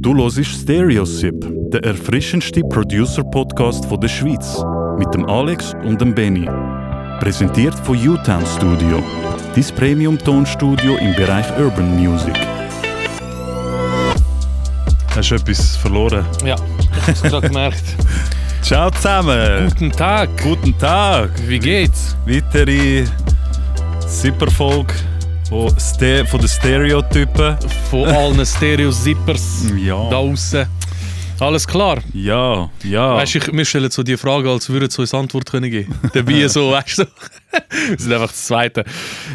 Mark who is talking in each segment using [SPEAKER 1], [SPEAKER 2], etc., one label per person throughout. [SPEAKER 1] Du hörst Stereosip, der erfrischendste Producer-Podcast der Schweiz. Mit dem Alex und dem Benny. Präsentiert von U-Town Studio. Dein Premium-Tonstudio im Bereich Urban Music. Hast du etwas verloren?
[SPEAKER 2] Ja, ich hab's gerade gemerkt.
[SPEAKER 1] Ciao zusammen!
[SPEAKER 2] Guten Tag,
[SPEAKER 1] Guten Tag!
[SPEAKER 2] wie geht's?
[SPEAKER 1] Weitere Zipperfolge von, Ste von den Stereotypen.
[SPEAKER 2] Von allen Stereo-Zippers da
[SPEAKER 1] Ja.
[SPEAKER 2] aussen. Alles klar.
[SPEAKER 1] Ja, ja.
[SPEAKER 2] Weißt du, ich- wir stellen so die Frage, als würden sie uns Antwort können geben. Dabei so, weißt du. Wir sind einfach das Zweite.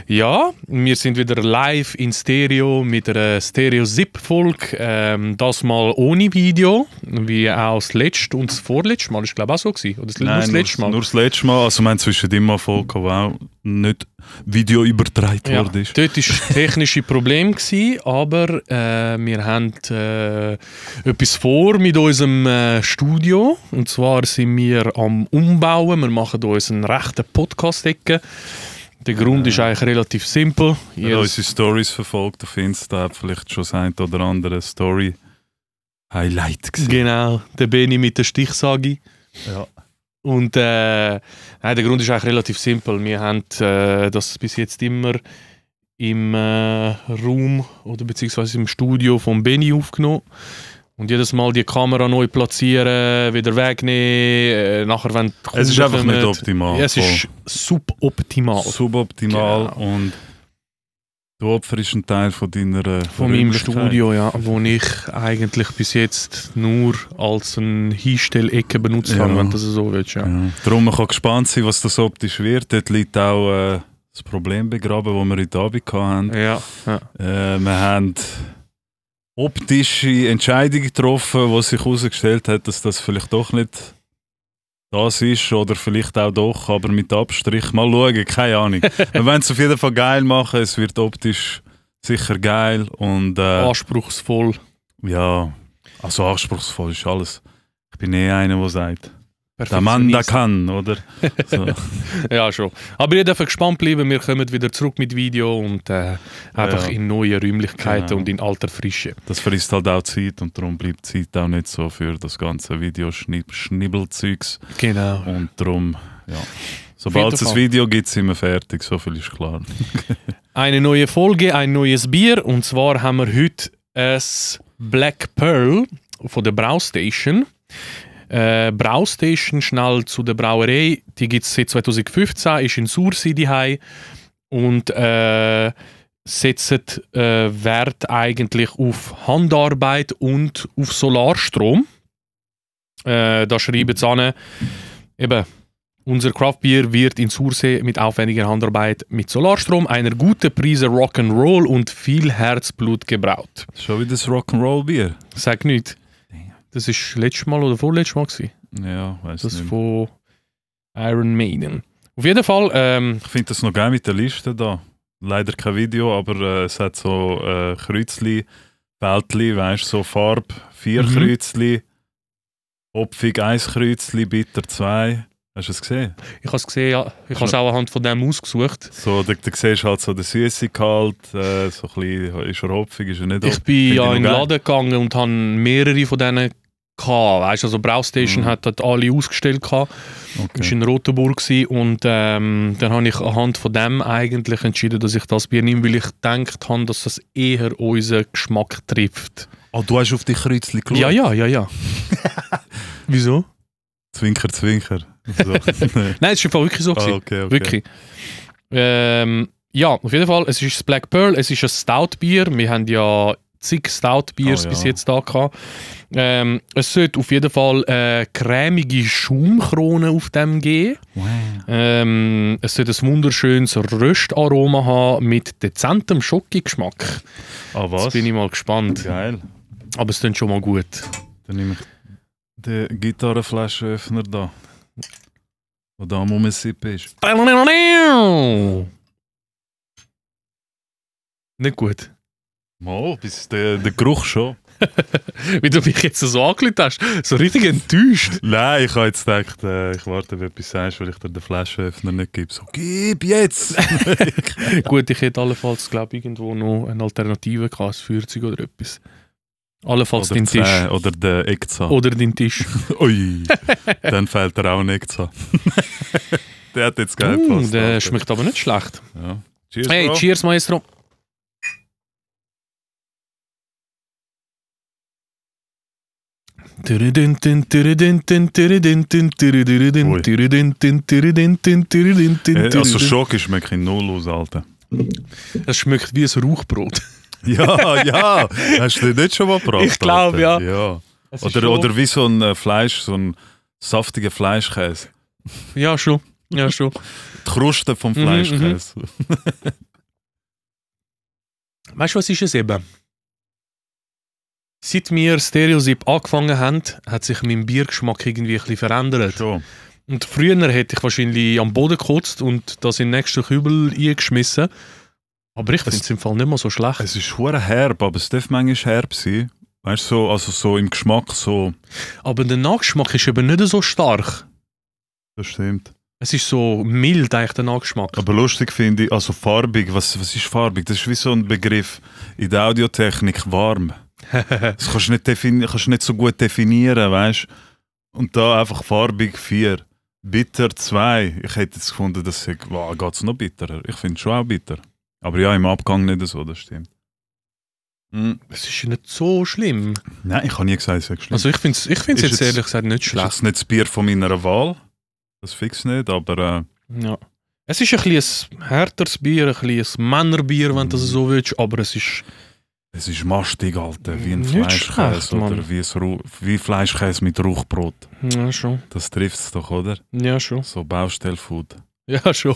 [SPEAKER 2] Ja, wir sind wieder live in Stereo mit einer Stereo-Zip-Folge. Ähm, das mal ohne Video, wie auch das letzte und das vorletzte Mal. Ist glaube auch so gewesen. Oder das, nur das
[SPEAKER 1] nur-
[SPEAKER 2] letzte Mal.
[SPEAKER 1] Nur das letzte Mal. Also, wir haben zwischen immer Folge, die auch nicht Video übertragen
[SPEAKER 2] Ja,
[SPEAKER 1] worden ist.
[SPEAKER 2] dort war technische Problem, gewesen, aber äh, wir haben äh, etwas vor mit unserem äh, Studio. Und zwar sind wir am Umbauen. Wir machen uns einen rechten Podcast-Ecke. Der Grund ist eigentlich relativ simpel.
[SPEAKER 1] Wer
[SPEAKER 2] Jedes-
[SPEAKER 1] unsere Stories verfolgt auf Insta, hat vielleicht schon das ein oder andere Story-Highlight gesehen.
[SPEAKER 2] Genau, der Beni mit der Stichsage.
[SPEAKER 1] Ja.
[SPEAKER 2] Und äh, nein, der Grund ist eigentlich relativ simpel. Wir haben äh, das bis jetzt immer im äh, Raum oder beziehungsweise im Studio von Beni aufgenommen. Und jedes Mal die Kamera neu platzieren, wieder wegnehmen, äh, nachher wenn die
[SPEAKER 1] Es ist
[SPEAKER 2] Kunden
[SPEAKER 1] einfach nicht
[SPEAKER 2] kommen.
[SPEAKER 1] optimal.
[SPEAKER 2] Ja, Es ist
[SPEAKER 1] Voll.
[SPEAKER 2] suboptimal.
[SPEAKER 1] suboptimal
[SPEAKER 2] Genau.
[SPEAKER 1] und du opferst einen Teil von deiner. äh,
[SPEAKER 2] Von meinem
[SPEAKER 1] Räumlichkeit.
[SPEAKER 2] Studio, ja, wo ich eigentlich bis jetzt nur als ein Hinstellecke benutzt
[SPEAKER 1] Ja.
[SPEAKER 2] habe, wenn du das so willst. Ja.
[SPEAKER 1] Ja. Darum man kann gespannt sein, was das optisch wird. Dort liegt auch äh, das Problem begraben, das wir in der Abend hatten.
[SPEAKER 2] Ja, ja.
[SPEAKER 1] Äh, wir haben optische Entscheidungen getroffen, wo sich herausgestellt hat, dass das vielleicht doch nicht das ist oder vielleicht auch doch, aber mit Abstrich. Mal schauen, keine Ahnung. wir werden es auf jeden Fall geil machen, es wird optisch sicher geil und
[SPEAKER 2] Ah.
[SPEAKER 1] äh,
[SPEAKER 2] anspruchsvoll.
[SPEAKER 1] ja, also anspruchsvoll ist alles. Ich bin eh einer, der sagt, der Mann, der kann, oder? So.
[SPEAKER 2] Ja, schon. Aber ihr dürft gespannt bleiben, wir kommen wieder zurück mit Video und äh, einfach
[SPEAKER 1] Ja.
[SPEAKER 2] in neuen Räumlichkeiten
[SPEAKER 1] Genau.
[SPEAKER 2] und in alter Frische.
[SPEAKER 1] Das frisst halt auch Zeit und darum bleibt Zeit auch nicht so für das ganze Videoschnibbelzeugs.
[SPEAKER 2] Genau.
[SPEAKER 1] Und darum, ja. Sobald es ein
[SPEAKER 2] Fall.
[SPEAKER 1] Video gibt, sind wir fertig, so viel ist klar.
[SPEAKER 2] Eine neue Folge, ein neues Bier und zwar haben wir heute ein Black Pearl von der Braustation. Äh, Braustation, schnell zu der Brauerei, die gibt es seit 2015, ist in Sursi daheim und äh, setzt äh, Wert eigentlich auf Handarbeit und auf Solarstrom. Äh, da schreiben sie an, eben unser Craftbier wird in Sursee mit aufwendiger Handarbeit mit Solarstrom, einer guten Prise Rock'n'Roll und viel Herzblut gebraut.
[SPEAKER 1] Schon wieder das Rock'n'Roll-Bier?
[SPEAKER 2] Sag nicht.
[SPEAKER 1] Damn.
[SPEAKER 2] Das ist letztes Mal oder vorletztes Mal gewesen.
[SPEAKER 1] Ja, weiß
[SPEAKER 2] Das
[SPEAKER 1] nicht.
[SPEAKER 2] von Iron Maiden. Auf jeden Fall, ähm,
[SPEAKER 1] Ich finde das noch geil mit der Liste da. Leider kein Video, aber äh, es hat so äh, Kreuzli, Bältli, weißt du, so Farbe, vier
[SPEAKER 2] Mhm.
[SPEAKER 1] Kreuzli, Opfig, eins Kreuzli, Bitter, zwei. Hast du es gesehen?
[SPEAKER 2] ich habe es gesehen, ja, ich habe es auch anhand von dem ausgesucht.
[SPEAKER 1] So, da, da siehst du halt so den Süßigkeit, äh, so ein bisschen, ist er hopfig, ist er nicht
[SPEAKER 2] Ich
[SPEAKER 1] hopfig.
[SPEAKER 2] bin
[SPEAKER 1] ich
[SPEAKER 2] ja
[SPEAKER 1] noch
[SPEAKER 2] in den
[SPEAKER 1] geil.
[SPEAKER 2] Laden gegangen und habe mehrere von denen gehabt. Weißt du, also Braustation
[SPEAKER 1] Mhm.
[SPEAKER 2] hat, hat alle ausgestellt gehabt. Ich
[SPEAKER 1] Okay.
[SPEAKER 2] war in Rotenburg gewesen und ähm, dann habe ich anhand von dem eigentlich entschieden, dass ich das Bier nehme, weil ich gedacht habe, dass das eher unseren Geschmack trifft.
[SPEAKER 1] Ah, du hast auf die Kreuzli geschaut?
[SPEAKER 2] Ja, ja, ja, ja. Wieso?
[SPEAKER 1] Zwinker, zwinker. So.
[SPEAKER 2] Nein, es war im Fall wirklich
[SPEAKER 1] Ah,
[SPEAKER 2] so. gewesen.
[SPEAKER 1] okay, okay.
[SPEAKER 2] Wirklich. Ähm, ja, auf jeden Fall, es ist das Black Pearl, es ist ein Stout-Bier. Wir haben ja zig Stout-Biers
[SPEAKER 1] Oh ja.
[SPEAKER 2] bis jetzt da gehabt. Ähm, es sollte auf jeden Fall äh, cremige Schaumkrone auf dem geben. Ähm, es sollte ein wunderschönes Röstaroma haben mit dezentem Schokigeschmack.
[SPEAKER 1] Ah,
[SPEAKER 2] Jetzt
[SPEAKER 1] was?
[SPEAKER 2] bin ich mal gespannt.
[SPEAKER 1] Geil.
[SPEAKER 2] Aber es klingt schon mal gut.
[SPEAKER 1] Dann nehme ich den Gitarrenflaschenöffner da. Wo da am Umsippen ist.
[SPEAKER 2] Nicht gut.
[SPEAKER 1] Mal, bis der, der Geruch schon.
[SPEAKER 2] Wie du mich jetzt so angelegt hast, so richtig enttäuscht.
[SPEAKER 1] Nein, ich habe jetzt gedacht, äh, ich warte, wenn du etwas sagst, weil ich dir den Flaschenöffner nicht gebe. So, gib jetzt!
[SPEAKER 2] Gut, ich hätte allenfalls, glaube ich, irgendwo noch eine Alternative gehabt, ein 40 oder etwas. Allenfalls
[SPEAKER 1] Oder,
[SPEAKER 2] dein
[SPEAKER 1] die
[SPEAKER 2] Tisch.
[SPEAKER 1] Zähne oder der Eckzahn.
[SPEAKER 2] Oder dein Tisch.
[SPEAKER 1] Ui, dann fehlt dir auch ein Eckzahn. der hat jetzt geil
[SPEAKER 2] Mm,
[SPEAKER 1] gepasst,
[SPEAKER 2] der
[SPEAKER 1] Alter.
[SPEAKER 2] schmeckt aber nicht schlecht.
[SPEAKER 1] Ja. Cheers,
[SPEAKER 2] Hey,
[SPEAKER 1] Bro.
[SPEAKER 2] cheers, Maestro.
[SPEAKER 1] Äh, Also
[SPEAKER 2] Es
[SPEAKER 1] Schoki schmeckt in null aus, Alter.
[SPEAKER 2] schmeckt wie ein Rauchbrot.
[SPEAKER 1] Ja, ja. Hast du den nicht schon mal gebracht?
[SPEAKER 2] Ich glaub,
[SPEAKER 1] Alter?
[SPEAKER 2] ja.
[SPEAKER 1] ja. Oder, oder wie so ein äh, Fleisch, so ein saftiger Fleischkäse.
[SPEAKER 2] Ja, schon. Ja, schon.
[SPEAKER 1] Die Kruste vom
[SPEAKER 2] Mhm,
[SPEAKER 1] Fleischkäse.
[SPEAKER 2] Weißt du, was ist es eben? Seit wir Stereosip angefangen haben, hat sich mein Biergeschmack irgendwie ein bisschen verändert.
[SPEAKER 1] Schon.
[SPEAKER 2] Und früher hätte ich wahrscheinlich am Boden gekotzt und das in den nächsten Kübel eingeschmissen. Aber ich finde es im Fall nicht mehr so schlecht.
[SPEAKER 1] Es ist hure herb, aber es darf manchmal herb sein. Weißt du, so, also so im Geschmack so.
[SPEAKER 2] Aber der Nachgeschmack ist eben nicht so stark.
[SPEAKER 1] Das stimmt.
[SPEAKER 2] Es ist so mild, eigentlich, der Nachgeschmack.
[SPEAKER 1] Aber lustig finde ich, also farbig, was, was ist farbig? Das ist wie so ein Begriff in der Audiotechnik, warm. Das kannst du nicht, defini- kannst du nicht so gut definieren, weißt du? Und da einfach farbig 4. Bitter 2. Ich hätte jetzt gefunden, dass ich, wow, geht es noch bitterer? Ich finde es schon auch bitter. Aber ja, im Abgang nicht so, das stimmt. Mm.
[SPEAKER 2] Es ist nicht so schlimm.
[SPEAKER 1] Nein, ich habe nie gesagt, es wäre schlimm.
[SPEAKER 2] Also, ich finde es ich find's
[SPEAKER 1] Ist
[SPEAKER 2] jetzt,
[SPEAKER 1] jetzt-
[SPEAKER 2] ehrlich gesagt nicht
[SPEAKER 1] ist
[SPEAKER 2] schlecht.
[SPEAKER 1] jetzt nicht das Bier von meiner Wahl. Das fix nicht, aber äh,
[SPEAKER 2] Ja. Es ist ein bisschen ein härteres Bier, ein bisschen ein Männerbier, wenn du das so willst, aber es ist.
[SPEAKER 1] es ist mastig, Alter, wie ein
[SPEAKER 2] Nicht
[SPEAKER 1] Fleischkäse
[SPEAKER 2] schlecht,
[SPEAKER 1] oder
[SPEAKER 2] Mann.
[SPEAKER 1] wie, ein Ru- wie Fleischkäse mit Rauchbrot.
[SPEAKER 2] Ja, schon.
[SPEAKER 1] Das trifft es doch, oder?
[SPEAKER 2] Ja, schon.
[SPEAKER 1] So Baustellfood.
[SPEAKER 2] Ja, schon.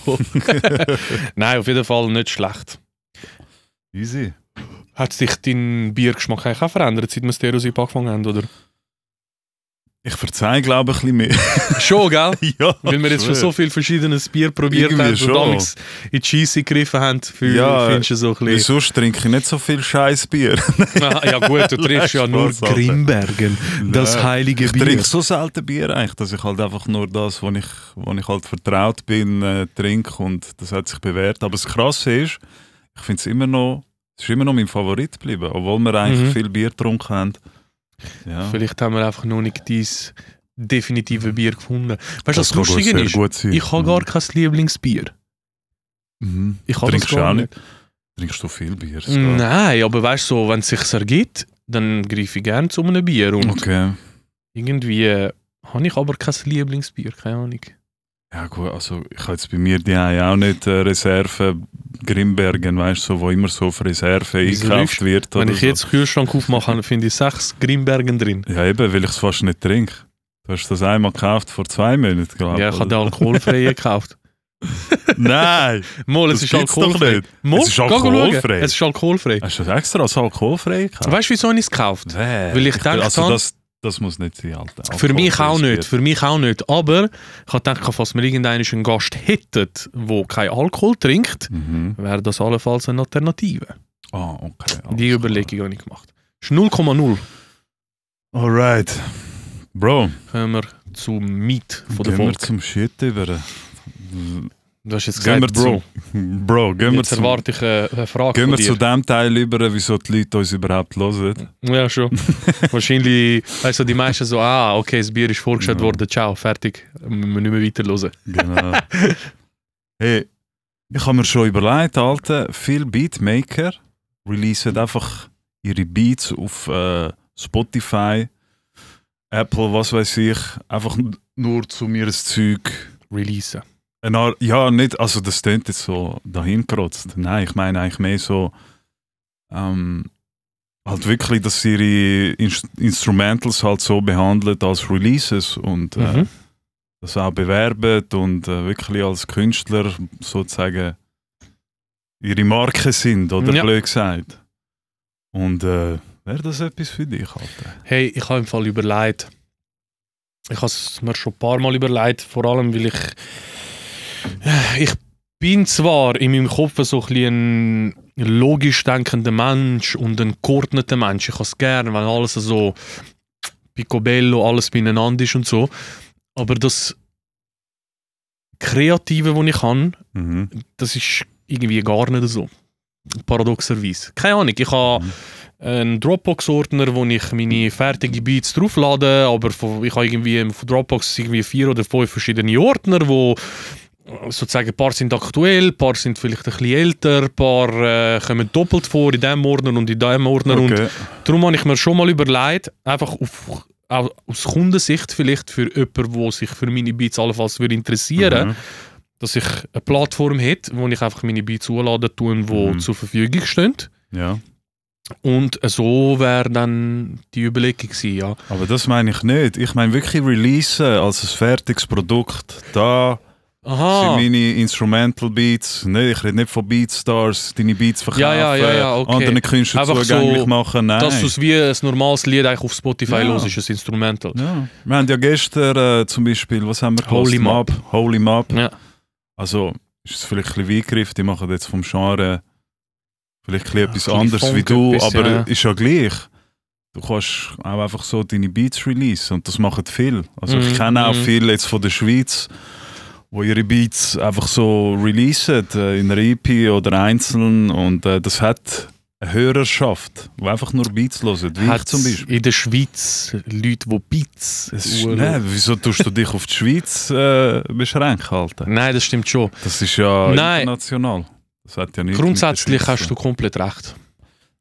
[SPEAKER 2] Nein, auf jeden Fall nicht schlecht.
[SPEAKER 1] Easy.
[SPEAKER 2] Hat sich dein Biergeschmack eigentlich auch verändert, seit wir Stereosip angefangen haben, oder?
[SPEAKER 1] Ich verzeihe, glaube ich, ein bisschen mehr.
[SPEAKER 2] schon, gell?
[SPEAKER 1] ja,
[SPEAKER 2] Weil wir jetzt schon so viel verschiedenes Bier probiert
[SPEAKER 1] Irgendwie
[SPEAKER 2] haben
[SPEAKER 1] schon.
[SPEAKER 2] und damals in die Scheisse gegriffen haben, für,
[SPEAKER 1] Ja,
[SPEAKER 2] findest du so ein bisschen...
[SPEAKER 1] Wieso trinke ich nicht so viel scheiß Bier?
[SPEAKER 2] Ah, ja gut, du trinkst ja nur
[SPEAKER 1] Spaß, Alter.
[SPEAKER 2] Grimbergen, das
[SPEAKER 1] Nein.
[SPEAKER 2] heilige
[SPEAKER 1] Ich
[SPEAKER 2] Bier.
[SPEAKER 1] trinke so selten Bier eigentlich, dass ich halt einfach nur das, wo ich, wo ich halt vertraut bin, äh, trinke und das hat sich bewährt. Aber das Krasse ist, ich finde es immer noch, es ist immer noch mein Favorit geblieben, obwohl wir eigentlich
[SPEAKER 2] Mhm.
[SPEAKER 1] viel Bier getrunken haben. Ja.
[SPEAKER 2] Vielleicht haben wir einfach noch nicht dein definitive Bier gefunden. Weißt du, was
[SPEAKER 1] kann gut-
[SPEAKER 2] Lustige
[SPEAKER 1] sehr
[SPEAKER 2] ist?
[SPEAKER 1] gut Mhm. sein.
[SPEAKER 2] Ich habe gar kein Lieblingsbier.
[SPEAKER 1] Mhm.
[SPEAKER 2] Ich habe das
[SPEAKER 1] Trinkst du
[SPEAKER 2] gar
[SPEAKER 1] auch
[SPEAKER 2] nicht.
[SPEAKER 1] Trinkst du viel Bier?
[SPEAKER 2] Nein, aber weißt du, so, wenn es sich ergibt, dann greife ich gerne zu einem Bier. Und
[SPEAKER 1] Okay.
[SPEAKER 2] irgendwie äh, habe ich aber kein Lieblingsbier, keine Ahnung.
[SPEAKER 1] Ja gut, also ich habe jetzt bei mir die haben ja auch nicht äh, Reserve Grimbergen, weißt du, so, wo immer so auf Reserve
[SPEAKER 2] Wieso
[SPEAKER 1] eingekauft wird.
[SPEAKER 2] Wenn
[SPEAKER 1] oder
[SPEAKER 2] ich jetzt Kühlschrank aufmache, finde ich sechs Grimbergen drin.
[SPEAKER 1] So. Ja eben, weil ich es fast nicht trinke. Du hast das einmal gekauft vor zwei Monaten, glaube ich.
[SPEAKER 2] Ja, ich habe den
[SPEAKER 1] oder?
[SPEAKER 2] alkoholfreien gekauft.
[SPEAKER 1] Nein,
[SPEAKER 2] Mal,
[SPEAKER 1] das
[SPEAKER 2] es ist
[SPEAKER 1] gibt's doch
[SPEAKER 2] alkoholfrei.
[SPEAKER 1] nicht.
[SPEAKER 2] Mal,
[SPEAKER 1] Es ist
[SPEAKER 2] geh schauen.
[SPEAKER 1] alkoholfrei.
[SPEAKER 2] Es ist alkoholfrei.
[SPEAKER 1] Hast du das extra als alkoholfrei gekauft?
[SPEAKER 2] Weißt du, wieso ich es gekauft
[SPEAKER 1] Wer?
[SPEAKER 2] Weil ich gedacht
[SPEAKER 1] Also
[SPEAKER 2] habe-
[SPEAKER 1] das, das muss nicht sein, Alter.
[SPEAKER 2] Für mich auch
[SPEAKER 1] Alkoholfreies
[SPEAKER 2] nicht, für mich auch nicht. Aber ich habe gedacht, falls wir irgendeinen einen Gast hätten, der keinen Alkohol trinkt,
[SPEAKER 1] Bier. Mhm.
[SPEAKER 2] wäre das allenfalls eine Alternative.
[SPEAKER 1] Ah, okay. alles
[SPEAKER 2] Die
[SPEAKER 1] klar.
[SPEAKER 2] Überlegung habe ich gemacht. Ist 0,0.
[SPEAKER 1] Alright. Bro,
[SPEAKER 2] Kommen wir zum Miet von der
[SPEAKER 1] gehen wir
[SPEAKER 2] Folge.
[SPEAKER 1] zum Shit über.
[SPEAKER 2] Du hast jetzt
[SPEAKER 1] Gehen wir Bro.
[SPEAKER 2] gesagt, Bro.
[SPEAKER 1] Bro, gehen wir
[SPEAKER 2] Jetzt
[SPEAKER 1] zum
[SPEAKER 2] erwarte ich eine, eine Frage
[SPEAKER 1] Gehen
[SPEAKER 2] von
[SPEAKER 1] wir
[SPEAKER 2] dir.
[SPEAKER 1] zu dem Teil über, wieso die Leute uns überhaupt hören.
[SPEAKER 2] Ja, schon. Wahrscheinlich, also die meisten so, ah, okay, das Bier ist vorgestellt
[SPEAKER 1] Ja.
[SPEAKER 2] worden, ciao, fertig. Müssen wir nicht mehr weiterhören.
[SPEAKER 1] Genau. eh, hey, ich habe mir schon überlegt, Alter, viele Beatmaker releasen einfach ihre Beats auf äh, Spotify, Apple, was weiß ich, einfach n- nur zu mir das Zeug.
[SPEAKER 2] Releasen.
[SPEAKER 1] Eine Art- Ja, nicht, also das klingt jetzt so dahin gerotzt. Nein, ich meine eigentlich mehr so, ähm, halt wirklich, dass sie ihre Inst Instrumentals halt so behandelt als Releases und äh,
[SPEAKER 2] Mhm.
[SPEAKER 1] das auch bewerben und äh, wirklich als Künstler sozusagen ihre Marke sind, oder
[SPEAKER 2] Ja.
[SPEAKER 1] blöd gesagt. Und äh, wäre das etwas für dich, Alter?
[SPEAKER 2] Hey, ich habe im Fall überlegt. Ich habe es mir schon ein paar Mal überlegt, vor allem weil ich. Ich bin zwar in meinem Kopf so ein, bisschen ein logisch denkender Mensch und ein geordneter Mensch. Ich habe es gerne, wenn alles so picobello, alles beieinander ist und so. Aber das Kreative, das ich habe,
[SPEAKER 1] Mhm.
[SPEAKER 2] das ist irgendwie gar nicht so. Paradoxerweise. Keine Ahnung, ich habe einen Dropbox-Ordner, wo ich meine fertigen Beats drauflade, aber von- ich habe irgendwie im Dropbox irgendwie vier oder fünf verschiedene Ordner, wo sozusagen ein paar sind aktuell, ein paar sind vielleicht ein bisschen älter, ein paar äh, kommen doppelt vor in diesem Ordner und in diesem Ordner und
[SPEAKER 1] Okay.
[SPEAKER 2] Darum habe ich mir schon mal überlegt, einfach auf, auch aus Kundensicht vielleicht für jemanden, der sich für meine Beats allenfalls würde interessieren,
[SPEAKER 1] Mhm.
[SPEAKER 2] dass ich eine Plattform hätte, wo ich einfach meine Beats hochladen tun, die
[SPEAKER 1] Mhm.
[SPEAKER 2] zur Verfügung stehen.
[SPEAKER 1] Ja.
[SPEAKER 2] Und so wäre dann die Überlegung gewesen, ja.
[SPEAKER 1] Aber das meine ich nicht. Ich meine wirklich releasen als ein fertiges Produkt. Da
[SPEAKER 2] Aha,
[SPEAKER 1] sind meine Instrumental Beats. Nee, ich rede nicht von Beatstars, deine Beats verkaufen,
[SPEAKER 2] Ja, ja, ja, ja, okay.
[SPEAKER 1] anderen Künstlern
[SPEAKER 2] Einfach
[SPEAKER 1] zugänglich
[SPEAKER 2] so,
[SPEAKER 1] machen. Nein.
[SPEAKER 2] dass du es wie ein normales Lied eigentlich auf Spotify
[SPEAKER 1] Ja.
[SPEAKER 2] los ist, ein Instrumental.
[SPEAKER 1] ja. Wir haben ja gestern äh, zum Beispiel, was haben wir
[SPEAKER 2] Holy
[SPEAKER 1] gehört?
[SPEAKER 2] Map.
[SPEAKER 1] Holy Map.
[SPEAKER 2] Ja.
[SPEAKER 1] Also ist es vielleicht ein bisschen weitgriff, die machen jetzt vom Genre vielleicht ein bisschen etwas
[SPEAKER 2] ein bisschen
[SPEAKER 1] anderes wie
[SPEAKER 2] Funk,
[SPEAKER 1] du,
[SPEAKER 2] etwas,
[SPEAKER 1] aber
[SPEAKER 2] ja.
[SPEAKER 1] ist ja gleich. Du kannst auch einfach so deine Beats releasen und das machen viele. Also
[SPEAKER 2] Mhm,
[SPEAKER 1] ich kenne auch
[SPEAKER 2] mhm.
[SPEAKER 1] viele jetzt von der Schweiz, wo ihre Beats einfach so releasen äh, in einer EP oder einzeln und äh, das hat eine Hörerschaft, die einfach nur Beats hören, wie ich
[SPEAKER 2] Hat
[SPEAKER 1] zum Beispiel.
[SPEAKER 2] in der Schweiz Leute, die Beats
[SPEAKER 1] Es ist,
[SPEAKER 2] hören?
[SPEAKER 1] nein, wieso tust du dich auf die Schweiz äh, beschränken, Alter?
[SPEAKER 2] Nein, das stimmt schon.
[SPEAKER 1] Das ist ja
[SPEAKER 2] Nein.
[SPEAKER 1] international. Das hat ja nichts mit
[SPEAKER 2] Grundsätzlich
[SPEAKER 1] der Schweiz
[SPEAKER 2] hast
[SPEAKER 1] zu
[SPEAKER 2] du komplett
[SPEAKER 1] tun.
[SPEAKER 2] recht.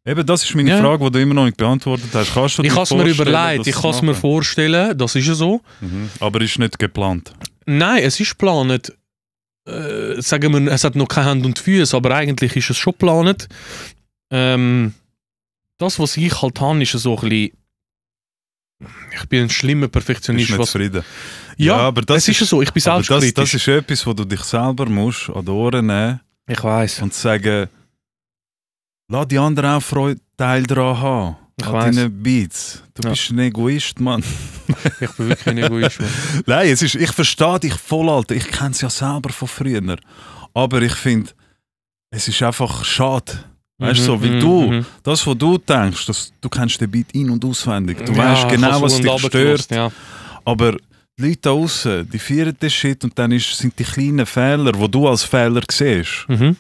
[SPEAKER 1] Eben, das ist meine
[SPEAKER 2] Ja.
[SPEAKER 1] Frage, die du immer noch nicht beantwortet hast. Kannst du
[SPEAKER 2] Ich
[SPEAKER 1] dir
[SPEAKER 2] habe es mir
[SPEAKER 1] vorstellen,
[SPEAKER 2] überlegt,
[SPEAKER 1] das
[SPEAKER 2] ich
[SPEAKER 1] zu
[SPEAKER 2] kann es mir
[SPEAKER 1] machen?
[SPEAKER 2] vorstellen, das ist ja so.
[SPEAKER 1] Mhm. Aber ist nicht geplant.
[SPEAKER 2] Nein, es ist geplant. Äh, sagen wir, es hat noch keine Hand und Füße, aber eigentlich ist es schon geplant. Ähm, das, was ich halt habe, ist so ein bisschen. Ich bin ein schlimmer
[SPEAKER 1] Bist
[SPEAKER 2] Perfektionist.
[SPEAKER 1] nicht
[SPEAKER 2] Was,
[SPEAKER 1] zufrieden.
[SPEAKER 2] ja,
[SPEAKER 1] aber
[SPEAKER 2] das es ist ja so, ich bin
[SPEAKER 1] aber das,
[SPEAKER 2] selbstkritisch.
[SPEAKER 1] das ist etwas, wo du dich selber musst an die Ohren nehmen
[SPEAKER 2] ich weiß.
[SPEAKER 1] und sagen, lass die anderen auch Freude Teil daran haben.
[SPEAKER 2] Ich
[SPEAKER 1] An
[SPEAKER 2] weiss.
[SPEAKER 1] deinen Beats. Du
[SPEAKER 2] Ja.
[SPEAKER 1] bist ein Egoist, Mann.
[SPEAKER 2] Ich bin wirklich ein Egoist. Mann.
[SPEAKER 1] Nein, es ist, ich verstehe dich voll, Alter. Ich kenne es ja selber von früher. Aber ich finde, es ist einfach schade. Weißt du, so wie
[SPEAKER 2] Mhm,
[SPEAKER 1] du,
[SPEAKER 2] mhm.
[SPEAKER 1] das, was du denkst, das, du kennst den Beat in- und auswendig. Du
[SPEAKER 2] mhm. Ja,
[SPEAKER 1] weißt
[SPEAKER 2] ich
[SPEAKER 1] genau,
[SPEAKER 2] hab's
[SPEAKER 1] was
[SPEAKER 2] auf und
[SPEAKER 1] dich
[SPEAKER 2] runter
[SPEAKER 1] stört.
[SPEAKER 2] gehört, Ja.
[SPEAKER 1] Aber die Leute da außen, die feiern den Shit und dann ist, sind die kleinen Fehler, die du als Fehler siehst,
[SPEAKER 2] Mhm.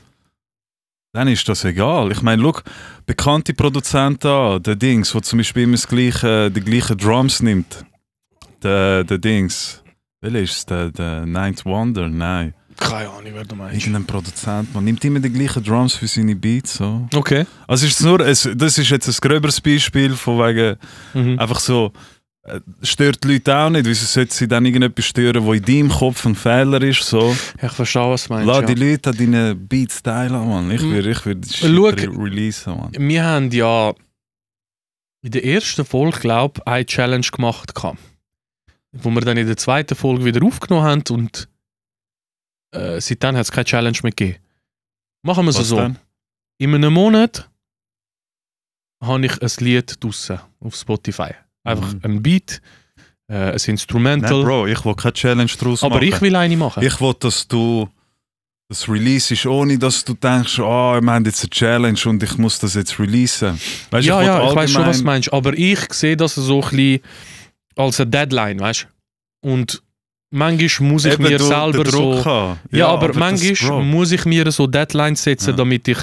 [SPEAKER 1] dann ist das egal. Ich meine, schau, bekannte Produzenten an, der Dings, der zum Beispiel immer das gleiche, die gleichen Drums nimmt. Der, der Dings. Welcher ist es? Der, der Ninth Wonder? Nein.
[SPEAKER 2] Keine Ahnung, wer du meinst.
[SPEAKER 1] Irgendein Produzent, man nimmt immer die gleichen Drums für seine Beats. So.
[SPEAKER 2] Okay.
[SPEAKER 1] Also ist es nur, es, das ist jetzt ein gröberes Beispiel von wegen,
[SPEAKER 2] Mhm.
[SPEAKER 1] einfach so, äh, stört die Leute auch nicht, wieso sollte sie dann irgendetwas stören, wo in deinem Kopf ein Fehler ist, so.
[SPEAKER 2] Ich verstehe, was du meinst.
[SPEAKER 1] Lass
[SPEAKER 2] ja.
[SPEAKER 1] die Leute an deinen Beats teilen, Mann. Ich
[SPEAKER 2] Mm.
[SPEAKER 1] würde ich würd
[SPEAKER 2] Schau.
[SPEAKER 1] releasen, Mann.
[SPEAKER 2] wir haben ja in der ersten Folge, glaube ich, eine Challenge gemacht. gehabt. Wo wir dann in der zweiten Folge wieder aufgenommen haben und äh, seitdem hat es keine Challenge mehr gegeben. Machen wir es also so.
[SPEAKER 1] denn?
[SPEAKER 2] In einem Monat habe ich ein Lied draussen auf Spotify. Einfach
[SPEAKER 1] Mhm.
[SPEAKER 2] ein Beat, äh, ein
[SPEAKER 1] Nein,
[SPEAKER 2] Instrumental.
[SPEAKER 1] Bro, ich will keine Challenge draus
[SPEAKER 2] aber
[SPEAKER 1] machen.
[SPEAKER 2] ich will eine machen.
[SPEAKER 1] Ich will, dass du das Release ist, ohne dass du denkst, ah, wir haben jetzt eine Challenge und ich muss das jetzt releasen. Weißt,
[SPEAKER 2] ja,
[SPEAKER 1] will
[SPEAKER 2] ja, ich weiß schon, was du
[SPEAKER 1] allgemein-
[SPEAKER 2] meinst. Aber ich sehe das so ein bisschen als eine Deadline, weißt du? Und manchmal muss ich
[SPEAKER 1] Eben,
[SPEAKER 2] mir
[SPEAKER 1] du den
[SPEAKER 2] selber
[SPEAKER 1] Druck
[SPEAKER 2] so.
[SPEAKER 1] haben.
[SPEAKER 2] Ja, aber,
[SPEAKER 1] das-
[SPEAKER 2] manchmal
[SPEAKER 1] Bro,
[SPEAKER 2] muss ich mir so Deadlines setzen,
[SPEAKER 1] Ja.
[SPEAKER 2] damit ich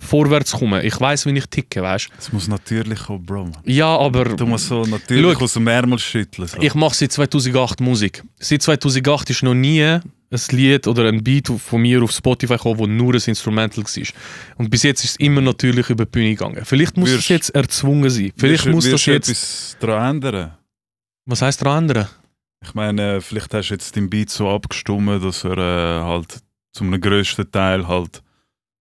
[SPEAKER 2] vorwärts komme. Ich weiß, wie ich ticke, weißt
[SPEAKER 1] Es muss natürlich kommen, Bro. Mann.
[SPEAKER 2] du? Ja, aber
[SPEAKER 1] Du musst so natürlich
[SPEAKER 2] Schau.
[SPEAKER 1] aus dem Ärmel schütteln. So.
[SPEAKER 2] ich mache seit 2008 Musik. Seit 2008 ist noch nie ein Lied oder ein Beat von mir auf Spotify gekommen, wo nur ein Instrumental war. Und bis jetzt ist es immer natürlich über die Bühne gegangen. Vielleicht muss
[SPEAKER 1] Wirst-
[SPEAKER 2] es jetzt erzwungen sein. Vielleicht
[SPEAKER 1] Wirst-
[SPEAKER 2] muss das
[SPEAKER 1] wirst
[SPEAKER 2] jetzt.
[SPEAKER 1] etwas daran ändern.
[SPEAKER 2] Was heißt der andere?
[SPEAKER 1] Ich meine, vielleicht hast du jetzt den Beat so abgestimmt, dass er äh, halt zum grössten Teil halt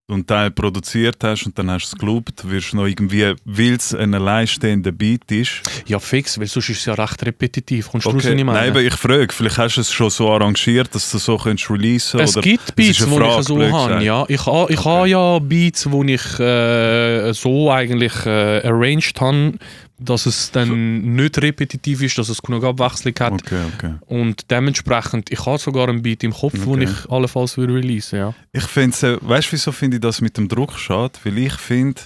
[SPEAKER 1] so einen Teil produziert hast und dann hast du es gelobt, wirst du noch irgendwie, weil es ein alleinstehender Beat ist.
[SPEAKER 2] Ja, fix, weil sonst ist es ja recht repetitiv. Kommst du raus, was ich meine?
[SPEAKER 1] Nein, aber ich frage, vielleicht hast du es schon so arrangiert, dass du so könntest releasen
[SPEAKER 2] es
[SPEAKER 1] oder
[SPEAKER 2] gibt
[SPEAKER 1] es ist
[SPEAKER 2] Beats,
[SPEAKER 1] eine
[SPEAKER 2] wo
[SPEAKER 1] Frage,
[SPEAKER 2] ich so
[SPEAKER 1] blöd
[SPEAKER 2] habe.
[SPEAKER 1] gesagt.
[SPEAKER 2] Ja. Ich, ha- ich
[SPEAKER 1] Okay.
[SPEAKER 2] habe ja Beats, wo ich äh, so eigentlich äh, arranged habe, dass es dann nicht repetitiv ist, dass es genug Abwechslung hat.
[SPEAKER 1] Okay, okay.
[SPEAKER 2] Und dementsprechend, ich habe sogar einen Beat im Kopf, den
[SPEAKER 1] Okay.
[SPEAKER 2] ich allenfalls würde releasen ja.
[SPEAKER 1] Ich finde äh, weißt du, wieso finde ich das mit dem Druck schade? Weil ich finde,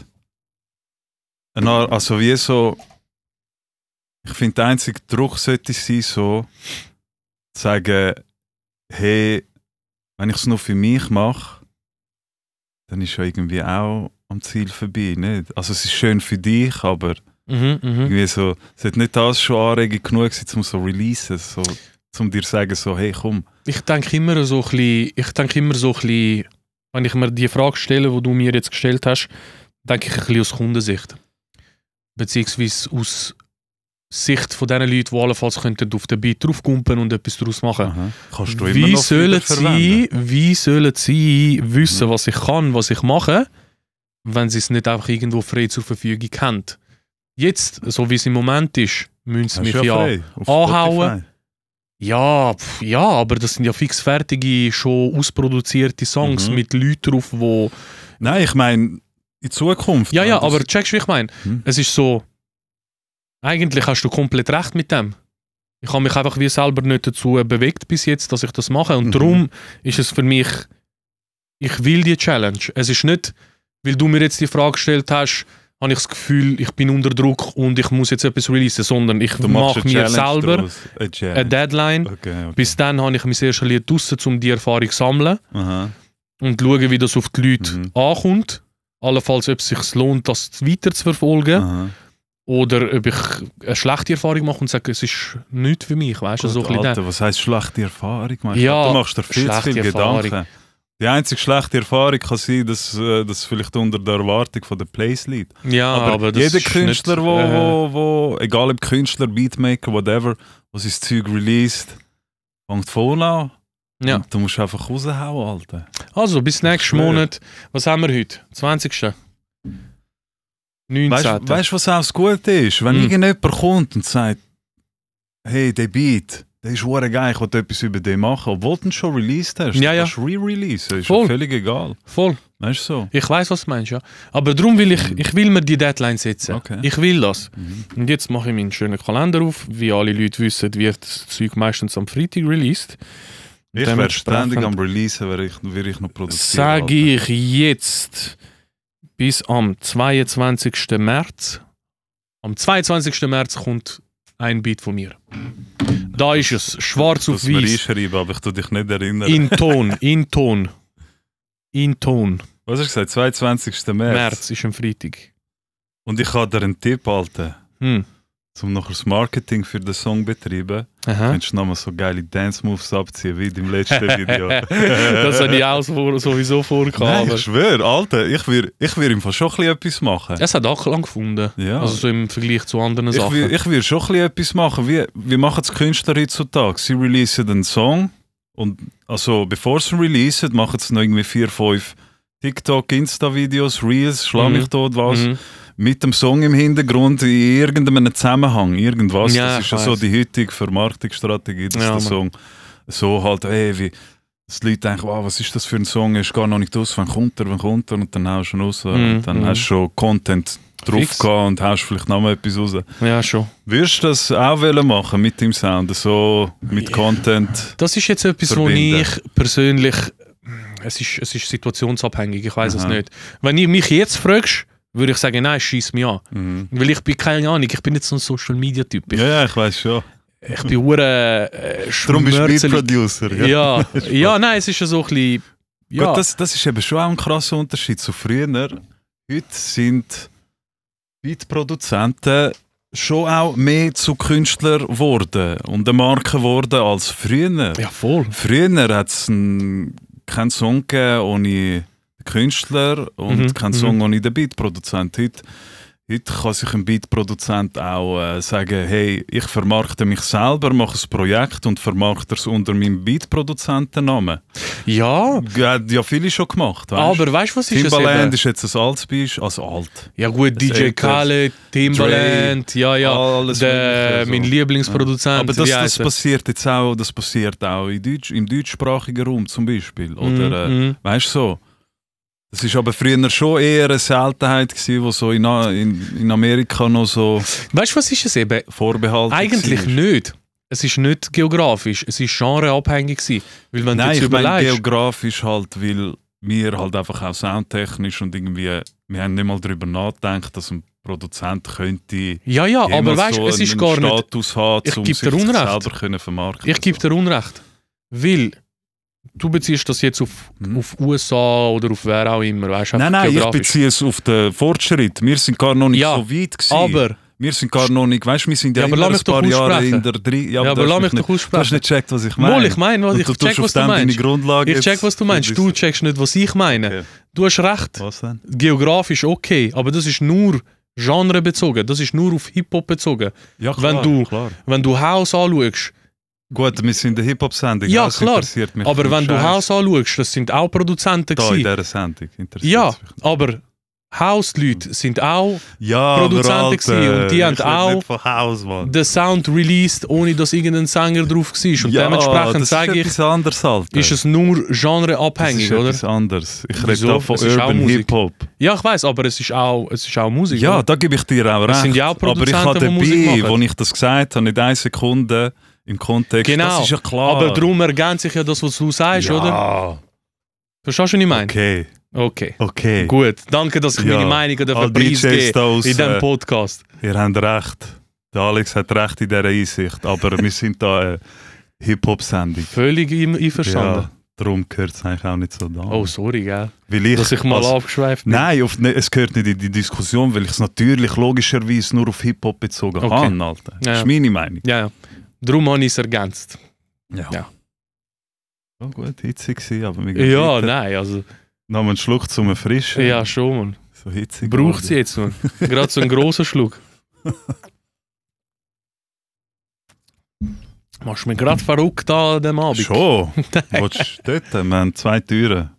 [SPEAKER 1] also wie so, ich finde, der einzige Druck sollte sein, so zu sagen, hey, wenn ich es nur für mich mache, dann ist ja irgendwie auch am Ziel vorbei. Nicht? Also es ist schön für dich, aber
[SPEAKER 2] Mhm, mhm.
[SPEAKER 1] irgendwie so, es hat nicht das schon Anregung genug gewesen, um so releasen, so, um dir zu sagen, so, hey, komm.
[SPEAKER 2] Ich denke immer so ein bisschen, ich denke immer so ein bisschen, wenn ich mir die Frage stelle, die du mir jetzt gestellt hast, denke ich ein bisschen aus Kundensicht. Beziehungsweise aus Sicht von den Leuten, die allenfalls könnten auf den Beat draufkumpen und etwas daraus machen.
[SPEAKER 1] Aha. Kannst du immer
[SPEAKER 2] Wie
[SPEAKER 1] noch
[SPEAKER 2] sollen,
[SPEAKER 1] wieder verwenden.
[SPEAKER 2] sie, wie sollen sie wissen,
[SPEAKER 1] Mhm.
[SPEAKER 2] was ich kann, was ich mache, wenn sie es nicht einfach irgendwo frei zur Verfügung haben? Jetzt, so wie es im Moment ist, müssen sie
[SPEAKER 1] Hast
[SPEAKER 2] mich
[SPEAKER 1] du
[SPEAKER 2] ja
[SPEAKER 1] frei auf
[SPEAKER 2] anhauen.
[SPEAKER 1] Spotify.
[SPEAKER 2] ja, pf, ja, aber das sind ja fix fertige, schon ausproduzierte Songs
[SPEAKER 1] Mhm.
[SPEAKER 2] mit Leuten drauf, wo.
[SPEAKER 1] Nein, ich meine, in Zukunft.
[SPEAKER 2] Ja,
[SPEAKER 1] wenn
[SPEAKER 2] ja,
[SPEAKER 1] das-
[SPEAKER 2] aber checkst du, wie ich meine?
[SPEAKER 1] Mhm.
[SPEAKER 2] Es ist so. Eigentlich hast du komplett recht mit dem. Ich habe mich einfach wie selber nicht dazu bewegt bis jetzt, dass ich das mache. Und
[SPEAKER 1] Mhm.
[SPEAKER 2] darum ist es für mich, ich will die Challenge. Es ist nicht, weil du mir jetzt die Frage gestellt hast, habe ich das Gefühl, ich bin unter Druck und ich muss jetzt etwas releasen, sondern ich
[SPEAKER 1] Du machst
[SPEAKER 2] mache
[SPEAKER 1] eine
[SPEAKER 2] mir
[SPEAKER 1] Challenge
[SPEAKER 2] selber
[SPEAKER 1] draus. Eine
[SPEAKER 2] eine
[SPEAKER 1] Challenge.
[SPEAKER 2] Deadline.
[SPEAKER 1] Okay, okay.
[SPEAKER 2] Bis dann habe ich mein erstes Lied draussen, um die Erfahrung zu sammeln
[SPEAKER 1] Aha.
[SPEAKER 2] und schauen, wie das auf die Leute
[SPEAKER 1] Mhm.
[SPEAKER 2] ankommt. Allenfalls, ob es sich lohnt, das weiter zu verfolgen
[SPEAKER 1] Aha.
[SPEAKER 2] oder ob ich eine schlechte Erfahrung mache und sage, es ist nichts für mich. Weißt du, so ein
[SPEAKER 1] Gut,
[SPEAKER 2] bisschen
[SPEAKER 1] Alter,
[SPEAKER 2] der-
[SPEAKER 1] was heisst schlechte Erfahrung? Mann? Ich
[SPEAKER 2] Ja,
[SPEAKER 1] glaub, du machst dir viel zu
[SPEAKER 2] schlechte
[SPEAKER 1] viel
[SPEAKER 2] Erfahrung.
[SPEAKER 1] Gedanken. Die einzige schlechte Erfahrung kann sein, dass äh, das vielleicht unter der Erwartung von der Plays liegt.
[SPEAKER 2] Ja, Ah, aber,
[SPEAKER 1] aber,
[SPEAKER 2] das
[SPEAKER 1] jeder
[SPEAKER 2] ist
[SPEAKER 1] Künstler,
[SPEAKER 2] nicht,
[SPEAKER 1] wo,
[SPEAKER 2] äh,
[SPEAKER 1] wo, wo, egal ob Künstler, Beatmaker, whatever, was sein Zeug released, fängt vorne an.
[SPEAKER 2] Ja.
[SPEAKER 1] Und du musst einfach raushauen, Alter.
[SPEAKER 2] Also, bis nächsten
[SPEAKER 1] schwöre.
[SPEAKER 2] Monat. Was haben wir heute? 20. 19.
[SPEAKER 1] Weißt weißt du, was auch das Gute ist? Wenn
[SPEAKER 2] Mhm.
[SPEAKER 1] irgendjemand kommt und sagt, hey, der Beat, der ist hure geil, ich will etwas über den machen, obwohl du ihn schon released hast,
[SPEAKER 2] Ja, ja.
[SPEAKER 1] kannst du re-releasen, ist
[SPEAKER 2] Voll.
[SPEAKER 1] ja völlig egal.
[SPEAKER 2] Voll.
[SPEAKER 1] Weißt du so?
[SPEAKER 2] Ich weiß, was du meinst, ja. Aber darum will ich, ich will mir die Deadline setzen.
[SPEAKER 1] Okay.
[SPEAKER 2] Ich will das.
[SPEAKER 1] Mhm.
[SPEAKER 2] Und jetzt mache ich meinen schönen Kalender auf. Wie alle Leute wissen, wird das Zeug meistens am Freitag released.
[SPEAKER 1] Ich wäre ständig
[SPEAKER 2] Dementsprechend-
[SPEAKER 1] am Releasen, wäre ich, wär ich noch produzieren.
[SPEAKER 2] Sage
[SPEAKER 1] Alter.
[SPEAKER 2] ich jetzt bis am 22. März. Am 22. März kommt ein Beat von mir. Da ist es, schwarz auf
[SPEAKER 1] Dass wir
[SPEAKER 2] weiß,
[SPEAKER 1] einschreiben, aber ich tu dich nicht erinnern.
[SPEAKER 2] in Ton, in Ton. In Ton.
[SPEAKER 1] Was hast du gesagt? 22. März.
[SPEAKER 2] März ist ein Freitag.
[SPEAKER 1] Und ich habe dir einen Tipp, Alter.
[SPEAKER 2] Hm.
[SPEAKER 1] Um nachher das Marketing für den Song zu betreiben,
[SPEAKER 2] Aha.
[SPEAKER 1] kannst du nochmal so geile Dance-Moves abziehen, wie im letzten Video.
[SPEAKER 2] das habe ich auch so- sowieso
[SPEAKER 1] Nein, ich
[SPEAKER 2] vorgehabt.
[SPEAKER 1] schwöre, Alter, ich würde ich würd im Fall schon ein bisschen etwas machen.
[SPEAKER 2] Es hat auch lang gefunden.
[SPEAKER 1] Ja.
[SPEAKER 2] Also so im Vergleich zu anderen
[SPEAKER 1] ich
[SPEAKER 2] Sachen.
[SPEAKER 1] würde ich würd schon ein bisschen etwas machen. Wie, wie machen es Künstler heutzutage? Sie releasen einen Song und also bevor sie ihn releasen, machen sie noch irgendwie vier, fünf TikTok, Insta-Videos, Reels, schlag mich
[SPEAKER 2] Mhm.
[SPEAKER 1] tot, was.
[SPEAKER 2] Mhm.
[SPEAKER 1] Mit dem Song im Hintergrund in irgendeinem Zusammenhang, irgendwas. das
[SPEAKER 2] Ja, ich
[SPEAKER 1] ist ja so
[SPEAKER 2] weiss.
[SPEAKER 1] die heutige Vermarktungsstrategie, dass
[SPEAKER 2] Ja,
[SPEAKER 1] der
[SPEAKER 2] Mann.
[SPEAKER 1] Song so halt, ey, wie, dass die Leute denken, wow, was ist das für ein Song, er ist gar noch nicht aus, wann kommt er, wann kommt er, und dann haust du ihn raus, und dann
[SPEAKER 2] mhm.
[SPEAKER 1] hast du schon Content drauf
[SPEAKER 2] Fix.
[SPEAKER 1] gehabt und haust vielleicht noch mal etwas raus.
[SPEAKER 2] Ja, schon.
[SPEAKER 1] Würdest du das auch wollen machen mit dem Sound, so mit Content?
[SPEAKER 2] Das ist jetzt etwas, wo
[SPEAKER 1] Verbinden.
[SPEAKER 2] ich persönlich. Es ist, es ist situationsabhängig, ich weiß es
[SPEAKER 1] Aha.
[SPEAKER 2] nicht. Wenn du mich jetzt fragst, würde ich sagen, nein, schieß mich an.
[SPEAKER 1] Mhm.
[SPEAKER 2] Weil ich bin keine Ahnung, ich bin nicht so ein Social Media Typ. Ich,
[SPEAKER 1] Ja, ja, ich weiß schon.
[SPEAKER 2] ich bin hure äh,
[SPEAKER 1] Darum bist du
[SPEAKER 2] schmörzelig.
[SPEAKER 1] Beat-Producer. Ja.
[SPEAKER 2] Ja. ja, nein, es ist ja so ein bisschen. Ja,
[SPEAKER 1] Gut, das, das ist eben schon auch ein krasser Unterschied zu früher. Heute sind Beat-Produzenten schon auch mehr zu Künstlern geworden und eine Marke geworden als früher.
[SPEAKER 2] ja voll.
[SPEAKER 1] Früher hat es keinen Song gegeben ohne den Künstler und
[SPEAKER 2] Mhm,
[SPEAKER 1] keinen
[SPEAKER 2] mhm.
[SPEAKER 1] Song ohne den Beatproduzent. Heute, heute kann sich ein Beatproduzent auch äh, sagen, hey, ich vermarkte mich selber, mache ein Projekt und vermarkte es unter meinem Beatproduzentennamen.
[SPEAKER 2] Ja,
[SPEAKER 1] Hat ja viele schon gemacht, weißt?
[SPEAKER 2] aber weißt du, was ist es
[SPEAKER 1] Timbaland
[SPEAKER 2] eben?
[SPEAKER 1] ist jetzt ein altes Beispiel, also alt.
[SPEAKER 2] Ja, gut,
[SPEAKER 1] Das
[SPEAKER 2] DJ
[SPEAKER 1] Älteres.
[SPEAKER 2] Khaled, Timbaland, ja, ja.
[SPEAKER 1] Alles
[SPEAKER 2] Der, äh,
[SPEAKER 1] Mögliche
[SPEAKER 2] mein
[SPEAKER 1] so.
[SPEAKER 2] Lieblingsproduzent.
[SPEAKER 1] Aber das,
[SPEAKER 2] wie
[SPEAKER 1] das
[SPEAKER 2] heisst er?
[SPEAKER 1] passiert jetzt auch, das passiert auch in Deutsch, im deutschsprachigen Raum zum Beispiel. Oder, äh,
[SPEAKER 2] Mhm, mhm.
[SPEAKER 1] Weißt du so? Das war aber früher schon eher eine Seltenheit, gewesen, wo so in, A- in, in Amerika noch so
[SPEAKER 2] Weißt du, was ist es eben?
[SPEAKER 1] vorbehalten
[SPEAKER 2] Eigentlich
[SPEAKER 1] war.
[SPEAKER 2] nicht. Es ist nicht geografisch, es ist genreabhängig. Gewesen. Weil wenn
[SPEAKER 1] Nein,
[SPEAKER 2] du jetzt
[SPEAKER 1] ich meine
[SPEAKER 2] überlegst,
[SPEAKER 1] geografisch halt, weil wir halt einfach auch soundtechnisch und irgendwie, wir haben nicht mal darüber nachgedacht, dass ein Produzent könnte
[SPEAKER 2] ja, ja, aber
[SPEAKER 1] jemals
[SPEAKER 2] weißt du,
[SPEAKER 1] so
[SPEAKER 2] es ist
[SPEAKER 1] einen
[SPEAKER 2] gar nicht.
[SPEAKER 1] Status haben,
[SPEAKER 2] Ich
[SPEAKER 1] um
[SPEAKER 2] geb
[SPEAKER 1] sich
[SPEAKER 2] dir Unrecht.
[SPEAKER 1] selber können vermarkten
[SPEAKER 2] Ich gebe
[SPEAKER 1] so.
[SPEAKER 2] dir Unrecht. Weil du beziehst das jetzt auf,
[SPEAKER 1] Mhm.
[SPEAKER 2] auf USA oder auf wer auch immer, weißt du?
[SPEAKER 1] Nein,
[SPEAKER 2] einfach
[SPEAKER 1] nein, ich
[SPEAKER 2] geografisch.
[SPEAKER 1] beziehe es auf den Fortschritt. Wir sind gar noch nicht
[SPEAKER 2] Ja,
[SPEAKER 1] so weit gewesen.
[SPEAKER 2] Aber,
[SPEAKER 1] wir sind gar noch nicht, weißt du, wir sind ja,
[SPEAKER 2] Ja, aber
[SPEAKER 1] immer
[SPEAKER 2] lass
[SPEAKER 1] ein
[SPEAKER 2] mich doch
[SPEAKER 1] paar Jahre
[SPEAKER 2] aussprechen.
[SPEAKER 1] in der drei.
[SPEAKER 2] ja,
[SPEAKER 1] du
[SPEAKER 2] aber
[SPEAKER 1] hast
[SPEAKER 2] lass mich
[SPEAKER 1] nicht,
[SPEAKER 2] doch
[SPEAKER 1] Du hast
[SPEAKER 2] aussprechen.
[SPEAKER 1] nicht gecheckt, was ich meine.
[SPEAKER 2] Mol, ich meine, was,
[SPEAKER 1] Und
[SPEAKER 2] ich
[SPEAKER 1] du
[SPEAKER 2] check,
[SPEAKER 1] tust auf
[SPEAKER 2] was du
[SPEAKER 1] dem deine
[SPEAKER 2] meinst.
[SPEAKER 1] Grundlage.
[SPEAKER 2] Ich check, was du meinst. Du checkst nicht, was ich meine.
[SPEAKER 1] Okay.
[SPEAKER 2] Du hast recht.
[SPEAKER 1] Was denn?
[SPEAKER 2] Geografisch okay, aber das ist nur genrebezogen. Das ist nur auf Hip-Hop bezogen.
[SPEAKER 1] Ja,
[SPEAKER 2] Wenn du-
[SPEAKER 1] Klar.
[SPEAKER 2] Wenn du House anschaust,
[SPEAKER 1] Gut, wir sind eine Hip-Hop-Sendung.
[SPEAKER 2] Ja,
[SPEAKER 1] das
[SPEAKER 2] klar.
[SPEAKER 1] interessiert mich
[SPEAKER 2] aber wenn du
[SPEAKER 1] Scheiss.
[SPEAKER 2] House anschaust, das sind auch Produzenten
[SPEAKER 1] Da in
[SPEAKER 2] gewesen.
[SPEAKER 1] dieser Sendung. Interessiert
[SPEAKER 2] Ja,
[SPEAKER 1] es mich.
[SPEAKER 2] aber House-Leute sind auch
[SPEAKER 1] ja aber
[SPEAKER 2] Produzenten
[SPEAKER 1] Alter,
[SPEAKER 2] gewesen und die
[SPEAKER 1] ich
[SPEAKER 2] haben
[SPEAKER 1] rede
[SPEAKER 2] auch-
[SPEAKER 1] Nicht von Haus, Mann.
[SPEAKER 2] den Sound released, ohne dass irgendein Sänger drauf war. Und
[SPEAKER 1] ja, oh,
[SPEAKER 2] dementsprechend
[SPEAKER 1] das
[SPEAKER 2] sage
[SPEAKER 1] ist
[SPEAKER 2] ich,
[SPEAKER 1] etwas anderes, Alter.
[SPEAKER 2] ist es nur
[SPEAKER 1] das ist
[SPEAKER 2] genreabhängig, oder?
[SPEAKER 1] etwas anderes. Ich rede
[SPEAKER 2] Wieso?
[SPEAKER 1] da von
[SPEAKER 2] Es ist auch
[SPEAKER 1] Urban
[SPEAKER 2] Musik.
[SPEAKER 1] Hip-Hop.
[SPEAKER 2] Ja, ich weiß, aber es ist auch, es ist auch Musik.
[SPEAKER 1] Ja,
[SPEAKER 2] oder?
[SPEAKER 1] da gebe ich dir auch recht.
[SPEAKER 2] Es sind ja auch
[SPEAKER 1] aber ich
[SPEAKER 2] Produzenten,
[SPEAKER 1] habe
[SPEAKER 2] die Musik
[SPEAKER 1] dabei,
[SPEAKER 2] machen.
[SPEAKER 1] wo ich das gesagt habe, nicht eine Sekunde im Kontext.
[SPEAKER 2] Genau.
[SPEAKER 1] Das ist ja klar.
[SPEAKER 2] Aber darum ergänzt sich ja das, was du sagst,
[SPEAKER 1] ja.
[SPEAKER 2] oder? Verstehst du, was ich meine?
[SPEAKER 1] Okay,
[SPEAKER 2] Okay.
[SPEAKER 1] okay.
[SPEAKER 2] Gut, danke, dass ich
[SPEAKER 1] Ja.
[SPEAKER 2] meine Meinung
[SPEAKER 1] All
[SPEAKER 2] dafür
[SPEAKER 1] DJs
[SPEAKER 2] preisgebe
[SPEAKER 1] da aus,
[SPEAKER 2] in diesem
[SPEAKER 1] äh,
[SPEAKER 2] Podcast.
[SPEAKER 1] ihr habt recht. Der Alex hat recht in dieser Einsicht. Aber wir sind da eine Hip-Hop-Sendung.
[SPEAKER 2] Völlig im- einverstanden.
[SPEAKER 1] eh, Ja, darum gehört es eigentlich auch nicht so da.
[SPEAKER 2] Oh, sorry, gell?
[SPEAKER 1] Weil ich,
[SPEAKER 2] Dass ich mal
[SPEAKER 1] also-
[SPEAKER 2] abgeschweift bin.
[SPEAKER 1] Nein, auf, ne, es gehört nicht in die Diskussion, weil ich es natürlich logischerweise nur auf Hip-Hop bezogen
[SPEAKER 2] Okay.
[SPEAKER 1] habe, Alter. Das
[SPEAKER 2] Ja.
[SPEAKER 1] ist meine Meinung.
[SPEAKER 2] Ja, ja. Darum habe ich es ergänzt. Ja.
[SPEAKER 1] Ja, gut, hitzig gewesen, aber wir gehen
[SPEAKER 2] Ja,
[SPEAKER 1] weiter.
[SPEAKER 2] nein, also.
[SPEAKER 1] Noch einen Schluck zum Erfrischen.
[SPEAKER 2] Ja, schon, man.
[SPEAKER 1] So hitzig.
[SPEAKER 2] Braucht sie jetzt, man. Gerade so einen grossen Schluck. Machst du mich gerade verrückt an dem Abend?
[SPEAKER 1] Schon. Willst du dort? Wir haben zwei Türen.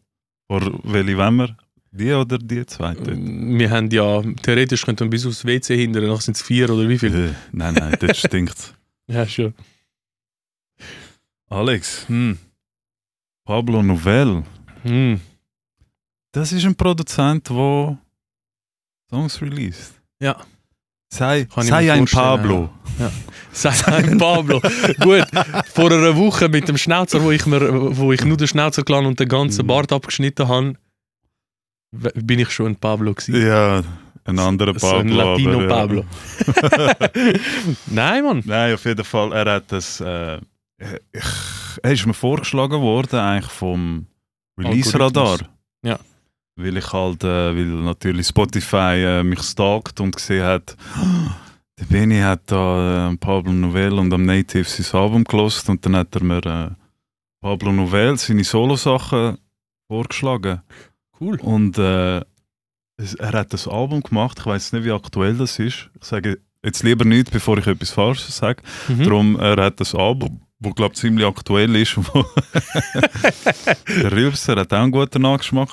[SPEAKER 1] Vor welche wollen wir? Die oder die zwei
[SPEAKER 2] Äh,
[SPEAKER 1] Türen?
[SPEAKER 2] Wir haben ja, theoretisch könnten wir bis aufs WC hindern, danach sind es vier oder wie viel?
[SPEAKER 1] Äh, Nein, nein, dort stinkt
[SPEAKER 2] Ja, schon.
[SPEAKER 1] Alex,
[SPEAKER 2] Hm.
[SPEAKER 1] Pablo Novell,
[SPEAKER 2] Hm.
[SPEAKER 1] das ist ein Produzent, der Songs released.
[SPEAKER 2] Ja.
[SPEAKER 1] Sei,
[SPEAKER 2] Kann ich mir
[SPEAKER 1] sei ein
[SPEAKER 2] vorstellen,
[SPEAKER 1] Pablo.
[SPEAKER 2] Sag ein Pablo. Gut, vor einer Woche mit dem Schnauzer, wo ich, mir, wo ich nur den Schnauzer gelassen und den ganzen
[SPEAKER 1] Mhm.
[SPEAKER 2] Bart abgeschnitten habe, w- bin ich schon ein Pablo gewesen.
[SPEAKER 1] Ja, ein anderer
[SPEAKER 2] So
[SPEAKER 1] Pablo.
[SPEAKER 2] ein
[SPEAKER 1] aber, äh, ja.
[SPEAKER 2] Latino-Pablo. Nein, Mann.
[SPEAKER 1] Nein, auf jeden Fall, er hat das. Äh, ich, er ist mir vorgeschlagen worden, eigentlich vom Release-Radar.
[SPEAKER 2] Algorithmus. Ja.
[SPEAKER 1] Weil ich halt, äh, weil natürlich Spotify äh, mich stalkt und gesehen hat, der Benny hat da äh, Pablo Novell und am Native sein Album gelost und dann hat er mir äh, Pablo Novell seine Solo-Sachen vorgeschlagen.
[SPEAKER 2] Cool.
[SPEAKER 1] Und äh, es, er hat das Album gemacht. Ich weiß nicht, wie aktuell das ist. Ich sage jetzt lieber nicht, bevor ich etwas Falsches sage.
[SPEAKER 2] Mhm.
[SPEAKER 1] Darum, er hat das Album, wo glaube ziemlich aktuell ist. Wo Der Rilpser hat auch einen guten Nachgeschmack.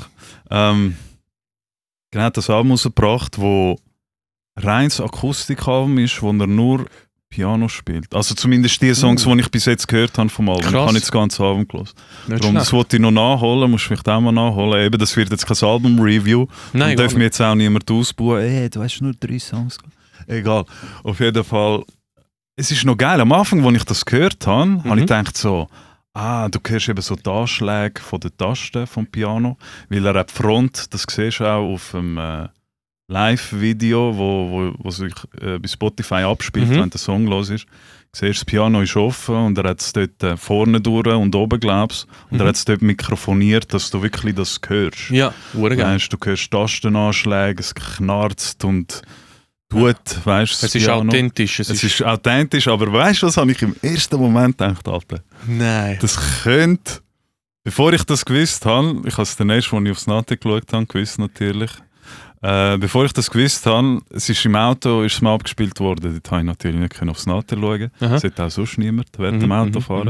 [SPEAKER 1] Ähm, er hat das Album rausgebracht, wo reines Akustikalbum ist, wo er nur Piano spielt. Also zumindest die Songs,
[SPEAKER 2] Mm.
[SPEAKER 1] die ich bis jetzt gehört habe vom Album. Ich
[SPEAKER 2] Krass.
[SPEAKER 1] habe nicht das ganze Album gehört.
[SPEAKER 2] Nicht
[SPEAKER 1] Darum, das
[SPEAKER 2] schlecht.
[SPEAKER 1] wollte ich noch nachholen, musst du vielleicht auch mal nachholen. Eben, das wird jetzt kein Album-Review. Dann
[SPEAKER 2] Nein, gar
[SPEAKER 1] darf
[SPEAKER 2] nicht.
[SPEAKER 1] mir jetzt auch niemand ausbauen. Ey, du hast nur drei Songs. gehabt.» Egal. Auf jeden Fall, es ist noch geil. Am Anfang, als ich das gehört habe, habe
[SPEAKER 2] Mhm.
[SPEAKER 1] ich gedacht so, ah, du hörst eben so die Anschläge von den Tasten vom Piano, weil er hat die Front, das siehst du auch auf dem äh, Live-Video, wo, wo, wo sich äh, bei Spotify abspielt,
[SPEAKER 2] Mhm.
[SPEAKER 1] wenn der Song los ist. Siehst, das Piano ist offen und er hat es dort äh, vorne durch und oben, glaubst Und
[SPEAKER 2] Mhm.
[SPEAKER 1] er hat es dort mikrofoniert, dass du wirklich das hörst.
[SPEAKER 2] Ja, hure geil.
[SPEAKER 1] Weißt, du hörst Tastenanschläge, es knarzt und tut, weißt du,
[SPEAKER 2] Es ist authentisch. Es
[SPEAKER 1] Es
[SPEAKER 2] ist,
[SPEAKER 1] ist authentisch, aber weißt du, was habe ich im ersten Moment gedacht, Alter?
[SPEAKER 2] nein.
[SPEAKER 1] Das könnte, bevor ich das gewusst habe, ich habe es dann erst, als ich aufs Nati geschaut habe, gewusst natürlich, äh, bevor ich das gewusst habe, es ist im Auto, ist es mal abgespielt worden, dort habe ich natürlich nicht können aufs Nati schauen
[SPEAKER 2] Aha.
[SPEAKER 1] das hat auch sonst niemand während dem
[SPEAKER 2] Mhm, mhm,
[SPEAKER 1] Autofahren.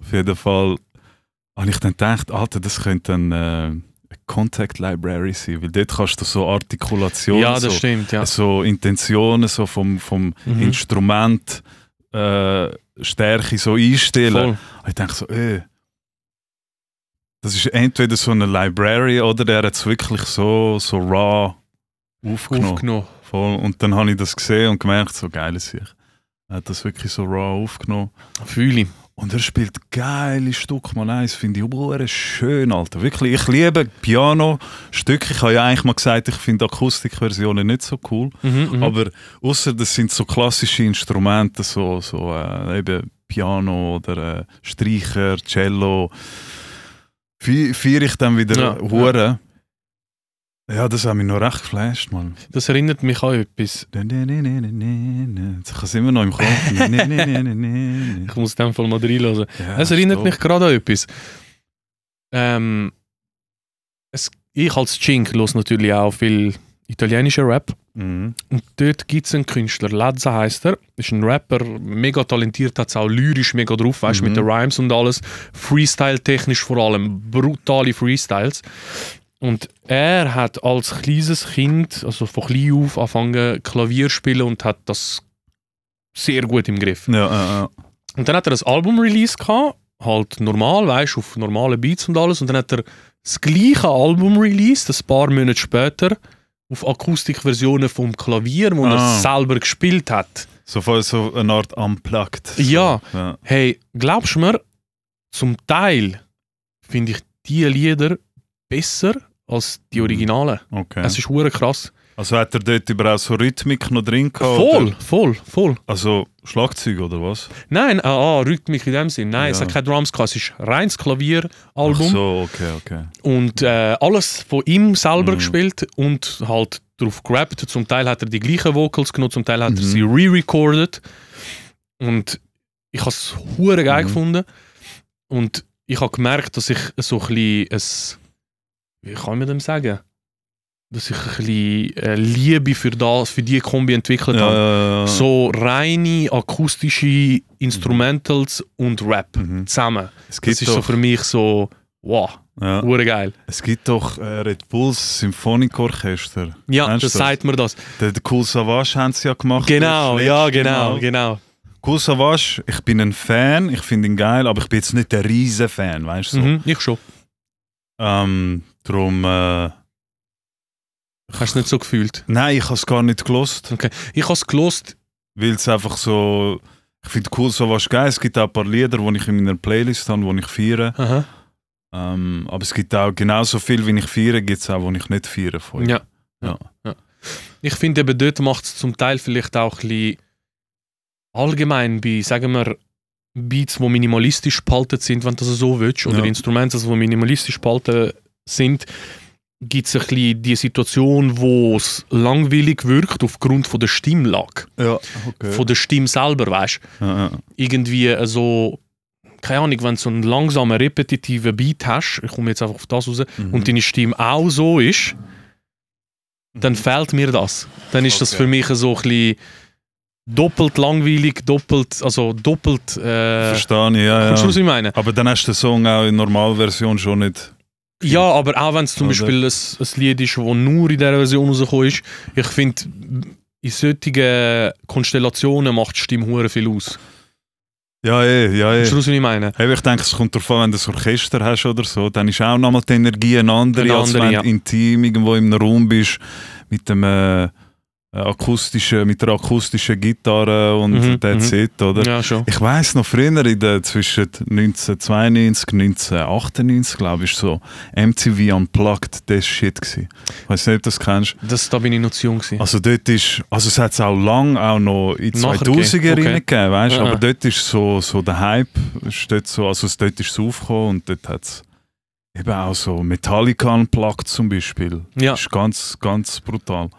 [SPEAKER 1] Auf jeden Fall habe ich dann gedacht, Alter, das könnte ein, äh, eine Contact Library sein, weil dort kannst du so Artikulationen,
[SPEAKER 2] Ja, das
[SPEAKER 1] so,
[SPEAKER 2] stimmt, ja.
[SPEAKER 1] so Intentionen so vom, vom
[SPEAKER 2] Mhm.
[SPEAKER 1] Instrument äh, Stärke so einstellen.
[SPEAKER 2] Voll.
[SPEAKER 1] Und Ich denke so, äh, das ist entweder so eine Library oder der hat es wirklich so, so raw aufgenommen.
[SPEAKER 2] Aufgenommen.
[SPEAKER 1] Voll. Und dann habe ich das gesehen und gemerkt, so geil ist ich. Er hat das wirklich so raw aufgenommen.
[SPEAKER 2] Fühle ich.
[SPEAKER 1] Und er spielt geile Stück mal eins, finde ich hure schön, Alter. Wirklich, ich liebe Piano-Stücke. Ich habe ja eigentlich mal gesagt, ich finde Akustikversionen nicht so cool.
[SPEAKER 2] Mhm, mhm.
[SPEAKER 1] Aber außer das sind so klassische Instrumente, so, so äh, eben Piano oder äh, Streicher, Cello, Fe- Feiere ich dann wieder
[SPEAKER 2] Ja,
[SPEAKER 1] Huren. Ja. das hat mich noch recht geflasht, Mann.
[SPEAKER 2] Das erinnert mich an etwas.
[SPEAKER 1] Jetzt kann es immer noch im Kopf.
[SPEAKER 2] Ich muss in dem Fall mal reinhören.
[SPEAKER 1] Ja,
[SPEAKER 2] Es erinnert
[SPEAKER 1] stopp.
[SPEAKER 2] mich gerade an etwas. Ähm, es, ich als Chink los natürlich auch viel italienischer Rap.
[SPEAKER 1] Mhm.
[SPEAKER 2] Und dort gibt es einen Künstler, Lazza heißt er, ist ein Rapper, mega talentiert, hat es auch lyrisch mega drauf, weißt du,
[SPEAKER 1] Mhm.
[SPEAKER 2] mit den Rhymes und alles. Freestyle-technisch vor allem, brutale Freestyles. Und er hat als kleines Kind, also von klein auf, angefangen Klavier zu spielen und hat das sehr gut im Griff.
[SPEAKER 1] Ja, äh, äh.
[SPEAKER 2] Und dann hat er ein Album-Release gehabt, halt normal, weißt du, auf normalen Beats und alles. Und dann hat er das gleiche Album-Release, ein paar Monate später, auf Akustikversionen vom Klavier, wo
[SPEAKER 1] Ah.
[SPEAKER 2] er selber gespielt hat.
[SPEAKER 1] so, voll so eine Art unplugged. So.
[SPEAKER 2] Ja.
[SPEAKER 1] ja.
[SPEAKER 2] Hey, glaubst du mir, zum Teil finde ich diese Lieder besser als die
[SPEAKER 1] Mhm.
[SPEAKER 2] Originalen.
[SPEAKER 1] Okay.
[SPEAKER 2] Es ist hure krass.
[SPEAKER 1] Also hat er dort überhaupt so Rhythmik noch drin gehabt?
[SPEAKER 2] Voll,
[SPEAKER 1] Oder?
[SPEAKER 2] voll, voll.
[SPEAKER 1] Also Schlagzeug oder was?
[SPEAKER 2] Nein, ah, ah, Rhythmik in dem Sinn. Nein, es
[SPEAKER 1] Ja.
[SPEAKER 2] hat keine Drums gehabt, es ist reines
[SPEAKER 1] Ach
[SPEAKER 2] Klavieralbum.
[SPEAKER 1] so, okay, okay.
[SPEAKER 2] und äh, alles von ihm selber
[SPEAKER 1] Mhm.
[SPEAKER 2] gespielt und halt drauf gerappt. Zum Teil hat er die gleichen Vocals genommen, zum Teil hat
[SPEAKER 1] Mhm.
[SPEAKER 2] er sie re-recorded. Und ich habe es hure geil
[SPEAKER 1] Mhm.
[SPEAKER 2] gefunden. Und ich habe gemerkt, dass ich so ein bisschen ein, wie kann man dem sagen? Dass ich ein bisschen äh, Liebe für das, für die Kombi entwickelt habe.
[SPEAKER 1] Ja, so.
[SPEAKER 2] So reine akustische Instrumentals und Rap
[SPEAKER 1] Mhm.
[SPEAKER 2] zusammen.
[SPEAKER 1] Es
[SPEAKER 2] Das
[SPEAKER 1] gibt
[SPEAKER 2] ist
[SPEAKER 1] doch,
[SPEAKER 2] so für mich so, wow,
[SPEAKER 1] ja.
[SPEAKER 2] hure geil.
[SPEAKER 1] Es gibt doch äh, Red Bulls Symphonikorchester.
[SPEAKER 2] Ja,
[SPEAKER 1] Kennst
[SPEAKER 2] das
[SPEAKER 1] du das?
[SPEAKER 2] sagt mir das.
[SPEAKER 1] Der, der Cool Savage haben sie ja gemacht.
[SPEAKER 2] Genau,
[SPEAKER 1] Das
[SPEAKER 2] ja,
[SPEAKER 1] letzte
[SPEAKER 2] genau,
[SPEAKER 1] Mal.
[SPEAKER 2] genau.
[SPEAKER 1] Cool Savage, ich bin ein Fan, ich finde ihn geil, aber ich bin jetzt nicht der riesen Fan, weißt du? So.
[SPEAKER 2] Mhm, ich schon.
[SPEAKER 1] Ähm, drum, äh,
[SPEAKER 2] Hast du nicht so gefühlt?
[SPEAKER 1] nein, ich habe es gar nicht gelost,
[SPEAKER 2] Okay. Ich habe es gelost.
[SPEAKER 1] weil es einfach so. Ich finde Cool Savage geil. Es gibt auch ein paar Lieder, die ich in meiner Playlist habe, die ich feiere.
[SPEAKER 2] Aha.
[SPEAKER 1] Ähm, aber es gibt auch genauso viel, wie ich feiere, gibt es auch, die ich nicht feiere. Von.
[SPEAKER 2] Ja.
[SPEAKER 1] Ja.
[SPEAKER 2] ja. Ich finde eben dort macht es zum Teil vielleicht auch ein bisschen allgemein bei, sagen wir, Beats, die minimalistisch spaltet sind, wenn du das so willst, oder
[SPEAKER 1] Ja.
[SPEAKER 2] Instrumente, die minimalistisch spalten sind, gibt es ein bisschen die Situation, wo es langweilig wirkt aufgrund von der Stimmlage,
[SPEAKER 1] ja, okay.
[SPEAKER 2] von der Stimme selber, weißt
[SPEAKER 1] ja, ja.
[SPEAKER 2] irgendwie äh, so, keine Ahnung, wenn du so einen langsamen, repetitiven Beat hast, ich komme jetzt einfach auf das raus,
[SPEAKER 1] Mhm.
[SPEAKER 2] und deine Stimme auch so ist, dann fehlt mir das. Dann ist das
[SPEAKER 1] Mhm. Okay.
[SPEAKER 2] für mich so ein bisschen doppelt langweilig, doppelt, also doppelt,
[SPEAKER 1] Mhm.
[SPEAKER 2] äh,
[SPEAKER 1] Verstehe ich, ja. ja.
[SPEAKER 2] kommst du, was ich meine?
[SPEAKER 1] Aber dann hast du den Song auch in Normalversion schon nicht.
[SPEAKER 2] Ja, aber auch wenn es zum
[SPEAKER 1] Oder?
[SPEAKER 2] Beispiel ein, ein Lied ist, das nur in dieser Version rausgekommen ist, ich finde, in solchen Konstellationen macht die Stimme hure viel aus.
[SPEAKER 1] Ja, eh, ja, eh.
[SPEAKER 2] Kommst du, was ich meine?
[SPEAKER 1] Hey, ich denke, es kommt darauf an, wenn du ein Orchester hast oder so, dann ist auch nochmal die Energie eine andere,
[SPEAKER 2] Eine
[SPEAKER 1] als
[SPEAKER 2] andere,
[SPEAKER 1] wenn
[SPEAKER 2] ja.
[SPEAKER 1] du intim irgendwo im Raum bist mit dem äh, äh, akustischen, mit der akustischen Gitarre und
[SPEAKER 2] Mhm,
[SPEAKER 1] der
[SPEAKER 2] mhm.
[SPEAKER 1] Set, oder?
[SPEAKER 2] Ja, schon.
[SPEAKER 1] Ich weiß noch früher in der, zwischen 1992 und 1998, glaube ich, so MTV Unplugged, das Shit gsi. Ich weiß nicht, ob du das kennst.
[SPEAKER 2] Das, da bin ich noch zu jung. Gewesen.
[SPEAKER 1] Also dort ist, also es hat es auch lang auch noch in
[SPEAKER 2] Nachher
[SPEAKER 1] 2000 er
[SPEAKER 2] gegeben, okay.
[SPEAKER 1] gegeben, weißt du,
[SPEAKER 2] Ah, ah.
[SPEAKER 1] aber dort ist so, so der Hype, ist dort so, also es- dort ist es aufgekommen und dort hat es eben auch so Metallica Unplugged zum Beispiel.
[SPEAKER 2] Ja.
[SPEAKER 1] Ist ganz, ganz brutal.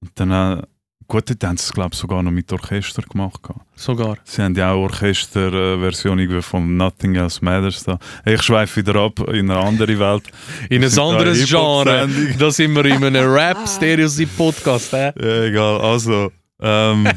[SPEAKER 1] Und dann, äh, gut, dort haben sie es glaube ich sogar noch mit Orchester gemacht. gehabt.
[SPEAKER 2] Sogar.
[SPEAKER 1] Sie haben ja auch Orchester-Version irgendwie von Nothing Else Matters da. Ich schweife wieder ab in eine andere Welt.
[SPEAKER 2] In
[SPEAKER 1] Wir
[SPEAKER 2] ein
[SPEAKER 1] sind da
[SPEAKER 2] anderes Genre.
[SPEAKER 1] Hip-Hop-Sendung.
[SPEAKER 2] Da sind wir in einem Rap-Stereotyp-Podcast. hä?
[SPEAKER 1] Ja, egal, also. Ähm,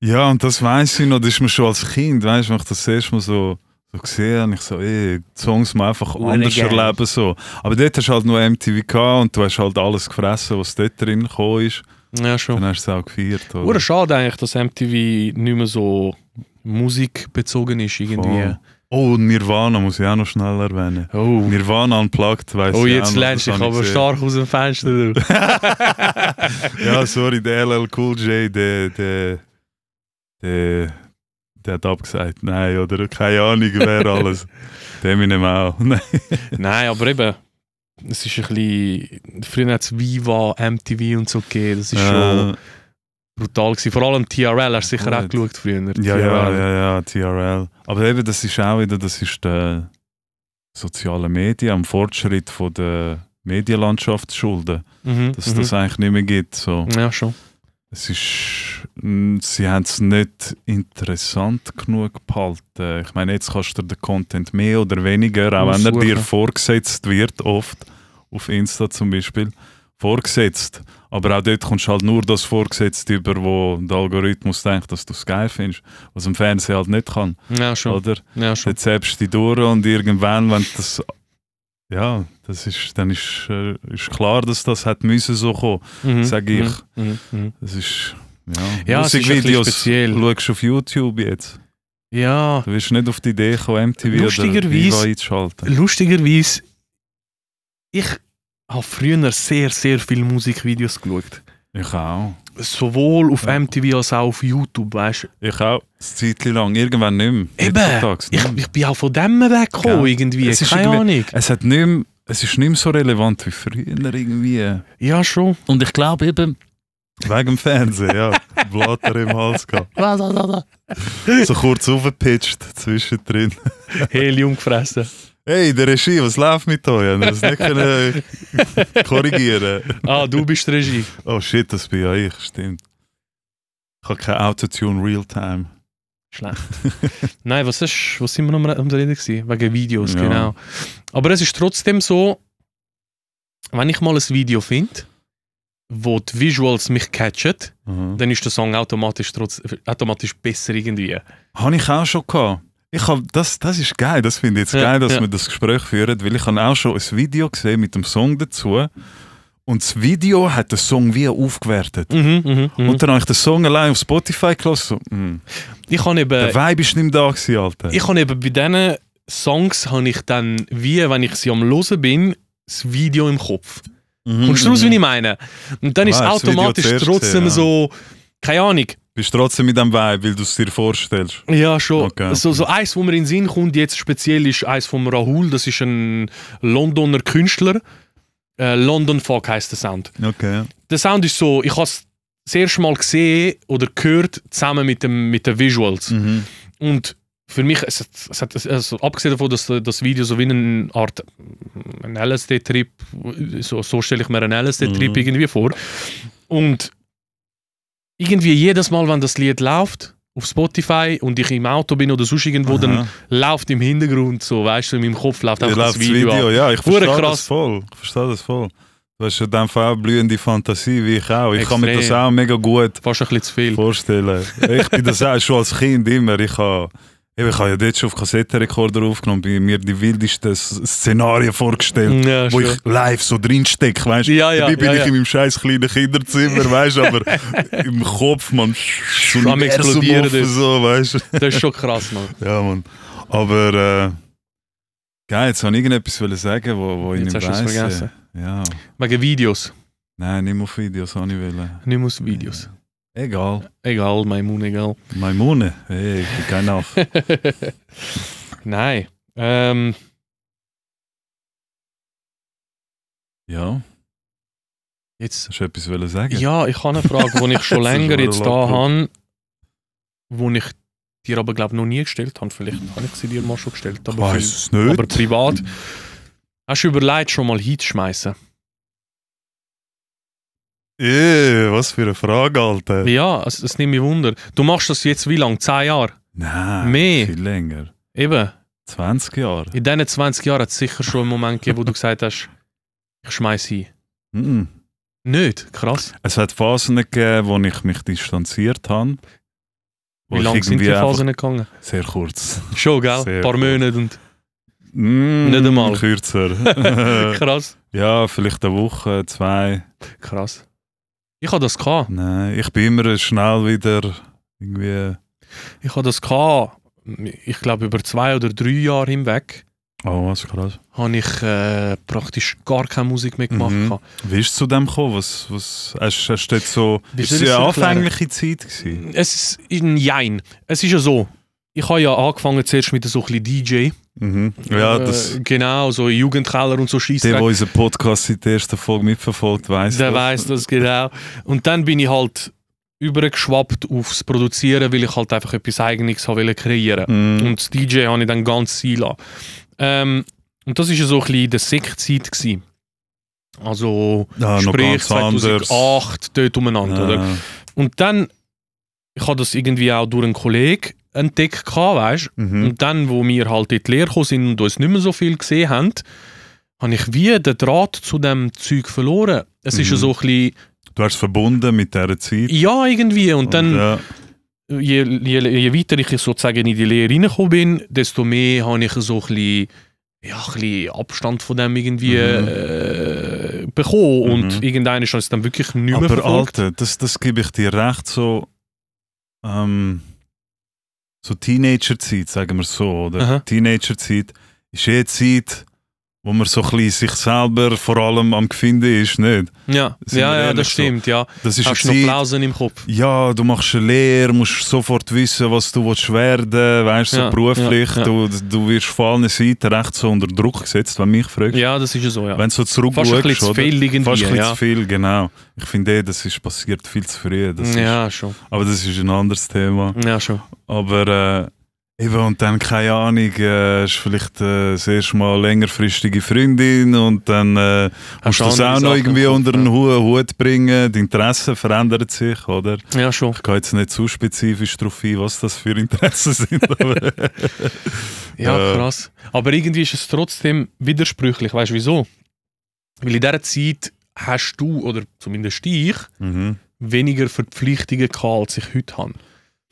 [SPEAKER 1] ja, und das weiß ich noch, das ist mir schon als Kind, weißt du, wenn ich das erste Mal so, so gesehen habe, ich so, ey, die Songs mal einfach
[SPEAKER 2] Ohne
[SPEAKER 1] anders
[SPEAKER 2] Gang.
[SPEAKER 1] erleben. So. Aber dort hast du halt nur MTV gehabt und du hast halt alles gefressen, was dort drin gekommen ist.
[SPEAKER 2] Ja, schon.
[SPEAKER 1] Dann hast du es auch gefeiert.
[SPEAKER 2] Hure
[SPEAKER 1] Oder?
[SPEAKER 2] schade eigentlich, dass MTV nicht mehr so musikbezogen ist irgendwie.
[SPEAKER 1] Voll. Oh, und Nirvana muss ich auch noch schnell erwähnen.
[SPEAKER 2] Oh,
[SPEAKER 1] Nirvana unplugged, weiss
[SPEAKER 2] oh
[SPEAKER 1] ich auch
[SPEAKER 2] jetzt
[SPEAKER 1] noch,
[SPEAKER 2] lernst du
[SPEAKER 1] das hab
[SPEAKER 2] dich
[SPEAKER 1] ich
[SPEAKER 2] aber
[SPEAKER 1] gesehen.
[SPEAKER 2] stark aus dem Fenster. Du.
[SPEAKER 1] Ja, sorry, der LL Cool J, der, der, der, der hat abgesagt. Nein, oder keine Ahnung, wer alles. Der Eminem auch. Nein.
[SPEAKER 2] Nein, aber eben, es ist ein bisschen. Früher hat es Viva, MTV und so gegeben. Das ist
[SPEAKER 1] Äh,
[SPEAKER 2] schon brutal. Gewesen. Vor allem TRL hast du sicher auch
[SPEAKER 1] Gut.
[SPEAKER 2] geschaut früher.
[SPEAKER 1] Äh, ja, ja,
[SPEAKER 2] TRL.
[SPEAKER 1] ja, ja, TRL. Aber eben, das ist auch wieder, das ist der, sozialen Medien, am Fortschritt von der Medienlandschaft schulden,
[SPEAKER 2] Mhm,
[SPEAKER 1] dass
[SPEAKER 2] mhm.
[SPEAKER 1] das eigentlich nicht mehr gibt. So.
[SPEAKER 2] Ja, schon.
[SPEAKER 1] Es ist, mm, sie haben es nicht interessant genug behalten. Ich meine, jetzt kannst du dir den Content mehr oder weniger, auch wenn er
[SPEAKER 2] Aussuchen.
[SPEAKER 1] dir vorgesetzt wird, oft auf Insta zum Beispiel, vorgesetzt. Aber auch dort kommst du halt nur das vorgesetzt über, wo der Algorithmus denkt, dass du es geil findest, was im Fernsehen halt nicht kann,
[SPEAKER 2] Ja, schon.
[SPEAKER 1] oder?
[SPEAKER 2] Ja, schon.
[SPEAKER 1] Dann selbst die durch und irgendwann, wenn das... Ja, das ist, dann ist, äh, ist klar, dass das hat müssen so kommen.
[SPEAKER 2] Mhm,
[SPEAKER 1] sag ich.
[SPEAKER 2] mhm, Mhm, mhm.
[SPEAKER 1] Das ist.
[SPEAKER 2] Ja,
[SPEAKER 1] Ja,
[SPEAKER 2] es ist ein
[SPEAKER 1] Musikvideos
[SPEAKER 2] bisschen speziell.
[SPEAKER 1] schaust du auf YouTube jetzt.
[SPEAKER 2] Ja,
[SPEAKER 1] Du wirst nicht auf die Idee kommen, MTV
[SPEAKER 2] Lustigerweise-
[SPEAKER 1] oder Viva einzuschalten.
[SPEAKER 2] lustigerweise, ich habe früher sehr, sehr viele Musikvideos geschaut.
[SPEAKER 1] Ich auch.
[SPEAKER 2] Sowohl auf
[SPEAKER 1] Ja.
[SPEAKER 2] MTV als auch auf YouTube, weißt du.
[SPEAKER 1] Ich auch. Eine Zeit lang. Irgendwann nicht mehr.
[SPEAKER 2] Eben.
[SPEAKER 1] Heutzutage
[SPEAKER 2] Ich,
[SPEAKER 1] nicht mehr.
[SPEAKER 2] ich bin auch von dem weggekommen,
[SPEAKER 1] Mhm. Ja.
[SPEAKER 2] irgendwie.
[SPEAKER 1] Es ist
[SPEAKER 2] Keine Ahnung.
[SPEAKER 1] Es, hat nicht mehr, es ist nicht mehr so relevant wie früher irgendwie.
[SPEAKER 2] Ja, schon.
[SPEAKER 1] Und ich glaube eben. Wegen dem Fernsehen, ja. Blatter im Hals gehabt. So kurz aufgepitcht zwischendrin.
[SPEAKER 2] Helium gefressen.
[SPEAKER 1] Hey, der Regie, was läuft mit euch? Haben wir das nicht können korrigieren
[SPEAKER 2] Ah, du bist die Regie.
[SPEAKER 1] Oh shit, das bin ja ich, stimmt. Ich habe kein Autotune Realtime.
[SPEAKER 2] Schlecht. Nein, was ist, was sind wir noch am- am Reden gewesen? Wegen Videos,
[SPEAKER 1] Ja.
[SPEAKER 2] genau. Aber es ist trotzdem so, wenn ich mal ein Video finde, wo die Visuals mich catchen,
[SPEAKER 1] Mhm.
[SPEAKER 2] dann ist der Song automatisch, trotz, automatisch besser irgendwie.
[SPEAKER 1] Habe ich auch schon gehabt. Ich hab, das, das ist geil, das finde ich jetzt
[SPEAKER 2] Ja,
[SPEAKER 1] geil, dass
[SPEAKER 2] ja.
[SPEAKER 1] wir das Gespräch führen, weil ich habe auch schon ein Video gesehen mit dem Song dazu. Und das Video hat den Song wie aufgewertet.
[SPEAKER 2] Mhm, mhm, mhm.
[SPEAKER 1] Und dann habe ich den Song allein auf Spotify gelassen. So, mm.
[SPEAKER 2] Ich habe eben,
[SPEAKER 1] Der Vibe ist nicht mehr da gewesen, Alter.
[SPEAKER 2] Äh, ich habe eben bei diesen Songs, habe ich dann, wie wenn ich sie am Hören bin, das Video im Kopf.
[SPEAKER 1] Mhm.
[SPEAKER 2] Kommst du raus, wie ich meine? Und dann ist es
[SPEAKER 1] Ah, das Video
[SPEAKER 2] automatisch
[SPEAKER 1] zuerst gesehen,
[SPEAKER 2] trotzdem
[SPEAKER 1] ja.
[SPEAKER 2] so, keine Ahnung,
[SPEAKER 1] Bist trotzdem mit dem Vibe, weil du es dir vorstellst.
[SPEAKER 2] Ja, schon.
[SPEAKER 1] Okay.
[SPEAKER 2] So, so eins, wo mir in den Sinn kommt, jetzt speziell ist eins von Rahul, das ist ein Londoner Künstler. Äh, London Fog heißt der Sound.
[SPEAKER 1] Okay.
[SPEAKER 2] Der Sound ist so, ich habe es das erste Mal gesehen oder gehört, zusammen mit, dem, mit den Visuals.
[SPEAKER 1] Mhm.
[SPEAKER 2] Und für mich, es, hat- es hat, also, abgesehen davon, dass äh, das Video so wie eine Art ein LSD-Trip, so, so stelle ich mir einen LSD-Trip
[SPEAKER 1] Mhm.
[SPEAKER 2] irgendwie vor. Und irgendwie jedes Mal, wenn das Lied läuft, auf Spotify und ich im Auto bin oder sonst irgendwo, dann
[SPEAKER 1] Aha.
[SPEAKER 2] läuft im Hintergrund so, weißt du, in meinem Kopf läuft
[SPEAKER 1] Ja,
[SPEAKER 2] einfach
[SPEAKER 1] läuft
[SPEAKER 2] das Video. ab.
[SPEAKER 1] ja, ich
[SPEAKER 2] Hure
[SPEAKER 1] verstehe
[SPEAKER 2] krass.
[SPEAKER 1] das voll. Ich verstehe das voll. Du hast ja dann auch blühende Fantasie, wie ich auch. Ich kann mir das
[SPEAKER 2] Extrem.
[SPEAKER 1] auch mega gut
[SPEAKER 2] Fast ein bisschen zu viel.
[SPEAKER 1] vorstellen. Ich bin das auch schon als Kind immer. Ich habe ich habe ja dort schon auf Kassettenrekorder aufgenommen, bin mir die wildesten S- Szenarien vorgestellt.
[SPEAKER 2] Ja,
[SPEAKER 1] Wo
[SPEAKER 2] schon.
[SPEAKER 1] ich live so drinstecke, weißt du?
[SPEAKER 2] Ja, ja,
[SPEAKER 1] Dabei bin
[SPEAKER 2] ja,
[SPEAKER 1] ich
[SPEAKER 2] ja.
[SPEAKER 1] in meinem scheiß kleinen Kinderzimmer, weißt du? Aber im Kopf, man, so
[SPEAKER 2] Am explodieren dort.
[SPEAKER 1] so, weißt du?
[SPEAKER 2] Das ist schon krass, Mann.
[SPEAKER 1] Ja, Mann. Aber äh, geil, jetzt wollte ich irgendetwas wollen sagen, wo, wo ich
[SPEAKER 2] Jetzt
[SPEAKER 1] nicht
[SPEAKER 2] hast du es
[SPEAKER 1] weiss. äh,
[SPEAKER 2] vergessen.
[SPEAKER 1] Ja.
[SPEAKER 2] Wegen Videos.
[SPEAKER 1] Nein, nicht mehr auf Videos habe ich wollen.
[SPEAKER 2] Nicht mehr aus Videos.
[SPEAKER 1] Egal.
[SPEAKER 2] Egal, mein Mund, egal.
[SPEAKER 1] Maimune. Hey, ich bin kein Nach.
[SPEAKER 2] Nein. Ähm,
[SPEAKER 1] ja,
[SPEAKER 2] jetzt.
[SPEAKER 1] hast du etwas wollen sagen?
[SPEAKER 2] Ja, ich habe eine Frage, die ich schon
[SPEAKER 1] Das ist
[SPEAKER 2] länger
[SPEAKER 1] schon
[SPEAKER 2] jetzt da
[SPEAKER 1] lang
[SPEAKER 2] habe, die ich dir aber, glaube noch nie gestellt habe. Vielleicht habe ich sie dir mal schon gestellt,
[SPEAKER 1] Ich
[SPEAKER 2] aber,
[SPEAKER 1] weiss
[SPEAKER 2] viel,
[SPEAKER 1] es nicht.
[SPEAKER 2] aber privat. Hast du überlegt, schon mal hinzuschmeißen?
[SPEAKER 1] Ey, Äh, was für eine Frage, Alter.
[SPEAKER 2] Ja, es, es nimmt mich Wunder. Du machst das jetzt wie lange? Zehn Jahre?
[SPEAKER 1] Nein,
[SPEAKER 2] Mehr.
[SPEAKER 1] viel länger.
[SPEAKER 2] Eben.
[SPEAKER 1] 20 Jahre.
[SPEAKER 2] In diesen 20 Jahren hat es sicher schon einen Moment gegeben, wo du gesagt hast, ich schmeiß hin.
[SPEAKER 1] Mhm.
[SPEAKER 2] Nicht? Krass.
[SPEAKER 1] Es hat Phasen gegeben, wo ich mich distanziert habe. Wo
[SPEAKER 2] Wie
[SPEAKER 1] ich
[SPEAKER 2] lange sind die
[SPEAKER 1] irgendwie einfach-
[SPEAKER 2] Phasen gegangen?
[SPEAKER 1] Sehr kurz.
[SPEAKER 2] Schon, gell?
[SPEAKER 1] Sehr
[SPEAKER 2] Ein paar
[SPEAKER 1] gut.
[SPEAKER 2] Monate und.
[SPEAKER 1] Mm,
[SPEAKER 2] Nicht einmal.
[SPEAKER 1] Kürzer.
[SPEAKER 2] Krass.
[SPEAKER 1] Ja, vielleicht eine Woche, zwei.
[SPEAKER 2] Krass. Ich habe das gehabt.
[SPEAKER 1] Nein, ich bin immer schnell wieder irgendwie.
[SPEAKER 2] Ich habe das gehabt. Ich glaube, über zwei oder drei Jahre hinweg
[SPEAKER 1] Oh, was krass.
[SPEAKER 2] habe ich äh, praktisch gar keine Musik mehr gemacht.
[SPEAKER 1] Mhm.
[SPEAKER 2] gehabt.
[SPEAKER 1] Wie ist es zu dem gekommen? Was, was, hast, hast du dort so.
[SPEAKER 2] Wie
[SPEAKER 1] ist
[SPEAKER 2] soll
[SPEAKER 1] es
[SPEAKER 2] ich's
[SPEAKER 1] eine
[SPEAKER 2] erklären?
[SPEAKER 1] anfängliche Zeit? Gewesen?
[SPEAKER 2] Es ist ein Jein. Es ist ja so. Ich habe ja angefangen zuerst mit so ein bisschen DJ.
[SPEAKER 1] Mhm. Ja, das.
[SPEAKER 2] Äh, genau, so Jugendkeller und so Scheiße.
[SPEAKER 1] der, der unseren Podcast seit der ersten Folge mitverfolgt, weiß.
[SPEAKER 2] Der weiß das genau. Und dann bin ich halt übergeschwappt aufs Produzieren, weil ich halt einfach etwas Eigenes haben wollte kreieren.
[SPEAKER 1] Mhm.
[SPEAKER 2] Und das DJ habe ich dann ganz sein lassen. Ähm, Und das war so ein bisschen in der Sektzeit. gewesen. Also
[SPEAKER 1] Ja, Ah, noch
[SPEAKER 2] sprich
[SPEAKER 1] ganz Ah, anders.
[SPEAKER 2] 2008 dort umeinander. Oder?
[SPEAKER 1] Ja.
[SPEAKER 2] Und dann, ich habe das irgendwie auch durch einen Kollegen entdeckt, weißt
[SPEAKER 1] Mhm.
[SPEAKER 2] und dann, wo wir halt in die Lehre gekommen sind und uns nicht mehr so viel gesehen haben, habe ich wie den Draht zu dem Zeug verloren. Es ist
[SPEAKER 1] Mhm.
[SPEAKER 2] ja so ein bisschen,
[SPEAKER 1] Du hast es verbunden mit dieser Zeit.
[SPEAKER 2] ja irgendwie. Und dann,
[SPEAKER 1] ja.
[SPEAKER 2] je, je, je weiter ich sozusagen in die Lehre reingekommen bin, desto mehr habe ich so ein bisschen, ja, ein bisschen Abstand von dem irgendwie
[SPEAKER 1] Mhm.
[SPEAKER 2] äh, bekommen. Und
[SPEAKER 1] Mhm.
[SPEAKER 2] irgendeiner ist es dann wirklich nicht mehr
[SPEAKER 1] Aber
[SPEAKER 2] verfolgt.
[SPEAKER 1] Alter, das, das gebe ich dir recht, so, ähm, so Teenagerzeit, sagen wir es so, oder?
[SPEAKER 2] Aha.
[SPEAKER 1] Teenagerzeit ist eh die Zeit, wo man so ein bisschen sich selber vor allem am Gefinden ist, nicht?
[SPEAKER 2] Ja,
[SPEAKER 1] Sind wir
[SPEAKER 2] ja, ja,
[SPEAKER 1] ehrlich
[SPEAKER 2] das
[SPEAKER 1] so?
[SPEAKER 2] stimmt. Ja.
[SPEAKER 1] Das ist
[SPEAKER 2] Hast du
[SPEAKER 1] eine
[SPEAKER 2] noch
[SPEAKER 1] Zeit,
[SPEAKER 2] Blausen im Kopf?
[SPEAKER 1] ja, du machst eine Lehre, musst sofort wissen, was du willst werden, weißt du, so
[SPEAKER 2] Ja,
[SPEAKER 1] beruflich,
[SPEAKER 2] ja, ja.
[SPEAKER 1] Du, du wirst von allen Seiten recht so unter Druck gesetzt, wenn mich fragst.
[SPEAKER 2] Ja, das ist ja so, ja.
[SPEAKER 1] Wenn du so
[SPEAKER 2] Fast
[SPEAKER 1] zurückschaust,
[SPEAKER 2] ein bisschen zu
[SPEAKER 1] oder?
[SPEAKER 2] viel irgendwie,
[SPEAKER 1] Fast ein bisschen
[SPEAKER 2] ja.
[SPEAKER 1] zu viel, genau. Ich finde, eh, das ist passiert viel zu früh. Das ist,
[SPEAKER 2] Ja, schon.
[SPEAKER 1] Aber das ist ein anderes Thema.
[SPEAKER 2] Ja, schon.
[SPEAKER 1] Aber äh, eben, und dann, keine Ahnung, äh, ist vielleicht äh, das erste Mal längerfristige Freundin und dann äh, musst
[SPEAKER 2] Hast
[SPEAKER 1] du das
[SPEAKER 2] andere
[SPEAKER 1] auch noch
[SPEAKER 2] Sachen
[SPEAKER 1] irgendwie
[SPEAKER 2] im Kopf,
[SPEAKER 1] unter
[SPEAKER 2] ja.
[SPEAKER 1] den Hu- Hut bringen. Die Interessen verändern sich, oder?
[SPEAKER 2] Ja, schon.
[SPEAKER 1] Ich gehe jetzt nicht zu spezifisch darauf ein, was das für Interessen sind. Aber
[SPEAKER 2] Ja,
[SPEAKER 1] Äh.
[SPEAKER 2] krass. Aber irgendwie ist es trotzdem widersprüchlich. Weißt du wieso? Weil in dieser Zeit hast du, oder zumindest ich,
[SPEAKER 1] mhm.
[SPEAKER 2] weniger Verpflichtungen gehabt, als ich heute habe.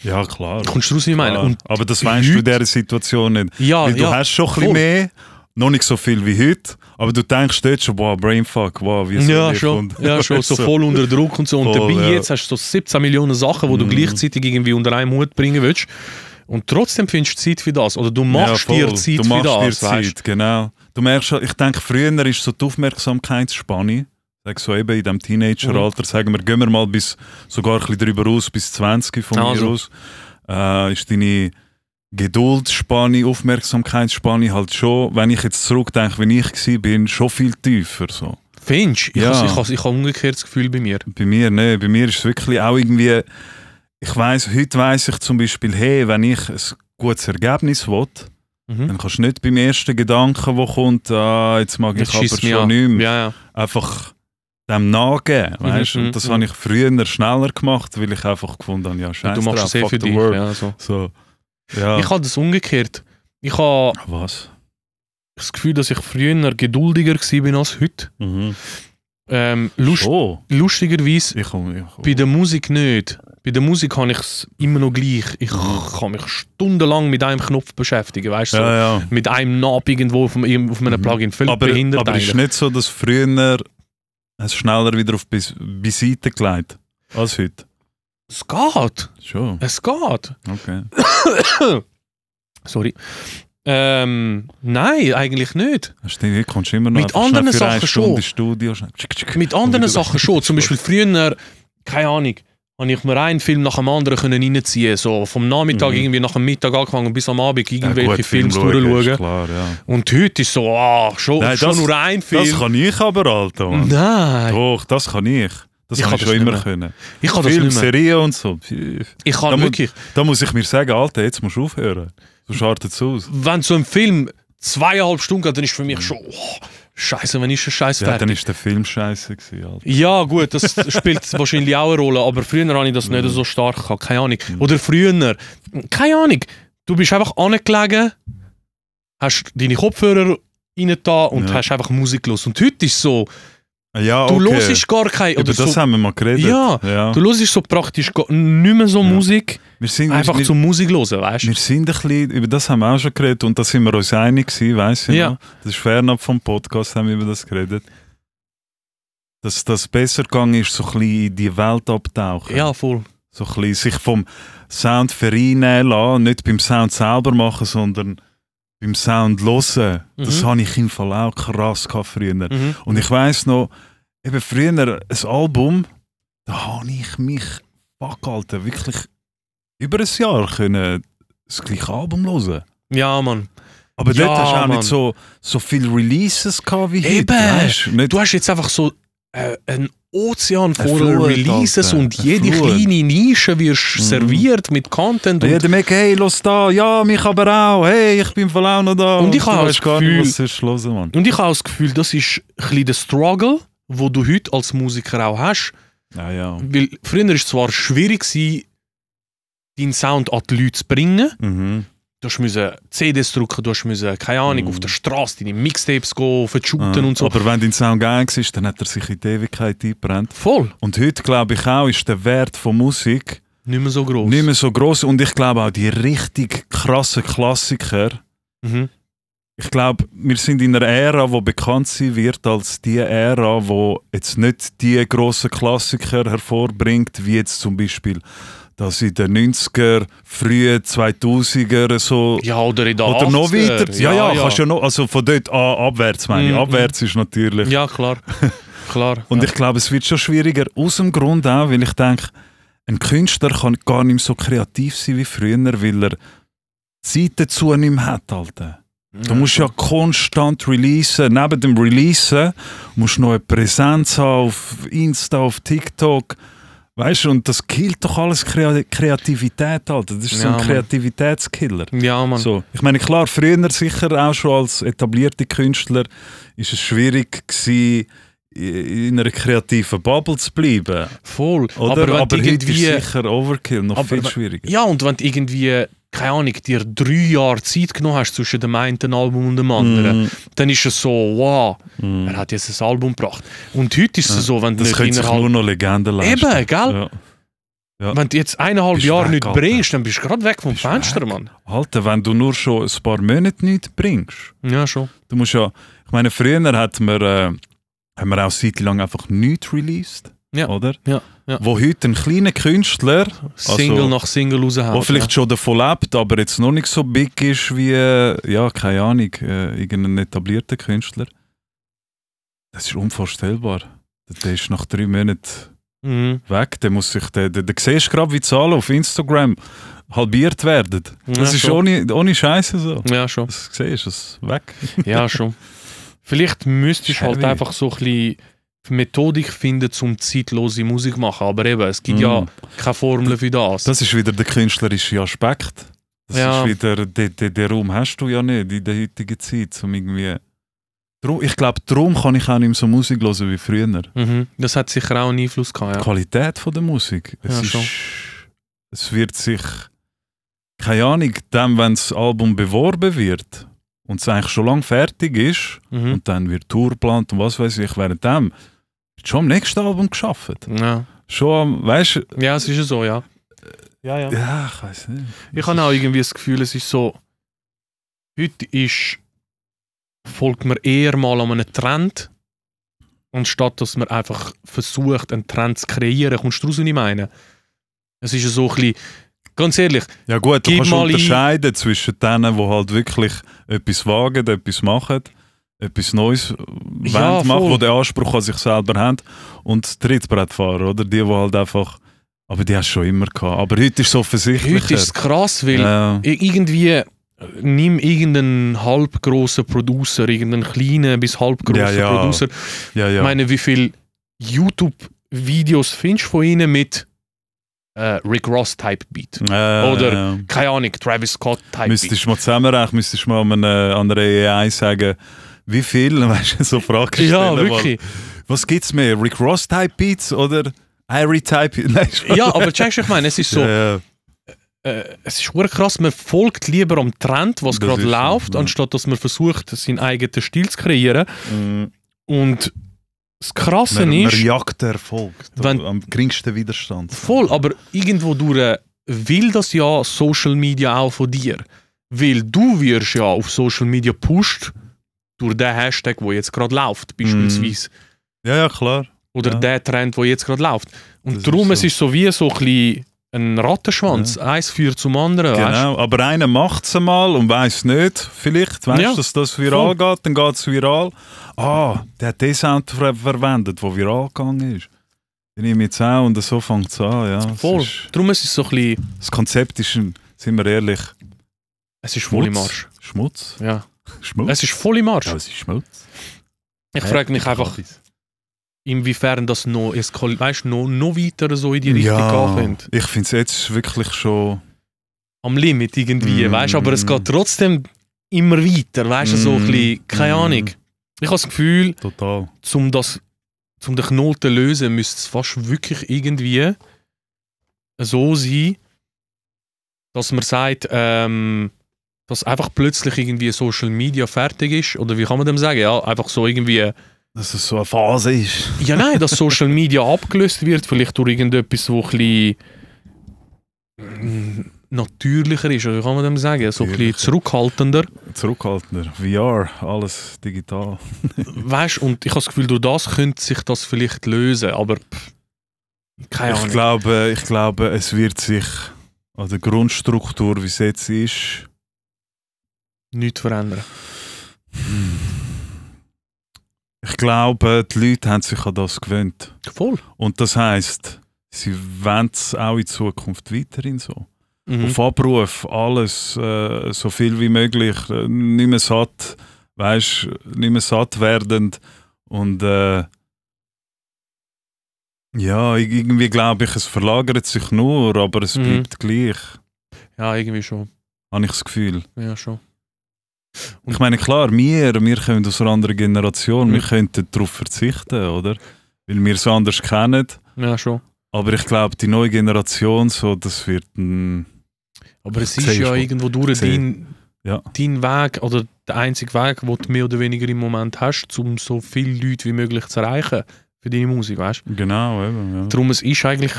[SPEAKER 1] Ja, klar.
[SPEAKER 2] Kommst du raus, wie ich meine?
[SPEAKER 1] Klar.
[SPEAKER 2] Und
[SPEAKER 1] aber das weißt du in
[SPEAKER 2] heute-
[SPEAKER 1] dieser Situation nicht.
[SPEAKER 2] ja,
[SPEAKER 1] Weil du halt
[SPEAKER 2] ja,
[SPEAKER 1] hast schon ein bisschen
[SPEAKER 2] voll.
[SPEAKER 1] mehr, noch nicht so viel wie heute, aber du denkst dort schon, boah, Brainfuck, wow, wie soll
[SPEAKER 2] ja,
[SPEAKER 1] ich
[SPEAKER 2] schon,
[SPEAKER 1] und-
[SPEAKER 2] ja, schon so voll unter Druck und so. Und
[SPEAKER 1] Voll,
[SPEAKER 2] dabei
[SPEAKER 1] ja.
[SPEAKER 2] jetzt hast du so 17 Millionen Sachen, die du
[SPEAKER 1] Mhm.
[SPEAKER 2] gleichzeitig irgendwie unter einen Hut bringen willst. Und trotzdem findest du Zeit für das. Oder du machst dir
[SPEAKER 1] voll.
[SPEAKER 2] Zeit
[SPEAKER 1] du
[SPEAKER 2] für
[SPEAKER 1] machst dir
[SPEAKER 2] das.
[SPEAKER 1] Zeit,
[SPEAKER 2] weißt du?
[SPEAKER 1] genau. Du merkst schon, ich denke, früher ist so die Aufmerksamkeitsspanne, sag so eben in diesem
[SPEAKER 2] Mhm.
[SPEAKER 1] Teenageralter, sagen wir, gehen wir mal bis sogar ein bisschen drüber raus, bis 20 von
[SPEAKER 2] Also.
[SPEAKER 1] mir aus, äh, ist deine Geduldsspanne, Aufmerksamkeitsspanne halt schon, wenn ich jetzt zurückdenke, wenn ich war, bin, schon viel tiefer so.
[SPEAKER 2] Findest du? Ich
[SPEAKER 1] Ja.
[SPEAKER 2] habe ich has- ich has umgekehrt das Gefühl bei mir.
[SPEAKER 1] Bei mir nicht. Bei mir ist es wirklich auch irgendwie. Ich weiß, heute weiß ich zum Beispiel, hey, wenn ich ein gutes Ergebnis will,
[SPEAKER 2] Mhm.
[SPEAKER 1] dann kannst du nicht beim ersten Gedanken, der kommt, ah, jetzt mag ich
[SPEAKER 2] Jetzt
[SPEAKER 1] aber
[SPEAKER 2] schiesst mich
[SPEAKER 1] schon
[SPEAKER 2] an.
[SPEAKER 1] nicht mehr,
[SPEAKER 2] Ja, ja.
[SPEAKER 1] einfach dem nachgeben. Weißt?
[SPEAKER 2] mhm,
[SPEAKER 1] Und das
[SPEAKER 2] mhm.
[SPEAKER 1] habe ich früher schneller gemacht, weil ich einfach gefunden habe, ja,
[SPEAKER 2] Und
[SPEAKER 1] scheiße,
[SPEAKER 2] du machst es eh für dich. Ja, so.
[SPEAKER 1] So. Ja.
[SPEAKER 2] Ich habe das umgekehrt. Ich habe
[SPEAKER 1] Was?
[SPEAKER 2] das Gefühl, dass ich früher geduldiger war als heute.
[SPEAKER 1] Mhm.
[SPEAKER 2] Ähm, lust
[SPEAKER 1] Oh,
[SPEAKER 2] Lustigerweise
[SPEAKER 1] ich komme. Ich,
[SPEAKER 2] bei der Musik nicht. Bei der Musik habe ich es immer noch gleich. Ich kann mich stundenlang mit einem Knopf beschäftigen, weißt du? so.
[SPEAKER 1] ja, ja.
[SPEAKER 2] Mit einem Knob irgendwo auf, dem- auf einem
[SPEAKER 1] Mhm.
[SPEAKER 2] Plugin. Völlig
[SPEAKER 1] Aber,
[SPEAKER 2] behindert
[SPEAKER 1] aber ist
[SPEAKER 2] eigentlich.
[SPEAKER 1] nicht so, dass früher es schneller wieder auf Bes- Beiseite gelegt als heute?
[SPEAKER 2] Es geht.
[SPEAKER 1] Schon,
[SPEAKER 2] Es geht.
[SPEAKER 1] okay.
[SPEAKER 2] Sorry. Ähm, nein, eigentlich nicht.
[SPEAKER 1] Hast du nicht, kommst du immer noch
[SPEAKER 2] Mit
[SPEAKER 1] einfach
[SPEAKER 2] anderen
[SPEAKER 1] schnell für eine
[SPEAKER 2] Sachen
[SPEAKER 1] Stunde
[SPEAKER 2] schon.
[SPEAKER 1] ins Studio. schnell tschick, tschick,
[SPEAKER 2] Mit
[SPEAKER 1] und
[SPEAKER 2] anderen
[SPEAKER 1] wieder-
[SPEAKER 2] Sachen schon. Zum Beispiel früher, keine Ahnung, habe ich mir einen Film nach dem anderen können reinziehen So vom Nachmittag
[SPEAKER 1] Mhm.
[SPEAKER 2] irgendwie nach dem Mittag angefangen und bis am Abend
[SPEAKER 1] Ja,
[SPEAKER 2] irgendwelche
[SPEAKER 1] gut,
[SPEAKER 2] Filme
[SPEAKER 1] Film schauen, ist
[SPEAKER 2] durchschauen.
[SPEAKER 1] Klar, ja.
[SPEAKER 2] Und heute ist so, ah, schon,
[SPEAKER 1] Nein,
[SPEAKER 2] schon
[SPEAKER 1] das-
[SPEAKER 2] nur ein
[SPEAKER 1] Das
[SPEAKER 2] Film.
[SPEAKER 1] kann ich aber, Alter. Mann.
[SPEAKER 2] Nein,
[SPEAKER 1] Doch, das kann ich. Das
[SPEAKER 2] Ich
[SPEAKER 1] kann
[SPEAKER 2] kann
[SPEAKER 1] ich schon
[SPEAKER 2] das
[SPEAKER 1] immer
[SPEAKER 2] nicht
[SPEAKER 1] können.
[SPEAKER 2] ich kann das
[SPEAKER 1] Film,
[SPEAKER 2] nicht mehr.
[SPEAKER 1] Serie und so. pfiff.
[SPEAKER 2] Ich
[SPEAKER 1] Da
[SPEAKER 2] kann
[SPEAKER 1] muss-
[SPEAKER 2] wirklich,
[SPEAKER 1] Da muss ich mir sagen, Alter, jetzt musst du aufhören. Sonst artet es aus.
[SPEAKER 2] wenn so ein Film zweieinhalb Stunden geht, dann ist für mich schon, oh, scheiße, wenn ist ein Scheiß
[SPEAKER 1] Ja,
[SPEAKER 2] fertig?
[SPEAKER 1] dann war der Film scheiße. Gewesen, Alter.
[SPEAKER 2] Ja, gut, das spielt wahrscheinlich auch eine Rolle, aber früher habe ich das
[SPEAKER 1] Mhm.
[SPEAKER 2] nicht so stark gehabt, keine Ahnung. Oder früher, keine Ahnung, du bist einfach angelegen, hast deine Kopfhörer reingetan und
[SPEAKER 1] Ja.
[SPEAKER 2] hast einfach Musik los. Und heute ist so,
[SPEAKER 1] Ah, Ja,
[SPEAKER 2] du
[SPEAKER 1] okay.
[SPEAKER 2] hörst gar keine,
[SPEAKER 1] Über
[SPEAKER 2] oder
[SPEAKER 1] das
[SPEAKER 2] so,
[SPEAKER 1] haben wir mal geredet.
[SPEAKER 2] Ja,
[SPEAKER 1] ja.
[SPEAKER 2] du hörst so praktisch gar- nicht mehr so
[SPEAKER 1] Ja.
[SPEAKER 2] Musik,
[SPEAKER 1] Wir sind,
[SPEAKER 2] einfach
[SPEAKER 1] wir,
[SPEAKER 2] zum Musik hören, weißt du?
[SPEAKER 1] wir sind ein bisschen, über das haben wir auch schon geredet und da sind wir uns einig gewesen, weiss ich
[SPEAKER 2] Ja.
[SPEAKER 1] noch. Das ist fernab vom Podcast, haben wir über das geredet. Dass das besser gegangen ist, so ein bisschen in die Welt abtauchen.
[SPEAKER 2] Ja, voll.
[SPEAKER 1] So ein bisschen sich vom Sound vereinnehmen lassen, nicht beim Sound selber machen, sondern beim Sound hören. Das
[SPEAKER 2] Mhm.
[SPEAKER 1] habe ich im Fall auch krass gehabt früher.
[SPEAKER 2] Mhm.
[SPEAKER 1] Und ich weiss noch, eben früher ein Album, da habe ich mich, fuck Alter, wirklich über ein Jahr können das gleiche Album hören.
[SPEAKER 2] Ja, Mann.
[SPEAKER 1] Aber
[SPEAKER 2] Ja,
[SPEAKER 1] dort hast du auch
[SPEAKER 2] Mann.
[SPEAKER 1] nicht so, so viele Releases gehabt wie heute.
[SPEAKER 2] Eben.
[SPEAKER 1] Weißt, nicht,
[SPEAKER 2] Du hast jetzt einfach so äh, ein
[SPEAKER 1] Eine
[SPEAKER 2] Ozean voller
[SPEAKER 1] Flut,
[SPEAKER 2] Releases
[SPEAKER 1] Alter.
[SPEAKER 2] und
[SPEAKER 1] Eine
[SPEAKER 2] jede
[SPEAKER 1] Flut.
[SPEAKER 2] kleine Nische wirst
[SPEAKER 1] Mhm.
[SPEAKER 2] serviert mit Content. Und,
[SPEAKER 1] Jeder merkt, hey, los da, ja, mich aber auch, hey, ich bin voll auch noch da.
[SPEAKER 2] Und ich
[SPEAKER 1] du
[SPEAKER 2] habe
[SPEAKER 1] weißt
[SPEAKER 2] das
[SPEAKER 1] gar nicht,
[SPEAKER 2] Gefühl-
[SPEAKER 1] was ist los, Mann.
[SPEAKER 2] und ich habe das Gefühl, das ist ein bisschen der Struggle, wo du heute als Musiker auch hast. Ah,
[SPEAKER 1] Ja, ja.
[SPEAKER 2] Weil früher war es zwar schwierig, gewesen, deinen Sound an die Leute zu bringen.
[SPEAKER 1] Mhm.
[SPEAKER 2] Du musst CDs drucken, du musst, keine Ahnung,
[SPEAKER 1] Mhm.
[SPEAKER 2] auf der Straße deine Mixtapes gehen, vershooten und so.
[SPEAKER 1] Ah. Aber wenn dein Sound geil ist, dann hat er sich in die Ewigkeit eingebrannt.
[SPEAKER 2] Voll,
[SPEAKER 1] Und heute glaube ich auch, ist der Wert von Musik
[SPEAKER 2] nicht mehr so groß.
[SPEAKER 1] nicht mehr so groß. Und ich glaube auch, die richtig krassen Klassiker,
[SPEAKER 2] Mhm.
[SPEAKER 1] ich glaube, wir sind in einer Ära, die bekannt sein wird als die Ära, wo jetzt nicht die grossen Klassiker hervorbringt, wie jetzt zum Beispiel das in den 90er, frühen 2000er so.
[SPEAKER 2] Ja, oder in der
[SPEAKER 1] Oder noch
[SPEAKER 2] 80er.
[SPEAKER 1] weiter. Ja, ja, kannst ja noch, also von dort an abwärts meine ich.
[SPEAKER 2] Mhm.
[SPEAKER 1] Abwärts ist natürlich.
[SPEAKER 2] Ja, klar. klar.
[SPEAKER 1] Und
[SPEAKER 2] ja.
[SPEAKER 1] ich glaube, es wird schon schwieriger, aus dem Grund auch, weil ich denke, ein Künstler kann gar nicht mehr so kreativ sein wie früher, weil er Zeit dazu nicht mehr hat, Alter. Du musst ja konstant releasen. Neben dem Releasen musst du noch eine Präsenz haben auf Insta, auf TikTok. Weißt du, und das killt doch alles Krea- Kreativität, Alter. Das ist so
[SPEAKER 2] Ja,
[SPEAKER 1] ein
[SPEAKER 2] Mann.
[SPEAKER 1] Kreativitätskiller.
[SPEAKER 2] Ja, Mann.
[SPEAKER 1] So. Ich meine, klar, früher sicher auch schon als etablierte Künstler ist es schwierig gewesen, i- in einer kreativen Bubble zu bleiben.
[SPEAKER 2] Voll.
[SPEAKER 1] Oder? Aber,
[SPEAKER 2] aber wenn
[SPEAKER 1] heute
[SPEAKER 2] du
[SPEAKER 1] ist
[SPEAKER 2] irgendwie.
[SPEAKER 1] sicher Overkill noch
[SPEAKER 2] Aber
[SPEAKER 1] viel
[SPEAKER 2] wenn-
[SPEAKER 1] schwieriger.
[SPEAKER 2] Ja, und wenn du irgendwie, keine Ahnung, dir drei Jahre Zeit genommen hast zwischen dem einen Album und dem
[SPEAKER 1] Mhm.
[SPEAKER 2] anderen, dann ist es so, wow, er hat jetzt ein Album gebracht. Und heute ist es
[SPEAKER 1] Ja,
[SPEAKER 2] so, wenn du
[SPEAKER 1] Das
[SPEAKER 2] nicht
[SPEAKER 1] können sich
[SPEAKER 2] innerhalb-
[SPEAKER 1] nur noch Legenden leisten.
[SPEAKER 2] Eben, gell?
[SPEAKER 1] Ja. Ja.
[SPEAKER 2] Wenn du jetzt eineinhalb
[SPEAKER 1] Bist
[SPEAKER 2] Jahre
[SPEAKER 1] weg,
[SPEAKER 2] nicht
[SPEAKER 1] Alter.
[SPEAKER 2] bringst, dann bist du gerade weg vom
[SPEAKER 1] Bist
[SPEAKER 2] Fenster,
[SPEAKER 1] weg.
[SPEAKER 2] Mann.
[SPEAKER 1] Alter, wenn du nur schon ein paar Monate nichts bringst,
[SPEAKER 2] Ja, schon.
[SPEAKER 1] du musst ja, ich meine, früher hat man, äh, haben wir auch seit lang einfach nichts released,
[SPEAKER 2] Ja.
[SPEAKER 1] oder?
[SPEAKER 2] Ja, ja.
[SPEAKER 1] Wo heute ein kleiner Künstler
[SPEAKER 2] Single nach Single raushauen.
[SPEAKER 1] Also- Wo vielleicht schon davon lebt, aber jetzt noch nicht so big ist wie, äh, ja, keine Ahnung, äh, irgendein etablierter Künstler. Das ist unvorstellbar. Der- Der ist nach drei Monaten
[SPEAKER 2] ja. mhm.
[SPEAKER 1] weg. Der muss sich, der, der, der siehst gerade, wie die Zahlen auf Instagram halbiert werden. Das
[SPEAKER 2] ja,
[SPEAKER 1] ist
[SPEAKER 2] schon.
[SPEAKER 1] ohne, ohne Scheiße so.
[SPEAKER 2] Ja, schon.
[SPEAKER 1] Das siehst du, das ist weg.
[SPEAKER 2] Ja, schon. Vielleicht müsstest du halt
[SPEAKER 1] Heavy.
[SPEAKER 2] einfach so ein bisschen Methodik finden, um zeitlose Musik zu machen. Aber eben, es gibt ja
[SPEAKER 1] Mm.
[SPEAKER 2] keine Formel für das.
[SPEAKER 1] Das ist wieder der künstlerische Aspekt. Das
[SPEAKER 2] Ja.
[SPEAKER 1] ist wieder, den, den, den Raum hast du ja nicht in der heutigen Zeit, um irgendwie... Drum- Ich glaube, darum kann ich auch nicht mehr so Musik hören wie früher.
[SPEAKER 2] Mhm. Das hat sicher auch einen Einfluss
[SPEAKER 1] Die
[SPEAKER 2] gehabt, ja.
[SPEAKER 1] Qualität von der Musik. Es,
[SPEAKER 2] Ja, schon.
[SPEAKER 1] ist, es wird sich, keine Ahnung, dann, wenn das Album beworben wird und es eigentlich schon lange fertig ist
[SPEAKER 2] Mhm.
[SPEAKER 1] und dann wird Tour geplant und was weiß ich, während dem wird schon am nächsten Album geschafft.
[SPEAKER 2] Ja.
[SPEAKER 1] Schon am, weißt du,
[SPEAKER 2] ja, es ist ja so, ja. Ja, ja.
[SPEAKER 1] ja, ich weiß nicht.
[SPEAKER 2] Ich habe auch irgendwie das Gefühl, es ist so, heute ist, folgt man eher mal an einem Trend, anstatt dass man einfach versucht, einen Trend zu kreieren. Kommst du raus, was ich meine? Es ist ja so ein bisschen, ganz ehrlich,
[SPEAKER 1] Ja gut, du
[SPEAKER 2] Gib
[SPEAKER 1] kannst
[SPEAKER 2] mal ein-
[SPEAKER 1] unterscheiden zwischen denen, die halt wirklich etwas wagen, etwas machen, etwas Neues
[SPEAKER 2] Ja,
[SPEAKER 1] ja, machen,
[SPEAKER 2] voll.
[SPEAKER 1] die den Anspruch an sich selber haben und das Trittbrettfahrer, oder? Die, die halt einfach... Aber die hast du schon immer gehabt. Aber heute ist es offensichtlicher.
[SPEAKER 2] heute ist es krass, weil
[SPEAKER 1] Ja.
[SPEAKER 2] Ir- irgendwie äh, nimm irgendeinen halbgroßen Producer, irgendeinen kleinen bis halbgroßen
[SPEAKER 1] Ja, ja.
[SPEAKER 2] Producer.
[SPEAKER 1] ja, ja.
[SPEAKER 2] Ich meine, wie viele YouTube-Videos findest du von ihnen mit äh, Rick Ross-Type-Beat?
[SPEAKER 1] Äh,
[SPEAKER 2] oder-
[SPEAKER 1] ja.
[SPEAKER 2] Keine Ahnung, Travis Scott-Type-Beat.
[SPEAKER 1] Müsstest du mal zusammenrechnen, müsstest du mal an einer, an einer AI sagen, wie viel, weißt du, so Fragen stellen.
[SPEAKER 2] Ja,
[SPEAKER 1] weil-
[SPEAKER 2] wirklich.
[SPEAKER 1] Was gibt's mehr? Rick Ross-Type Beats oder Irie-Type? Nein,
[SPEAKER 2] Ja, aber checkst du, ich meine, es ist so,
[SPEAKER 1] Ja, ja.
[SPEAKER 2] äh, es ist verdammt krass, man folgt lieber am Trend, was
[SPEAKER 1] Das
[SPEAKER 2] gerade
[SPEAKER 1] ist so,
[SPEAKER 2] läuft,
[SPEAKER 1] ja.
[SPEAKER 2] anstatt dass man versucht, seinen eigenen Stil zu kreieren.
[SPEAKER 1] Mm.
[SPEAKER 2] Und das Krasse
[SPEAKER 1] Man,
[SPEAKER 2] ist...
[SPEAKER 1] man jagt den Erfolg. da-
[SPEAKER 2] Wenn-
[SPEAKER 1] am geringsten Widerstand.
[SPEAKER 2] Voll, aber irgendwo durch äh, will das ja Social Media auch von dir. Weil du wirst ja auf Social Media pusht durch den Hashtag, wo jetzt gerade läuft, beispielsweise.
[SPEAKER 1] Ja, ja, klar.
[SPEAKER 2] Oder
[SPEAKER 1] Mhm. Ja.
[SPEAKER 2] der Trend, wo jetzt gerade läuft.
[SPEAKER 1] Das
[SPEAKER 2] Und
[SPEAKER 1] ist
[SPEAKER 2] darum
[SPEAKER 1] so.
[SPEAKER 2] es ist so wie so ein, bisschen ein Rattenschwanz. Eins führt zum anderen. Weißt?
[SPEAKER 1] Genau. Aber einer macht es einmal und weiß nicht, vielleicht, weißt du,
[SPEAKER 2] Ja.
[SPEAKER 1] dass das viral geht, dann geht es viral. Ah, der hat den Sound ver verwendet, der viral gegangen ist. Den nehme ich jetzt auch und so fängt es an. Ja. Es
[SPEAKER 2] Voll.
[SPEAKER 1] Ist,
[SPEAKER 2] Darum es ist so ein bisschen,
[SPEAKER 1] das Konzept ist, ein, sind wir ehrlich,
[SPEAKER 2] es ist voll im
[SPEAKER 1] Schmutz.
[SPEAKER 2] Arsch.
[SPEAKER 1] Schmutz?
[SPEAKER 2] Ja.
[SPEAKER 1] Schmutz?
[SPEAKER 2] Es ist voll im Arsch.
[SPEAKER 1] ja, es ist Schmutz.
[SPEAKER 2] Ich frage mich einfach, inwiefern das noch, eskal- weißt, noch, noch weiter so in die Richtung gehen
[SPEAKER 1] ja,
[SPEAKER 2] könnte.
[SPEAKER 1] ich finde es jetzt wirklich schon.
[SPEAKER 2] Am Limit irgendwie,
[SPEAKER 1] Mm.
[SPEAKER 2] weißt aber es geht trotzdem immer weiter, weißt du, so ein
[SPEAKER 1] Mm.
[SPEAKER 2] bisschen, keine
[SPEAKER 1] Mm.
[SPEAKER 2] Ahnung. Ich habe das Gefühl,
[SPEAKER 1] Total.
[SPEAKER 2] um das, zum den Knoten zu lösen, müsste es fast wirklich irgendwie so sein, dass man sagt, ähm, dass einfach plötzlich irgendwie Social Media fertig ist, oder wie kann man dem sagen, ja, einfach so irgendwie,
[SPEAKER 1] Dass es so eine Phase ist.
[SPEAKER 2] ja nein, dass Social Media abgelöst wird, vielleicht durch irgendetwas, wo ein bisschen mm, natürlicher ist, oder wie kann man dem sagen, so ein bisschen
[SPEAKER 1] Natürlicher.
[SPEAKER 2] zurückhaltender.
[SPEAKER 1] Zurückhaltender. VR, alles digital.
[SPEAKER 2] Weißt und ich habe das Gefühl, durch das könnte sich das vielleicht lösen, aber pff, keine Ahnung.
[SPEAKER 1] Ich glaube, ich glaube, es wird sich an der Grundstruktur, wie es jetzt ist,
[SPEAKER 2] nichts verändern.
[SPEAKER 1] ich glaube, die Leute haben sich an das gewöhnt.
[SPEAKER 2] Voll.
[SPEAKER 1] Und das heisst, sie wollen es auch in Zukunft weiterhin so.
[SPEAKER 2] Mhm.
[SPEAKER 1] Auf Abruf, alles, äh, so viel wie möglich, äh, nicht mehr satt, weißt nicht mehr satt werdend. Und äh, ja, ir- irgendwie glaube ich, es verlagert sich nur, aber es
[SPEAKER 2] Mhm.
[SPEAKER 1] bleibt gleich,
[SPEAKER 2] Ja, irgendwie schon.
[SPEAKER 1] habe ich das Gefühl.
[SPEAKER 2] Ja, schon.
[SPEAKER 1] Ich meine, klar, wir, wir kommen aus einer anderen Generation, wir
[SPEAKER 2] Mhm.
[SPEAKER 1] könnten darauf verzichten, oder? Weil wir es anders kennen.
[SPEAKER 2] Ja, schon.
[SPEAKER 1] Aber ich glaube, die neue Generation, so, das wird hm, ein.
[SPEAKER 2] Aber es
[SPEAKER 1] Sehe
[SPEAKER 2] ist
[SPEAKER 1] ich
[SPEAKER 2] ja
[SPEAKER 1] schon.
[SPEAKER 2] irgendwo durch
[SPEAKER 1] Sehe.
[SPEAKER 2] dein,
[SPEAKER 1] Ja.
[SPEAKER 2] dein Weg oder der einzige Weg, den du mehr oder weniger im Moment hast, um so viele Leute wie möglich zu erreichen für deine Musik, weißt du?
[SPEAKER 1] Genau, eben. Ja.
[SPEAKER 2] Darum, es ist eigentlich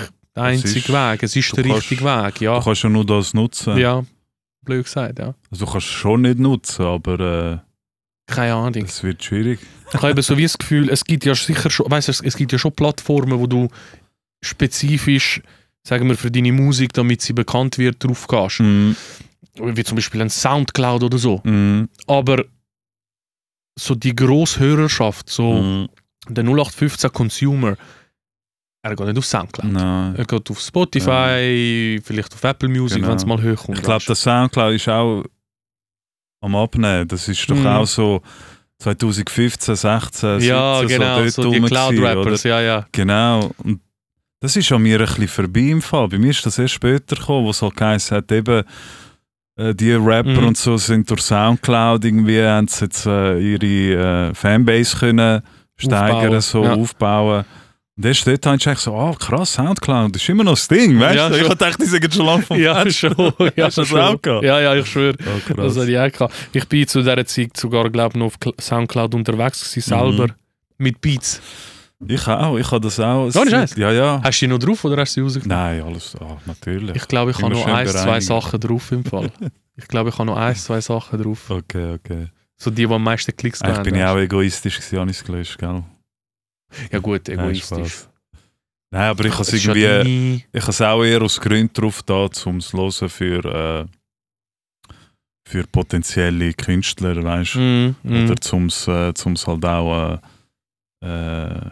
[SPEAKER 1] Es
[SPEAKER 2] der einzige
[SPEAKER 1] ist-
[SPEAKER 2] Weg. Es ist
[SPEAKER 1] du
[SPEAKER 2] der
[SPEAKER 1] kannst-
[SPEAKER 2] richtige Weg, ja.
[SPEAKER 1] Du kannst ja nur das nutzen.
[SPEAKER 2] Ja, blöd gesagt, ja.
[SPEAKER 1] Also, du kannst es schon nicht nutzen, aber
[SPEAKER 2] Keine
[SPEAKER 1] äh,
[SPEAKER 2] Ahnung.
[SPEAKER 1] es wird schwierig.
[SPEAKER 2] Ich habe eben so wie das Gefühl, es gibt ja sicher schon, weißt, es, es gibt ja schon Plattformen, wo du spezifisch, sagen wir, für deine Musik, damit sie bekannt wird, drauf gehst.
[SPEAKER 1] Mhm.
[SPEAKER 2] Wie zum Beispiel ein Soundcloud oder so.
[SPEAKER 1] Mhm.
[SPEAKER 2] aber so die Grosshörerschaft, so
[SPEAKER 1] Mhm.
[SPEAKER 2] der 0815 Consumer, er geht nicht auf Soundcloud.
[SPEAKER 1] Nein.
[SPEAKER 2] Er geht auf Spotify, vielleicht auf Apple Music,
[SPEAKER 1] Mhm. Genau.
[SPEAKER 2] wenn es mal hochkommt.
[SPEAKER 1] Ich glaube, das Soundcloud ist auch am Abnehmen. Das ist doch
[SPEAKER 2] Mhm.
[SPEAKER 1] auch so 2015, 16, 17,
[SPEAKER 2] ja, genau,
[SPEAKER 1] dort
[SPEAKER 2] so die
[SPEAKER 1] rum gewesen,
[SPEAKER 2] Cloud-Rappers, ja, ja.
[SPEAKER 1] Genau. Und das ist an mir ein bisschen vorbei im Fall. Bei mir ist das erst später gekommen, wo es halt geheißen hat, eben, äh, die Rapper
[SPEAKER 2] Mhm.
[SPEAKER 1] und so sind durch Soundcloud irgendwie, haben sie jetzt äh, ihre äh, Fanbase können steigern,
[SPEAKER 2] Aufbauen,
[SPEAKER 1] so
[SPEAKER 2] ja.
[SPEAKER 1] aufbauen. Und erst dort habe ich eigentlich so, ah krass, Soundcloud ist immer noch das Ding, weißt
[SPEAKER 2] Ja,
[SPEAKER 1] du? Ich
[SPEAKER 2] schon.
[SPEAKER 1] hab gedacht, die sind schon lange vom
[SPEAKER 2] Ja,
[SPEAKER 1] Fenster.
[SPEAKER 2] schon. Ja,
[SPEAKER 1] Hast du das
[SPEAKER 2] schon.
[SPEAKER 1] auch gehabt?
[SPEAKER 2] ja, ja, ich schwöre.
[SPEAKER 1] Oh, krass.
[SPEAKER 2] Das hatte ich auch gehabt. Ich bin zu dieser Zeit sogar, glaube ich, noch auf Cl- Soundcloud unterwegs gewesen,
[SPEAKER 1] Mhm.
[SPEAKER 2] selber. Mit Beats.
[SPEAKER 1] ich auch, ich habe das auch.
[SPEAKER 2] Ohne Scheiß.
[SPEAKER 1] Ja, ja.
[SPEAKER 2] Hast du die noch drauf oder hast du sie rausgenommen?
[SPEAKER 1] Nein, alles, ah, natürlich.
[SPEAKER 2] Ich glaube, ich
[SPEAKER 1] Immer
[SPEAKER 2] habe noch
[SPEAKER 1] schön
[SPEAKER 2] ein, zwei
[SPEAKER 1] bereinigen.
[SPEAKER 2] Sachen drauf im Fall. Ich glaube, ich habe noch ein, zwei Sachen drauf.
[SPEAKER 1] Okay, okay.
[SPEAKER 2] So die, die am meisten Klicks
[SPEAKER 1] Eigentlich bin Ah, ich
[SPEAKER 2] haben.
[SPEAKER 1] auch egoistisch, gewesen, habe ich es gelöscht, gell?
[SPEAKER 2] Ja gut,
[SPEAKER 1] Nein,
[SPEAKER 2] egoistisch.
[SPEAKER 1] Spaß. Nein, aber ich habe es
[SPEAKER 2] Es ist ja
[SPEAKER 1] irgendwie,
[SPEAKER 2] deine-
[SPEAKER 1] ich habe es auch eher aus Gründen drauf da, um es hören für, äh, für potenzielle Künstler, weißt du?
[SPEAKER 2] Mm, mm.
[SPEAKER 1] Oder um es äh, zum's halt auch äh, äh,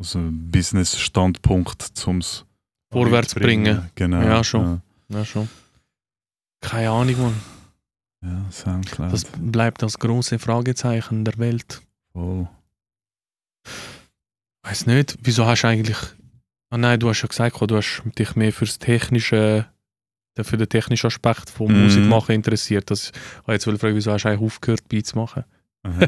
[SPEAKER 1] aus einem Business-Standpunkt um es
[SPEAKER 2] Vorwärts bringen.
[SPEAKER 1] Genau.
[SPEAKER 2] Ja, schon. Ja, schon. Keine Ahnung, Mann.
[SPEAKER 1] Ja, ja Soundcloud.
[SPEAKER 2] Das bleibt das große Fragezeichen der Welt.
[SPEAKER 1] voll.
[SPEAKER 2] Weiß nicht, wieso hast du eigentlich. Ah nein, du hast ja gesagt, du hast dich mehr fürs technische, äh, für den technischen Aspekt von
[SPEAKER 1] Mhm.
[SPEAKER 2] Musikmachen interessiert. Das, ah, jetzt will ich fragen, wieso hast du eigentlich aufgehört, Beats zu machen?
[SPEAKER 1] Aha.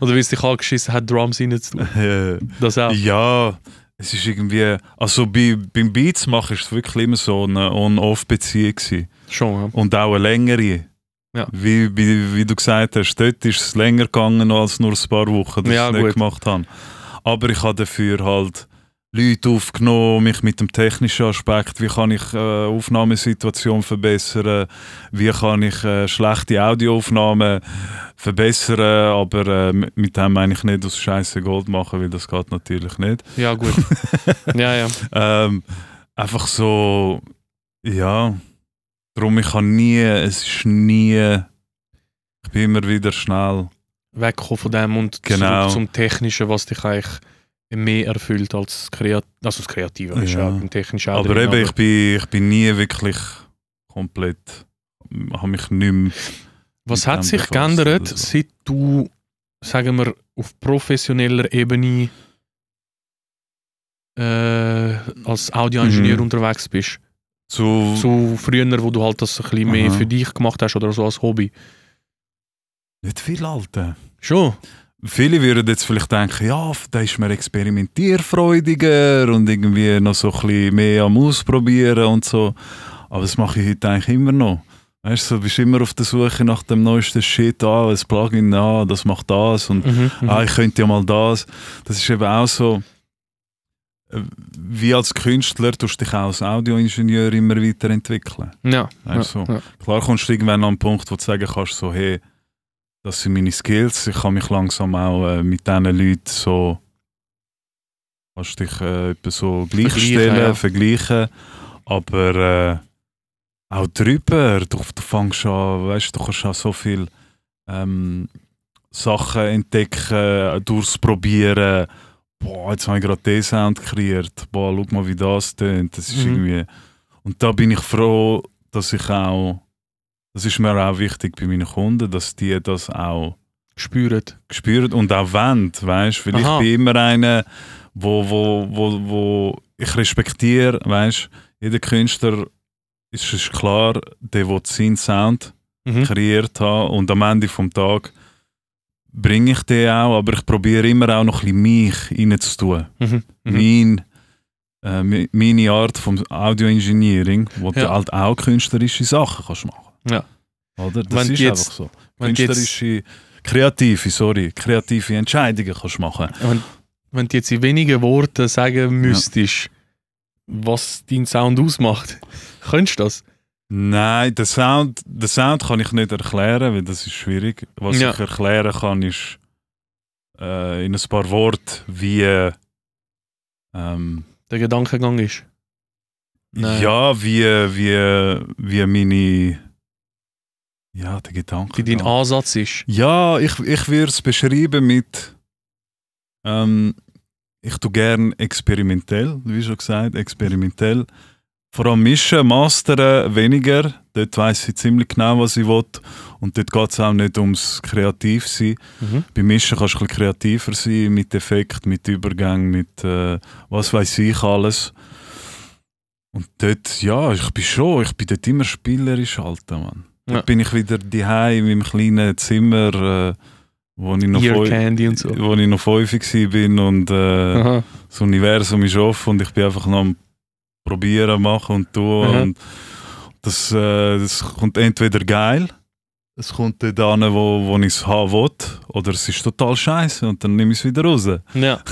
[SPEAKER 2] Oder weil es dich angeschissen hat, Drums reinzutun?
[SPEAKER 1] Ja.
[SPEAKER 2] Das auch.
[SPEAKER 1] Ja, es ist irgendwie. Also bei, beim Beats machen ist es wirklich immer so eine On-Off-Beziehung. gewesen.
[SPEAKER 2] Schon, ja.
[SPEAKER 1] Und auch eine längere.
[SPEAKER 2] Ja.
[SPEAKER 1] Wie, wie, wie du gesagt hast, dort ist es länger gegangen als nur ein paar Wochen, dass
[SPEAKER 2] Ja,
[SPEAKER 1] ich es
[SPEAKER 2] gut.
[SPEAKER 1] nicht gemacht habe. Aber ich habe dafür halt Leute aufgenommen, mich mit dem technischen Aspekt, wie kann ich äh, Aufnahmesituation verbessern, wie kann ich äh, schlechte Audioaufnahmen verbessern, aber äh, mit- mit dem meine ich nicht aus Scheiße Gold machen, weil das geht natürlich nicht
[SPEAKER 2] Ja, gut. ja, ja.
[SPEAKER 1] ähm, einfach so, ja. Darum, ich kann nie, es ist nie, ich bin immer wieder schnell.
[SPEAKER 2] wegkommen von dem und
[SPEAKER 1] Genau.
[SPEAKER 2] zurück zum Technischen, was dich eigentlich mehr erfüllt als das, Kreat also das Kreative. Ist
[SPEAKER 1] Ja.
[SPEAKER 2] ja. im Technischen auch
[SPEAKER 1] Aber
[SPEAKER 2] drin,
[SPEAKER 1] eben, ich bin, ich bin nie wirklich komplett, habe mich nicht mehr,
[SPEAKER 2] was
[SPEAKER 1] mit
[SPEAKER 2] hat
[SPEAKER 1] dem
[SPEAKER 2] sich
[SPEAKER 1] befasst
[SPEAKER 2] geändert,
[SPEAKER 1] oder so.
[SPEAKER 2] seit du, sagen wir, auf professioneller Ebene äh, als Audioingenieur
[SPEAKER 1] Mhm.
[SPEAKER 2] unterwegs bist.
[SPEAKER 1] Zu,
[SPEAKER 2] Zu früher, wo du halt das ein bisschen mehr
[SPEAKER 1] Aha.
[SPEAKER 2] für dich gemacht hast oder so als Hobby.
[SPEAKER 1] nicht viel Alten.
[SPEAKER 2] Schon.
[SPEAKER 1] Viele würden jetzt vielleicht denken, ja, da ist man experimentierfreudiger und irgendwie noch so ein bisschen mehr am Ausprobieren und so. Aber das mache ich heute eigentlich immer noch. Weißt du, du bist immer auf der Suche nach dem neuesten Shit, ah, das Plugin, ah, das macht das und
[SPEAKER 2] Mhm, mhm.
[SPEAKER 1] ah, ich könnte ja mal das. Das ist eben auch so, äh, wie als Künstler tust du dich auch als Audioingenieur immer weiterentwickeln.
[SPEAKER 2] ja. ja,
[SPEAKER 1] Weißt du,
[SPEAKER 2] ja.
[SPEAKER 1] Klar kommst du irgendwann an einen Punkt, wo du sagen kannst, so, hey, das sind meine Skills, ich kann mich langsam auch äh, mit diesen Leuten so, kannst dich äh, etwa so gleichstellen,
[SPEAKER 2] ja.
[SPEAKER 1] vergleichen, aber äh, auch drüber, du, du fängst an, weißt du, du kannst auch so viel ähm, Sachen entdecken, durchs Probieren, boah, jetzt habe ich gerade den Sound kreiert, boah, schau mal, wie das tönt, das ist
[SPEAKER 2] Mhm.
[SPEAKER 1] irgendwie, und da bin ich froh, dass ich auch, das ist mir auch wichtig bei meinen Kunden, dass die das auch
[SPEAKER 2] Spürt.
[SPEAKER 1] gespürt und auch wollen, weißt, weil
[SPEAKER 2] Aha.
[SPEAKER 1] ich bin immer einer, wo, wo, wo, wo ich respektiere, weißt, jeder Künstler ist, ist klar, der will seinen Sound
[SPEAKER 2] Mhm.
[SPEAKER 1] kreiert haben und am Ende vom Tag bringe ich den auch, aber ich probiere immer auch noch ein bisschen mich reinzutun.
[SPEAKER 2] Mhm. Mhm.
[SPEAKER 1] Mein, äh, mi- meine Art vom Audioengineering, wo du
[SPEAKER 2] Ja.
[SPEAKER 1] halt auch künstlerische Sachen kannst machen.
[SPEAKER 2] Ja.
[SPEAKER 1] Oder? Das
[SPEAKER 2] Wenn
[SPEAKER 1] ist
[SPEAKER 2] du jetzt-
[SPEAKER 1] einfach so.
[SPEAKER 2] wenn du jetzt-
[SPEAKER 1] Künstlerische, kreative, sorry, kreative Entscheidungen kannst du machen.
[SPEAKER 2] Wenn, wenn du jetzt in wenigen Worten sagen müsstest, was dein Sound ausmacht, könntest du das?
[SPEAKER 1] Nein, den Sound, den Sound kann ich nicht erklären, weil das ist schwierig. Was
[SPEAKER 2] Ja.
[SPEAKER 1] ich erklären kann, ist äh, in ein paar Worten, wie äh, ähm,
[SPEAKER 2] Der Gedankengang ist. Nein.
[SPEAKER 1] ja, wie, wie, wie meine ja, der Gedanke.
[SPEAKER 2] Wie dein Ansatz ist.
[SPEAKER 1] Ja, ich, ich würde es beschreiben mit. Ähm, ich tue gern experimentell, wie schon gesagt, experimentell. Vor allem mischen, mastern weniger. Dort weiss ich ziemlich genau, was ich will. Und dort geht es auch nicht ums Kreativsein.
[SPEAKER 2] Mhm.
[SPEAKER 1] Beim Mischen kannst du ein bisschen kreativer sein, mit Effekt, mit Übergang, mit äh, was weiß ich alles. Und dort, ja, ich bin schon, ich bin dort immer spielerisch alter Mann. Dort
[SPEAKER 2] Ja.
[SPEAKER 1] bin ich wieder daheim in meinem kleinen Zimmer, äh, wo, ich noch
[SPEAKER 2] Ear
[SPEAKER 1] feu-
[SPEAKER 2] Candy und so.
[SPEAKER 1] wo ich noch fünfig war bin und äh,
[SPEAKER 2] Aha.
[SPEAKER 1] das Universum ist offen und ich bin einfach noch am probieren, machen und tun.
[SPEAKER 2] Aha.
[SPEAKER 1] Und das, äh, das kommt entweder geil, es kommt dort an, wo, wo ich es haben will, oder es ist total scheiße und dann nehme ich es wieder raus.
[SPEAKER 2] Ja, ja.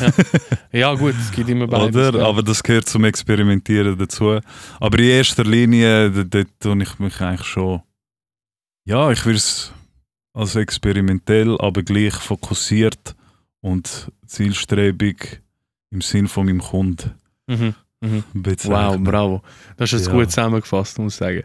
[SPEAKER 2] ja, gut, es gibt immer beides.
[SPEAKER 1] Oder?
[SPEAKER 2] ja.
[SPEAKER 1] Aber das gehört zum Experimentieren dazu. Aber in erster Linie, d- dort tue ich mich eigentlich schon. Ja, ich würde es als experimentell, aber gleich fokussiert und zielstrebig im Sinn von meinem Kunden
[SPEAKER 2] Mhm. Wow,
[SPEAKER 1] bezeichnen.
[SPEAKER 2] bravo. Das ist jetzt
[SPEAKER 1] Ja.
[SPEAKER 2] gut zusammengefasst, muss ich sagen.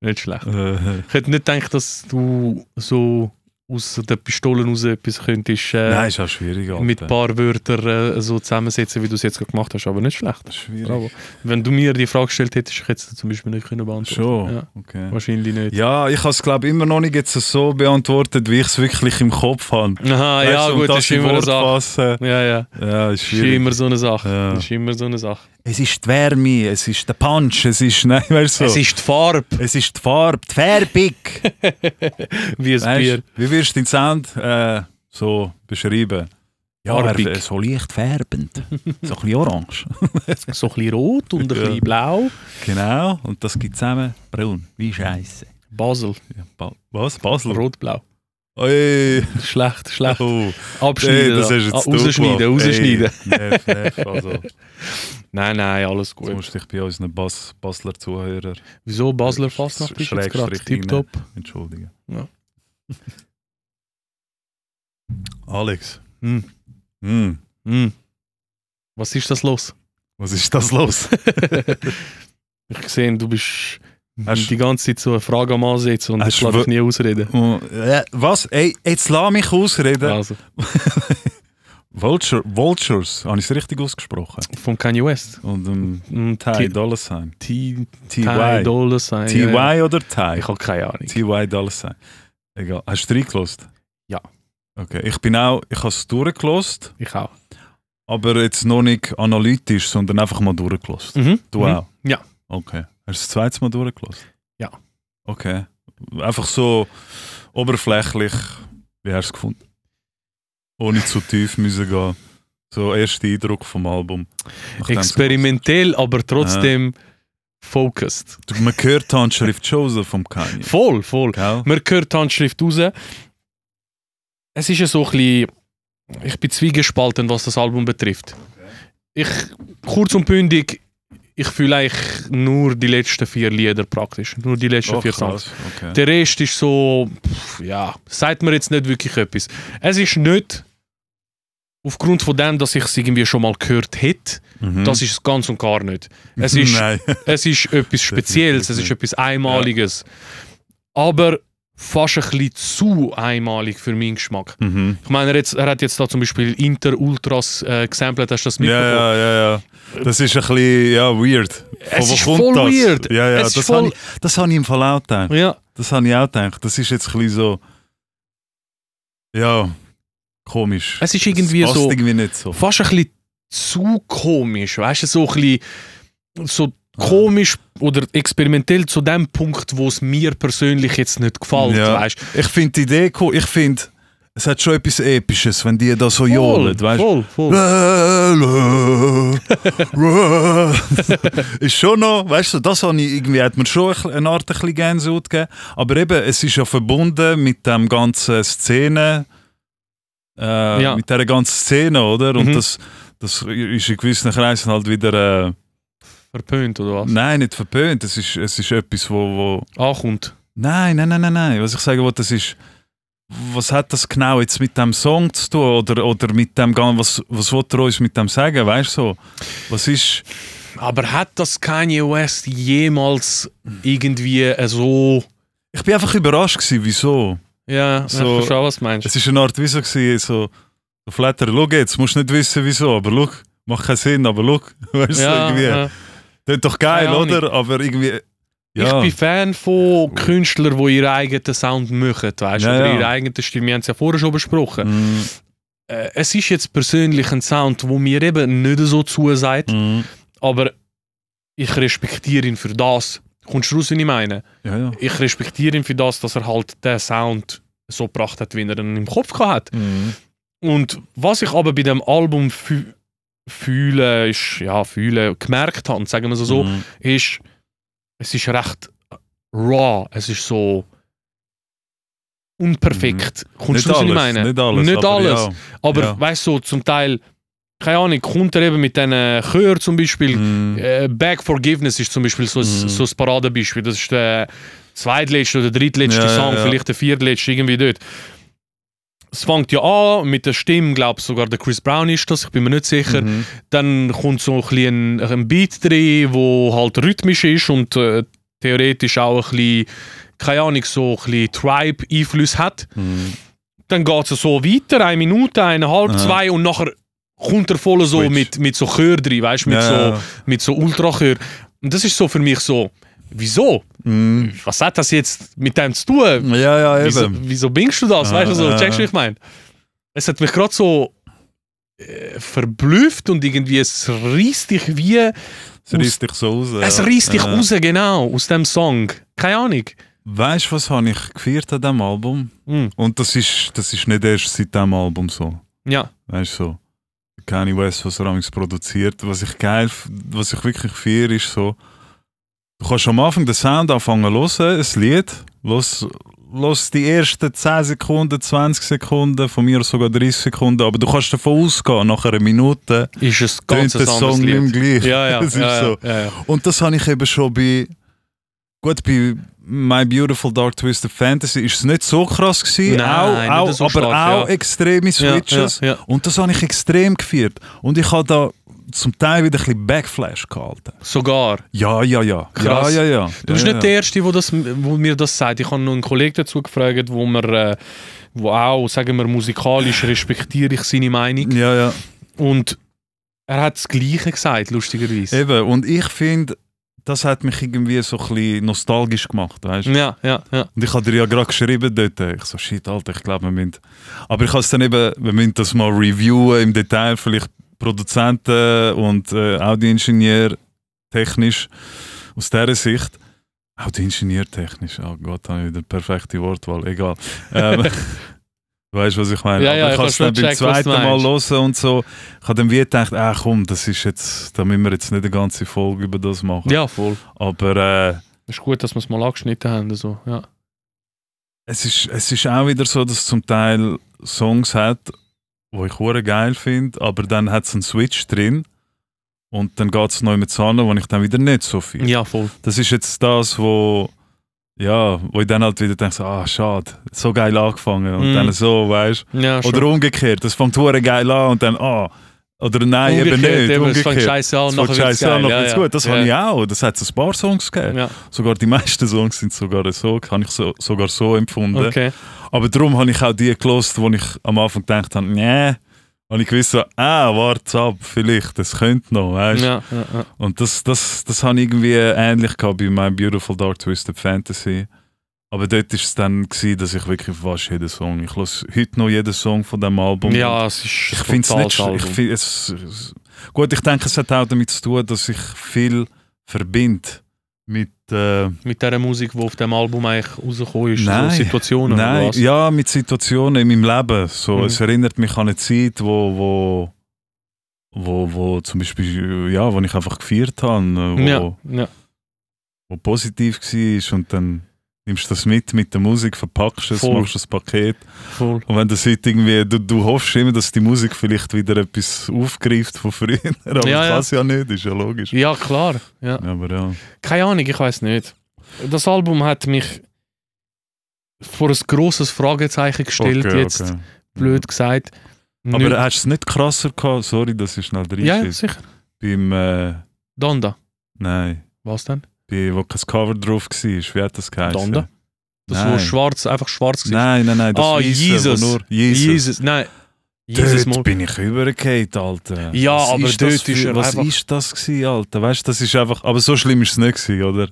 [SPEAKER 2] Nicht schlecht.
[SPEAKER 1] Äh,
[SPEAKER 2] Ich hätte nicht gedacht, dass du so aus der Pistole raus etwas könntest äh,
[SPEAKER 1] nein, ist auch schwierig. Alter.
[SPEAKER 2] mit ein paar Wörtern äh, so zusammensetzen, wie du es jetzt gerade gemacht hast. Aber nicht schlecht.
[SPEAKER 1] Schwierig.
[SPEAKER 2] Bravo. Wenn du mir die Frage gestellt hättest, ich hätte sie zum Beispiel nicht können beantworten
[SPEAKER 1] Schon.
[SPEAKER 2] Ja,
[SPEAKER 1] Okay.
[SPEAKER 2] wahrscheinlich nicht.
[SPEAKER 1] Ja, ich habe es glaube immer noch nicht jetzt so beantwortet, wie ich es wirklich im Kopf habe.
[SPEAKER 2] Aha,
[SPEAKER 1] Weißt
[SPEAKER 2] Ah, ja,
[SPEAKER 1] du, um
[SPEAKER 2] gut, das
[SPEAKER 1] das
[SPEAKER 2] ist
[SPEAKER 1] in
[SPEAKER 2] immer eine
[SPEAKER 1] Worte
[SPEAKER 2] Sache.
[SPEAKER 1] fassen.
[SPEAKER 2] Ja, ja.
[SPEAKER 1] Ja, ist
[SPEAKER 2] Das ist
[SPEAKER 1] schwierig.
[SPEAKER 2] immer so eine Sache.
[SPEAKER 1] Ja.
[SPEAKER 2] Das ist immer so eine Sache.
[SPEAKER 1] Es ist die Wärme, es ist der Punch, es ist, nein, weißt du,
[SPEAKER 2] Es
[SPEAKER 1] so.
[SPEAKER 2] ist die Farbe,
[SPEAKER 1] es ist die Farbe, die Färbung.
[SPEAKER 2] wie ein Bier.
[SPEAKER 1] weißt, wie wirst du den Sound äh, so beschreiben?
[SPEAKER 2] Farbig.
[SPEAKER 1] er- so leicht färbend, so ein bisschen orange.
[SPEAKER 2] So ein bisschen rot und ein
[SPEAKER 1] Ja.
[SPEAKER 2] bisschen blau.
[SPEAKER 1] Genau, und das gibt zusammen braun, wie Scheiße.
[SPEAKER 2] Basel,
[SPEAKER 1] Ja, ba was, Basel?
[SPEAKER 2] rot-blau.
[SPEAKER 1] Oi.
[SPEAKER 2] Schlecht, schlecht.
[SPEAKER 1] Oh,
[SPEAKER 2] Abschneiden.
[SPEAKER 1] ey, das hast du jetzt
[SPEAKER 2] ah, rausschneiden,
[SPEAKER 1] durchgemacht.
[SPEAKER 2] rausschneiden.
[SPEAKER 1] Ey, nerv, nerv, also.
[SPEAKER 2] Nein, nein, alles
[SPEAKER 1] Jetzt
[SPEAKER 2] gut.
[SPEAKER 1] musst du dich bei unseren Bas Basler Zuhörern
[SPEAKER 2] Wieso Basler Fastnacht ist jetzt
[SPEAKER 1] Schrägstrich
[SPEAKER 2] gerade tipptopp?
[SPEAKER 1] entschuldigen.
[SPEAKER 2] Ja.
[SPEAKER 1] Alex.
[SPEAKER 2] Mm.
[SPEAKER 1] Mm.
[SPEAKER 2] Mm. Was ist das los?
[SPEAKER 1] Was ist das los?
[SPEAKER 2] ich sehe, du bist
[SPEAKER 1] Hast-
[SPEAKER 2] die ganze Zeit so eine Frage am Ansetzen und
[SPEAKER 1] Hast
[SPEAKER 2] ich lasse dich
[SPEAKER 1] wo-
[SPEAKER 2] nie ausreden.
[SPEAKER 1] Oh, äh, Was? Ey, jetzt lass mich ausreden.
[SPEAKER 2] Also,
[SPEAKER 1] Vulture, Vultures, habe ich es richtig ausgesprochen?
[SPEAKER 2] von Kanye West.
[SPEAKER 1] Und ähm,
[SPEAKER 2] Mm,
[SPEAKER 1] Ty
[SPEAKER 2] T-
[SPEAKER 1] Dollar Sign.
[SPEAKER 2] T- Ty
[SPEAKER 1] TY.
[SPEAKER 2] Dolla Sign. ja, ja.
[SPEAKER 1] TY oder Ty?
[SPEAKER 2] Ich habe keine Ahnung.
[SPEAKER 1] TY Dollar Sign. Egal. Hast du reingelost?
[SPEAKER 2] Ja.
[SPEAKER 1] nou- Okay, ich bin auch, ich habe es durchgelost,
[SPEAKER 2] Ich auch.
[SPEAKER 1] Aber jetzt noch nicht analytisch, sondern einfach mal durchgelassen.
[SPEAKER 2] Mhm.
[SPEAKER 1] Du
[SPEAKER 2] Mhm.
[SPEAKER 1] auch?
[SPEAKER 2] Ja.
[SPEAKER 1] Okay. Hast du das zweite Mal durchgelassen?
[SPEAKER 2] Ja.
[SPEAKER 1] Okay. Einfach so oberflächlich, wie hast du es gefunden? Ohne zu Oh, tief ah. müssen gehen. So, erster Eindruck vom Album. nachdem du es
[SPEAKER 2] Experimentell, aber trotzdem focused.
[SPEAKER 1] Du, man hört die Handschrift Chosen vom Kanye.
[SPEAKER 2] Voll, voll.
[SPEAKER 1] Gell?
[SPEAKER 2] Man hört die Handschrift raus. Es ist ja so ein bisschen. Ich bin zwiegespalten, was das Album betrifft. Ich, kurz und bündig, ich fühle eigentlich nur die letzten vier Lieder praktisch. Nur die letzten
[SPEAKER 1] Ach,
[SPEAKER 2] vier Songs.
[SPEAKER 1] krass. Okay.
[SPEAKER 2] Der Rest ist so, pff, ja, sagt mir jetzt nicht wirklich etwas. Es ist nicht, aufgrund von dem, dass ich es irgendwie schon mal gehört hätte,
[SPEAKER 1] Mhm.
[SPEAKER 2] das ist es ganz und gar nicht. Es ist,
[SPEAKER 1] Nein.
[SPEAKER 2] es ist etwas Spezielles, es ist etwas Einmaliges. Aber fast ein bisschen zu einmalig für meinen Geschmack.
[SPEAKER 1] Mhm.
[SPEAKER 2] Ich meine, er, jetzt, er hat jetzt da zum Beispiel Inter Ultras äh, gesampelt, hast du das mitbekommen?
[SPEAKER 1] Ja, ja, ja, ja. Das ist ein bisschen ja, weird. Von
[SPEAKER 2] Es
[SPEAKER 1] wo
[SPEAKER 2] ist
[SPEAKER 1] kommt
[SPEAKER 2] voll
[SPEAKER 1] das?
[SPEAKER 2] weird.
[SPEAKER 1] Ja, ja,
[SPEAKER 2] Es ist
[SPEAKER 1] das
[SPEAKER 2] voll-
[SPEAKER 1] habe ich, das hab ich im Fall auch gedacht.
[SPEAKER 2] ja.
[SPEAKER 1] Das habe ich auch gedacht. Das ist jetzt ein bisschen so. Ja, komisch.
[SPEAKER 2] Es ist irgendwie
[SPEAKER 1] das passt
[SPEAKER 2] so.
[SPEAKER 1] irgendwie nicht so.
[SPEAKER 2] fast ein bisschen zu komisch, weißt du, so ein bisschen so komisch oder experimentell zu dem Punkt, wo es mir persönlich jetzt nicht gefällt,
[SPEAKER 1] Ja.
[SPEAKER 2] weißt
[SPEAKER 1] Ich finde die Idee cool. Ich finde, es hat schon etwas Episches, wenn die da so
[SPEAKER 2] du?
[SPEAKER 1] johlen. Weißt du?
[SPEAKER 2] voll, voll.
[SPEAKER 1] ist schon noch, weißt du, das habe ich, irgendwie hat mir schon ein- eine Art ein bisschen Gänsehaut gegeben. Aber eben, es ist ja verbunden mit dem ganzen Szene, äh,
[SPEAKER 2] Ja.
[SPEAKER 1] mit dieser ganzen Szene, oder? Und
[SPEAKER 2] Mhm.
[SPEAKER 1] das, das ist in gewissen Kreisen halt wieder, äh,
[SPEAKER 2] Verpönt oder was? Ah,
[SPEAKER 1] nein, nicht verpönt, es ist, es ist etwas, wo, wo,
[SPEAKER 2] Ankommt.
[SPEAKER 1] nein, nein, nein, nein, nein, was ich sagen wollte, das ist, was hat das genau jetzt mit dem Song zu tun oder, oder mit dem, Gan- was, was will er uns mit dem sagen, weißt du, so? was ist...
[SPEAKER 2] Aber hat das Kanye West jemals irgendwie äh, so.
[SPEAKER 1] Ich bin einfach überrascht gewesen, wieso.
[SPEAKER 2] Ja, so, ich
[SPEAKER 1] So-
[SPEAKER 2] verstehe, was du meinst.
[SPEAKER 1] Es ist eine Art wieso gewesen, so, so Flatter, schau jetzt, musst nicht wissen wieso, aber schau, macht keinen Sinn, aber schau, weißt du,
[SPEAKER 2] Ja,
[SPEAKER 1] irgendwie.
[SPEAKER 2] ja.
[SPEAKER 1] Das ist doch geil,
[SPEAKER 2] Keine Ahnung.
[SPEAKER 1] oder? Aber irgendwie, ja.
[SPEAKER 2] Ich bin Fan von Künstlern, die ihren eigenen Sound machen, weißt du,
[SPEAKER 1] Ja,
[SPEAKER 2] oder
[SPEAKER 1] ja.
[SPEAKER 2] ihre eigene Stimme. Wir haben es ja vorher schon besprochen.
[SPEAKER 1] Mm,
[SPEAKER 2] äh, es ist jetzt persönlich ein Sound, wo mir eben nicht so zusagt,
[SPEAKER 1] mm.
[SPEAKER 2] aber ich respektiere ihn für das. Kommst du raus, wie ich meine?
[SPEAKER 1] Ja, ja.
[SPEAKER 2] Ich respektiere ihn für das, dass er halt den Sound so gebracht hat, wie er ihn im Kopf gehabt hat.
[SPEAKER 1] Mm.
[SPEAKER 2] Und was ich aber bei dem Album fü fühle, ist, ja, fühle, gemerkt habe, sagen wir es Also so,
[SPEAKER 1] Mm.
[SPEAKER 2] ist, es ist recht äh, raw, es ist so unperfekt. Kommst
[SPEAKER 1] Mhm. Nicht
[SPEAKER 2] du raus, wie ich
[SPEAKER 1] alles,
[SPEAKER 2] meine?
[SPEAKER 1] nicht alles.
[SPEAKER 2] Nicht
[SPEAKER 1] aber
[SPEAKER 2] alles. Aber
[SPEAKER 1] Ja.
[SPEAKER 2] weißt du, so, zum Teil, keine Ahnung, kommt er eben mit diesen Chören zum
[SPEAKER 1] Ja.
[SPEAKER 2] Beispiel.
[SPEAKER 1] Mm.
[SPEAKER 2] Äh, Back Forgiveness ist zum Beispiel so, ein-
[SPEAKER 1] Mhm.
[SPEAKER 2] so ein Paradebeispiel. Das ist der zweitletzte oder drittletzte
[SPEAKER 1] Ja, ja,
[SPEAKER 2] Song,
[SPEAKER 1] ja.
[SPEAKER 2] vielleicht der viertletzte, irgendwie dort. Es fängt ja an mit der Stimme, glaube sogar der Chris Brown ist das, ich bin mir nicht sicher.
[SPEAKER 1] Mhm.
[SPEAKER 2] Dann kommt so ein, bisschen ein, ein Beat drin, wo halt rhythmisch ist und äh, theoretisch auch ein bisschen, keine Ahnung, so ein bisschen Tribe-Einfluss hat
[SPEAKER 1] Mm.
[SPEAKER 2] dann geht es so weiter, eine Minute, eineinhalb,
[SPEAKER 1] Ja.
[SPEAKER 2] zwei und nachher kommt er voll so
[SPEAKER 1] Switch.
[SPEAKER 2] mit, mit so Chör drin, weißt du, mit,
[SPEAKER 1] mm. Ja, ja.
[SPEAKER 2] so, mit so Ultrachör. Und das ist so für mich so, wieso?
[SPEAKER 1] Mm.
[SPEAKER 2] Was hat das jetzt mit dem zu tun?
[SPEAKER 1] Ja, ja,
[SPEAKER 2] Wieso,
[SPEAKER 1] eben. Ah,
[SPEAKER 2] wieso bringst du das?
[SPEAKER 1] Ja,
[SPEAKER 2] weißt du, so,
[SPEAKER 1] ja,
[SPEAKER 2] checkst du,
[SPEAKER 1] ja.
[SPEAKER 2] ich meine? Es hat mich gerade so äh, verblüfft und irgendwie es reißt dich wie,
[SPEAKER 1] Es reißt dich so raus.
[SPEAKER 2] es
[SPEAKER 1] ja.
[SPEAKER 2] reißt dich
[SPEAKER 1] Ja.
[SPEAKER 2] raus, genau, aus dem Song. Keine Ahnung.
[SPEAKER 1] Weißt du, was habe ich gefeiert an diesem Album?
[SPEAKER 2] Mhm.
[SPEAKER 1] Und das ist, das ist nicht erst seit diesem Album so.
[SPEAKER 2] Ja,
[SPEAKER 1] weißt du, so, Kanye West, was er amigs produziert. Was ich geil, f- was ich wirklich feiere, ist so, du kannst am Anfang den Sound anfangen zu hören, ein Lied, los, los die ersten 10 Sekunden, 20 Sekunden, von mir aus sogar 30 Sekunden, aber du kannst davon ausgehen, nach einer Minute
[SPEAKER 2] ist es
[SPEAKER 1] tönt
[SPEAKER 2] ganz ein
[SPEAKER 1] der
[SPEAKER 2] anderes
[SPEAKER 1] Song nicht mehr
[SPEAKER 2] Lied.
[SPEAKER 1] gleich.
[SPEAKER 2] Ja, ja,
[SPEAKER 1] Es ist
[SPEAKER 2] ja,
[SPEAKER 1] so.
[SPEAKER 2] ja, ja.
[SPEAKER 1] Und das habe ich eben schon bei, gut, bei My Beautiful Dark Twisted Fantasy ist es nicht so krass gewesen,
[SPEAKER 2] Nein,
[SPEAKER 1] auch, auch,
[SPEAKER 2] nicht so
[SPEAKER 1] aber
[SPEAKER 2] stark, ja.
[SPEAKER 1] auch extreme
[SPEAKER 2] Ja,
[SPEAKER 1] Switches.
[SPEAKER 2] Ja, ja.
[SPEAKER 1] Und das habe ich extrem gefeiert. Und ich habe da zum Teil wieder ein bisschen Backflash gehalten.
[SPEAKER 2] Sogar.
[SPEAKER 1] Ja, ja, ja.
[SPEAKER 2] Krass.
[SPEAKER 1] Ja, ja, ja.
[SPEAKER 2] Du bist
[SPEAKER 1] ja,
[SPEAKER 2] nicht der Erste, wo, das, wo mir das sagt. Ich habe noch einen Kollegen dazu gefragt, wo mir, äh, wo auch, sagen wir, musikalisch respektiere ich seine Meinung.
[SPEAKER 1] Ja, ja.
[SPEAKER 2] Und er hat das Gleiche gesagt, lustigerweise.
[SPEAKER 1] Eben. Und ich finde, das hat mich irgendwie so ein bisschen nostalgisch gemacht, weißt du?
[SPEAKER 2] Ja, ja, ja.
[SPEAKER 1] Und ich habe dir ja gerade geschrieben dort. Ich so, shit, Alter, ich glaube, wir müssen... Aber ich habe es dann eben, wir müssen das mal reviewen im Detail, vielleicht Produzenten und äh, auch die Ingenieure technisch aus dieser Sicht. Auch die Ingenieure technisch. Oh Gott, habe ich wieder perfekte Wortwahl. Egal. Ähm, du weißt, was ich meine.
[SPEAKER 2] Ja, ja,
[SPEAKER 1] Aber
[SPEAKER 2] ich
[SPEAKER 1] ich habe
[SPEAKER 2] kann
[SPEAKER 1] es
[SPEAKER 2] schon
[SPEAKER 1] dann beim
[SPEAKER 2] checken, was
[SPEAKER 1] zweiten
[SPEAKER 2] du
[SPEAKER 1] Mal
[SPEAKER 2] meinst.
[SPEAKER 1] hören und so. Ich habe dann wie gedacht, ah komm, das ist jetzt, da müssen wir jetzt nicht eine ganze Folge über das machen.
[SPEAKER 2] Ja, voll.
[SPEAKER 1] Aber äh,
[SPEAKER 2] Ist gut, dass wir es mal angeschnitten haben. Also, ja.
[SPEAKER 1] es ist, es ist auch wieder so, dass es zum Teil Songs hat, wo ich hure geil finde, aber dann hat es einen Switch drin und dann geht es neu mit Zahlen, wo ich dann wieder nicht so viel.
[SPEAKER 2] ja, voll.
[SPEAKER 1] Das ist jetzt das, wo, ja, wo ich dann halt wieder denke, so, ah, schade, so geil angefangen und
[SPEAKER 2] Mm.
[SPEAKER 1] dann so, weißt
[SPEAKER 2] Ja,
[SPEAKER 1] Oder umgekehrt, das fängt hure geil an und dann, ah, oder nein, eben nicht.
[SPEAKER 2] Es fängt
[SPEAKER 1] umgekehrt.
[SPEAKER 2] scheiße an,
[SPEAKER 1] Es
[SPEAKER 2] nachher
[SPEAKER 1] fängt
[SPEAKER 2] wird's
[SPEAKER 1] scheiße an,
[SPEAKER 2] geil.
[SPEAKER 1] nachher wird's
[SPEAKER 2] ja, ja.
[SPEAKER 1] gut. Das
[SPEAKER 2] ja.
[SPEAKER 1] habe ich auch, das hat es ein paar Songs gegeben.
[SPEAKER 2] Ja,
[SPEAKER 1] Sogar die meisten Songs sind sogar so, habe ich so, sogar so empfunden.
[SPEAKER 2] okay.
[SPEAKER 1] Aber darum habe ich auch die gelost, wo ich am Anfang gedacht habe, nee. Und ich wusste so, ah, warte ab, vielleicht, es könnte noch, weißt
[SPEAKER 2] Ja, ja, ja.
[SPEAKER 1] Und das, das, das habe ich irgendwie eh, ähnlich gehabt bei My Beautiful Dark Twisted Fantasy. Aber dort war es dann, gewesen, dass ich wirklich fast jeden Song, ich höre heute noch jeden Song von diesem Album.
[SPEAKER 2] ja, es ist
[SPEAKER 1] ich finde es nicht schlimm. Ich
[SPEAKER 2] Album.
[SPEAKER 1] find, es, es, gut, ich denke, es hat auch damit zu tun, dass ich viel verbinde mit... Äh,
[SPEAKER 2] Mit der Musik, die auf dem Album eigentlich rausgekommen ist,
[SPEAKER 1] Nein.
[SPEAKER 2] so Situationen
[SPEAKER 1] Nein,
[SPEAKER 2] oder was?
[SPEAKER 1] ja, mit Situationen in meinem Leben. So,
[SPEAKER 2] Mhm.
[SPEAKER 1] Es erinnert mich an eine Zeit, wo, wo, wo, wo zum Beispiel, ja, wo ich einfach gefeiert habe, äh, wo,
[SPEAKER 2] ja, ja.
[SPEAKER 1] wo positiv war und dann nimmst du das mit mit der Musik, verpackst es,
[SPEAKER 2] Voll.
[SPEAKER 1] machst das Paket.
[SPEAKER 2] voll.
[SPEAKER 1] Und wenn das heute irgendwie, du, du hoffst immer, dass die Musik vielleicht wieder etwas aufgreift von früher, aber
[SPEAKER 2] Ja,
[SPEAKER 1] ich
[SPEAKER 2] ja.
[SPEAKER 1] weiß ja nicht, ist ja logisch.
[SPEAKER 2] Ja, klar. Ja.
[SPEAKER 1] Aber ja.
[SPEAKER 2] Keine Ahnung, ich weiß nicht. Das Album hat mich vor ein grosses Fragezeichen gestellt,
[SPEAKER 1] Okay,
[SPEAKER 2] jetzt
[SPEAKER 1] okay.
[SPEAKER 2] blöd gesagt.
[SPEAKER 1] Aber
[SPEAKER 2] Nicht-
[SPEAKER 1] hast du es nicht krasser gehabt? Sorry, dass ich schnell drin
[SPEAKER 2] ja, ja, sicher.
[SPEAKER 1] Beim, äh,
[SPEAKER 2] Donda.
[SPEAKER 1] nein.
[SPEAKER 2] Was denn?
[SPEAKER 1] bei, wo kein Cover drauf war, wie hat das geheißen?
[SPEAKER 2] Donda? Das, wo
[SPEAKER 1] Nein.
[SPEAKER 2] schwarz, einfach schwarz war.
[SPEAKER 1] Nein, nein, nein, das
[SPEAKER 2] Ah,
[SPEAKER 1] Weisse,
[SPEAKER 2] Jesus.
[SPEAKER 1] wo nur Jesus.
[SPEAKER 2] Jesus, nein. Jesus
[SPEAKER 1] dort
[SPEAKER 2] mal.
[SPEAKER 1] bin ich übergegangen, Alter.
[SPEAKER 2] Ja,
[SPEAKER 1] was
[SPEAKER 2] aber
[SPEAKER 1] ist das
[SPEAKER 2] dort
[SPEAKER 1] für,
[SPEAKER 2] ist er
[SPEAKER 1] Was
[SPEAKER 2] einfach-
[SPEAKER 1] ist das gewesen, Alter? Weißt du, das ist einfach... Aber so schlimm ist es nicht gewesen, oder?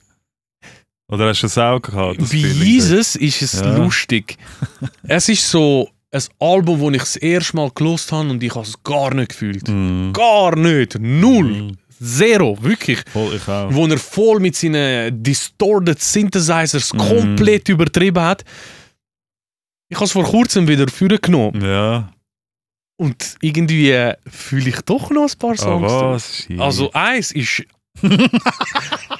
[SPEAKER 1] Oder hast du das auch gehabt? Das
[SPEAKER 2] Bei
[SPEAKER 1] Feeling
[SPEAKER 2] Jesus ist es
[SPEAKER 1] Ja.
[SPEAKER 2] lustig. es ist so ein Album, wo ich das erste Mal gelost habe und ich habe es gar nicht gefühlt.
[SPEAKER 1] dort? Mhm.
[SPEAKER 2] Gar nicht. Null.
[SPEAKER 1] Mhm.
[SPEAKER 2] Zero. Wirklich.
[SPEAKER 1] Voll, ich auch.
[SPEAKER 2] Wo er voll mit seinen eh, distorted Synthesizers
[SPEAKER 1] Mhm.
[SPEAKER 2] komplett übertrieben hat. Ich habe es vor kurzem wieder vorgenommen
[SPEAKER 1] Ja,
[SPEAKER 2] und irgendwie äh, fühle ich doch noch ein paar
[SPEAKER 1] aber
[SPEAKER 2] Songs.
[SPEAKER 1] Ah, was? Shit.
[SPEAKER 2] Also eins ist.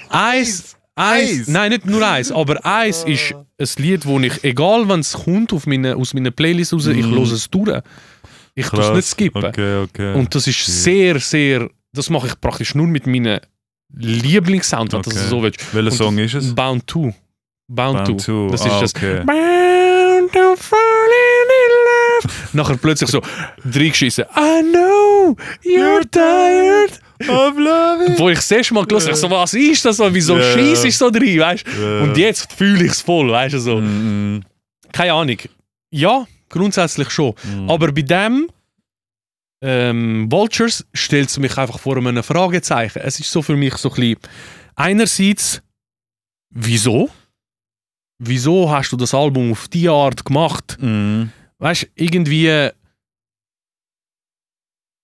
[SPEAKER 2] eins. Eins,
[SPEAKER 1] Eins.
[SPEAKER 2] nein, nicht nur eins, aber eins ist ein Lied, wo ich, egal wenn es kommt auf meine, aus meiner eh, Playlist raus, ich
[SPEAKER 1] Mhm.
[SPEAKER 2] höre es durch. Ich tue es nicht skippen.
[SPEAKER 1] Okay, okay.
[SPEAKER 2] Und das ist
[SPEAKER 1] Shit.
[SPEAKER 2] sehr, sehr, das mache ich praktisch nur mit meinen Lieblingssounds, wenn du
[SPEAKER 1] Okay.
[SPEAKER 2] das so willst.
[SPEAKER 1] Welcher
[SPEAKER 2] und-
[SPEAKER 1] Song ist es?
[SPEAKER 2] Bound to. Bound,
[SPEAKER 1] Bound
[SPEAKER 2] to.
[SPEAKER 1] to.
[SPEAKER 2] Das
[SPEAKER 1] Ah,
[SPEAKER 2] ist das.
[SPEAKER 1] okay.
[SPEAKER 2] Bound to falling in love. Nachher plötzlich so reingeschissen. I know you're tired.
[SPEAKER 1] Of Loving.
[SPEAKER 2] Wo ich das erste Mal gelesen habe, so, was ist das? so? Wieso
[SPEAKER 1] Ja.
[SPEAKER 2] scheiss ist so drin, weißt
[SPEAKER 1] Ja.
[SPEAKER 2] Und jetzt fühle ich es voll, weißt du so.
[SPEAKER 1] Äh, Mhm,
[SPEAKER 2] Keine Ahnung. Ja, grundsätzlich schon.
[SPEAKER 1] mhm.
[SPEAKER 2] Aber bei dem ähm, Vultures stellt es mich einfach vor einem Fragezeichen. Es ist so für mich so ein bisschen, einerseits, wieso? Wieso hast du das Album auf die Art gemacht?
[SPEAKER 1] Mhm.
[SPEAKER 2] Weißt du, irgendwie.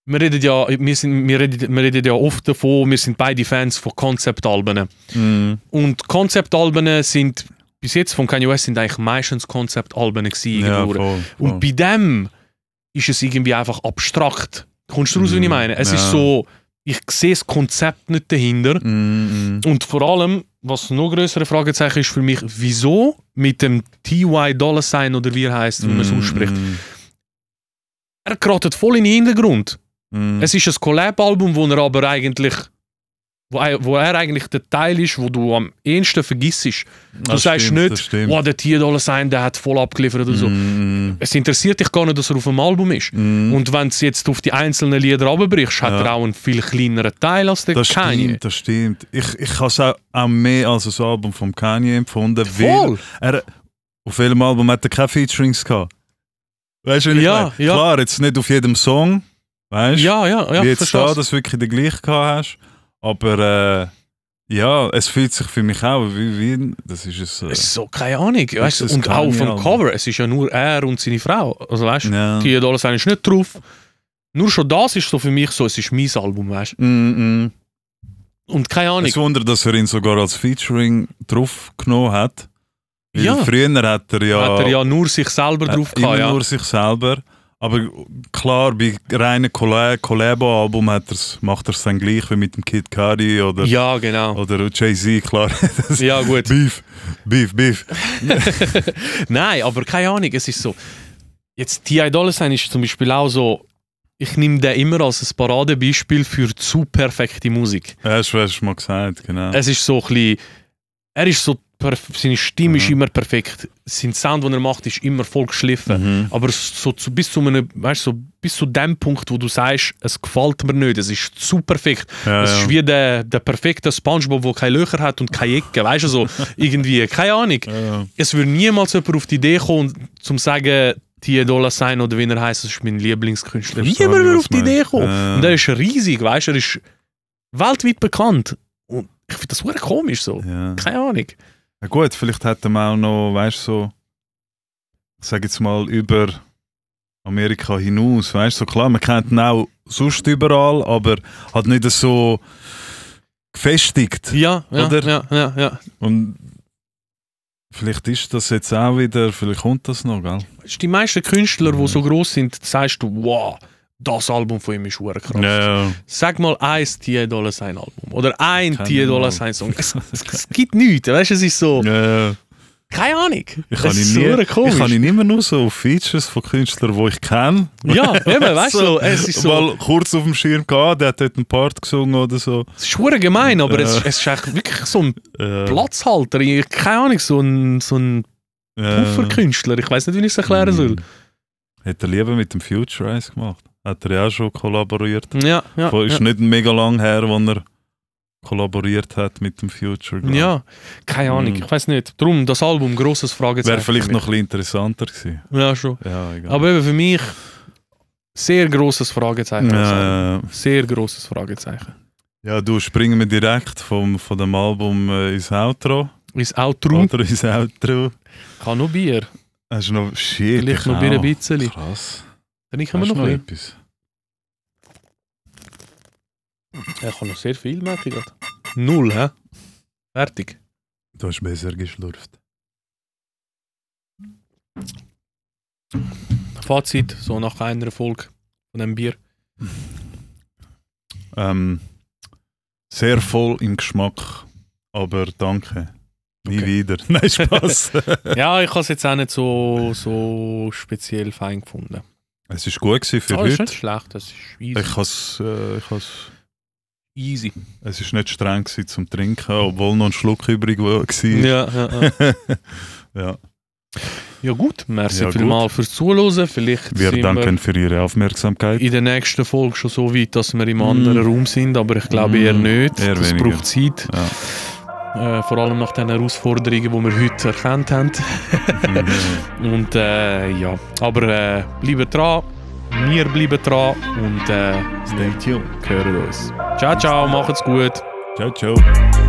[SPEAKER 2] Wir reden, ja, wir, sind, wir, reden, wir reden ja oft davon, wir sind beide Fans von Konzeptalben.
[SPEAKER 1] Mhm.
[SPEAKER 2] Und Konzeptalben sind, bis jetzt von Kanye West sind eigentlich meistens Konzeptalben gewesen.
[SPEAKER 1] Ja,
[SPEAKER 2] irgendwo.
[SPEAKER 1] voll,
[SPEAKER 2] Und
[SPEAKER 1] voll.
[SPEAKER 2] bei dem ist es irgendwie einfach abstrakt. Kommst du raus, wie ich
[SPEAKER 1] Mhm.
[SPEAKER 2] meine? Es ist
[SPEAKER 1] Ja.
[SPEAKER 2] so, ich sehe das Konzept nicht dahinter.
[SPEAKER 1] Mhm, mhm.
[SPEAKER 2] Und vor allem, was noch größere Fragezeichen ist für mich, wieso mit dem TY Dollar Sign oder wie er heißt, wie man es
[SPEAKER 1] Mm,
[SPEAKER 2] ausspricht,
[SPEAKER 1] mm,
[SPEAKER 2] er geratet voll in den Hintergrund.
[SPEAKER 1] mm.
[SPEAKER 2] Es ist ein Collab-Album, wo er aber eigentlich, wo, ei- wo er eigentlich der Teil ist, wo du am ehesten vergisst. Du
[SPEAKER 1] Das
[SPEAKER 2] sagst
[SPEAKER 1] stimmt, das
[SPEAKER 2] nicht,
[SPEAKER 1] stimmt.
[SPEAKER 2] wow, der TY Dollar Sign, der hat voll abgeliefert oder so.
[SPEAKER 1] Mm,
[SPEAKER 2] Es interessiert dich gar nicht, dass er auf dem Album ist.
[SPEAKER 1] mm, mm.
[SPEAKER 2] Und wenn du jetzt auf die einzelnen Lieder runterbrichst, hat
[SPEAKER 1] Ja.
[SPEAKER 2] er auch einen viel kleineren Teil als der
[SPEAKER 1] das
[SPEAKER 2] Kanye.
[SPEAKER 1] stimmt, das stimmt. Ich, ich habe es auch, auch mehr als das Album von Kanye empfunden, weil
[SPEAKER 2] Voll!
[SPEAKER 1] er, auf welchem Album hat er keine Featurings gehabt? Weißt du, was ich
[SPEAKER 2] Ja,
[SPEAKER 1] meine?
[SPEAKER 2] ja.
[SPEAKER 1] Klar, jetzt nicht auf jedem Song, weißt du,
[SPEAKER 2] Ja, ja, ja,
[SPEAKER 1] wie jetzt da,
[SPEAKER 2] verstehst du?
[SPEAKER 1] dass du wirklich den gleichen gehabt hast, aber äh, ja, es fühlt sich für mich auch wie, wie das ist es. Äh,
[SPEAKER 2] Es ist so, keine Ahnung.
[SPEAKER 1] ist
[SPEAKER 2] Weißt, du,
[SPEAKER 1] das
[SPEAKER 2] und auch
[SPEAKER 1] Kanye
[SPEAKER 2] vom
[SPEAKER 1] Album.
[SPEAKER 2] Cover, es ist ja nur er und seine Frau. Also weißt du,
[SPEAKER 1] ja.
[SPEAKER 2] die Dollar Sign ist nicht drauf. Nur schon das ist so für mich so, es ist mein Album, weißt
[SPEAKER 1] Mm, mm.
[SPEAKER 2] du? Und keine Ahnung.
[SPEAKER 1] Es wundert, dass er ihn sogar als Featuring draufgenommen hat. Weil
[SPEAKER 2] Ja.
[SPEAKER 1] Früher hat er ja,
[SPEAKER 2] Hat er ja nur sich selber
[SPEAKER 1] äh,
[SPEAKER 2] drauf
[SPEAKER 1] immer
[SPEAKER 2] gehabt, ja.
[SPEAKER 1] nur sich selber. Aber klar, bei reinen Colla- Collabo-Alben hat er's- macht er es dann gleich wie mit dem Kid Cudi oder,
[SPEAKER 2] Ja, genau.
[SPEAKER 1] oder Jay-Z, klar. Das-
[SPEAKER 2] Ja, gut.
[SPEAKER 1] Beef, Beef, Beef.
[SPEAKER 2] Nein, aber keine Ahnung, es ist so. Jetzt T.I. Dollar sein ist zum Beispiel auch so, ich nehme den immer als ein Paradebeispiel für zu perfekte Musik.
[SPEAKER 1] Ja, das hast du mal gesagt, genau.
[SPEAKER 2] Es ist so ein bisschen, er ist so, perf- seine Stimme ist
[SPEAKER 1] Mhm.
[SPEAKER 2] immer perfekt, sein Sound, den er macht, ist immer voll geschliffen.
[SPEAKER 1] Mhm.
[SPEAKER 2] Aber so zu, bis, zu einem, weißt, so, bis zu dem Punkt, wo du sagst, es gefällt mir nicht, es ist zu perfekt.
[SPEAKER 1] Ja,
[SPEAKER 2] es
[SPEAKER 1] ja.
[SPEAKER 2] ist wie der, der perfekte Spongebob, der keine Löcher hat und keine Ecken, weißt du, so irgendwie, keine Ahnung.
[SPEAKER 1] Ja.
[SPEAKER 2] Es würde niemals jemand auf die Idee kommen, zum zu sagen, T.A. Dollar sein oder wie er heißt, das ist mein Lieblingskünstler.
[SPEAKER 1] Verstehe,
[SPEAKER 2] Niemand würde
[SPEAKER 1] was
[SPEAKER 2] auf die
[SPEAKER 1] du meinst.
[SPEAKER 2] Idee kommen.
[SPEAKER 1] Ja.
[SPEAKER 2] Und er ist riesig, weißt du, er ist weltweit bekannt. Und ich finde das super komisch so.
[SPEAKER 1] Ja.
[SPEAKER 2] Keine Ahnung.
[SPEAKER 1] Ja gut, vielleicht hätte man auch noch, weißt du, so, ich sage jetzt mal, über Amerika hinaus, weißt du, so klar, man kennt ihn auch sonst überall, aber hat nicht so gefestigt.
[SPEAKER 2] Ja, ja,
[SPEAKER 1] Oder?
[SPEAKER 2] ja, ja, ja.
[SPEAKER 1] Und vielleicht ist das jetzt auch wieder, vielleicht kommt das noch, gell?
[SPEAKER 2] Weißt du, Die meisten Künstler, die
[SPEAKER 1] Mhm.
[SPEAKER 2] so groß sind, sagst du, wow, das Album von ihm ist hure krass.
[SPEAKER 1] Ja,
[SPEAKER 2] Sag mal ein T.A. Dollar sein Album oder ein
[SPEAKER 1] Keine
[SPEAKER 2] T.A. Dollar
[SPEAKER 1] Ahnung.
[SPEAKER 2] sein Song. Es, es, es gibt nichts, weißt du, es ist so,
[SPEAKER 1] ja. ja.
[SPEAKER 2] keine Ahnung.
[SPEAKER 1] Oh. Ich kann
[SPEAKER 2] es
[SPEAKER 1] ihn
[SPEAKER 2] ist
[SPEAKER 1] nie,
[SPEAKER 2] hure
[SPEAKER 1] ich
[SPEAKER 2] komisch.
[SPEAKER 1] kann ihn immer nur so auf Features von Künstlern, die ich kenne.
[SPEAKER 2] Ja, eben, weißt du, es ist so.
[SPEAKER 1] Mal kurz auf dem Schirm gehabt, der hat dort einen Part gesungen oder so.
[SPEAKER 2] Es ist hure gemein, aber es,
[SPEAKER 1] Ja.
[SPEAKER 2] es ist echt wirklich so ein
[SPEAKER 1] Äh,
[SPEAKER 2] Platzhalter. Ich, keine Ahnung, so ein, so ein
[SPEAKER 1] äh,
[SPEAKER 2] Pufferkünstler. Ich weiß nicht, wie ich es
[SPEAKER 1] Mhm.
[SPEAKER 2] erklären soll.
[SPEAKER 1] Hätte er lieber mit dem Future Eyes gemacht. Hat er ja auch schon kollaboriert.
[SPEAKER 2] Ja, ja.
[SPEAKER 1] Vor- Ist
[SPEAKER 2] Ja.
[SPEAKER 1] nicht mega lang her, wo er kollaboriert hat mit dem Future. glaub ich.
[SPEAKER 2] ja, keine Ahnung,
[SPEAKER 1] Mhm.
[SPEAKER 2] ich weiß nicht. Drum, das Album, grosses Fragezeichen.
[SPEAKER 1] Wäre vielleicht
[SPEAKER 2] für
[SPEAKER 1] noch ein bisschen interessanter gewesen.
[SPEAKER 2] mich. Ja, schon.
[SPEAKER 1] Ja, egal.
[SPEAKER 2] Aber eben für mich, sehr grosses Fragezeichen. das Album.
[SPEAKER 1] ja, ja.
[SPEAKER 2] Sehr grosses Fragezeichen.
[SPEAKER 1] ja, du springen wir direkt vom, von dem Album äh, ins Outro.
[SPEAKER 2] Ist auch drum.
[SPEAKER 1] Oder ins Outro. Oh.
[SPEAKER 2] Kann noch Bier.
[SPEAKER 1] Hast du noch shit?
[SPEAKER 2] Vielleicht
[SPEAKER 1] ich
[SPEAKER 2] noch Bier ein
[SPEAKER 1] auch.
[SPEAKER 2] bisschen.
[SPEAKER 1] Krass.
[SPEAKER 2] Dann ich
[SPEAKER 1] Hast
[SPEAKER 2] noch
[SPEAKER 1] du noch
[SPEAKER 2] ein bisschen.
[SPEAKER 1] etwas?
[SPEAKER 2] Er kann noch sehr viel, merke ich gerade. Null, hä? Fertig.
[SPEAKER 1] Du hast besser geschlurft.
[SPEAKER 2] Fazit, so nach einer Folge von dem Bier.
[SPEAKER 1] Ähm, sehr voll im Geschmack, aber danke. Nie
[SPEAKER 2] Okay.
[SPEAKER 1] wieder. Nein, Spaß.
[SPEAKER 2] Ja, ich habe es jetzt auch nicht so, so speziell fein gefunden.
[SPEAKER 1] es war gut gewesen für
[SPEAKER 2] Aber ist
[SPEAKER 1] heute.
[SPEAKER 2] nicht schlecht, das ist easy.
[SPEAKER 1] Ich has, äh, ich has,
[SPEAKER 2] easy.
[SPEAKER 1] es ist nicht streng gewesen zum Trinken, obwohl noch ein Schluck übrig war. gewesen.
[SPEAKER 2] Ja, ja, ja.
[SPEAKER 1] ja.
[SPEAKER 2] ja gut, merci
[SPEAKER 1] Ja, gut.
[SPEAKER 2] vielmals fürs Zuhören. Vielleicht
[SPEAKER 1] Wir
[SPEAKER 2] sind
[SPEAKER 1] danken für Ihre Aufmerksamkeit.
[SPEAKER 2] wir in der nächsten Folge schon so weit, dass wir im
[SPEAKER 1] Mm.
[SPEAKER 2] anderen Raum sind, aber ich glaube
[SPEAKER 1] Mm,
[SPEAKER 2] eher nicht.
[SPEAKER 1] eher
[SPEAKER 2] das
[SPEAKER 1] weniger.
[SPEAKER 2] braucht Zeit.
[SPEAKER 1] Ja.
[SPEAKER 2] Äh, vor allem nach den Herausforderungen, die wir heute erkannt haben. Und äh, ja, aber äh, bleiben dran. Wir bleiben dran und äh,
[SPEAKER 1] Stay tuned.
[SPEAKER 2] hören uns. Ciao, ciao, macht's gut.
[SPEAKER 1] Ciao, ciao.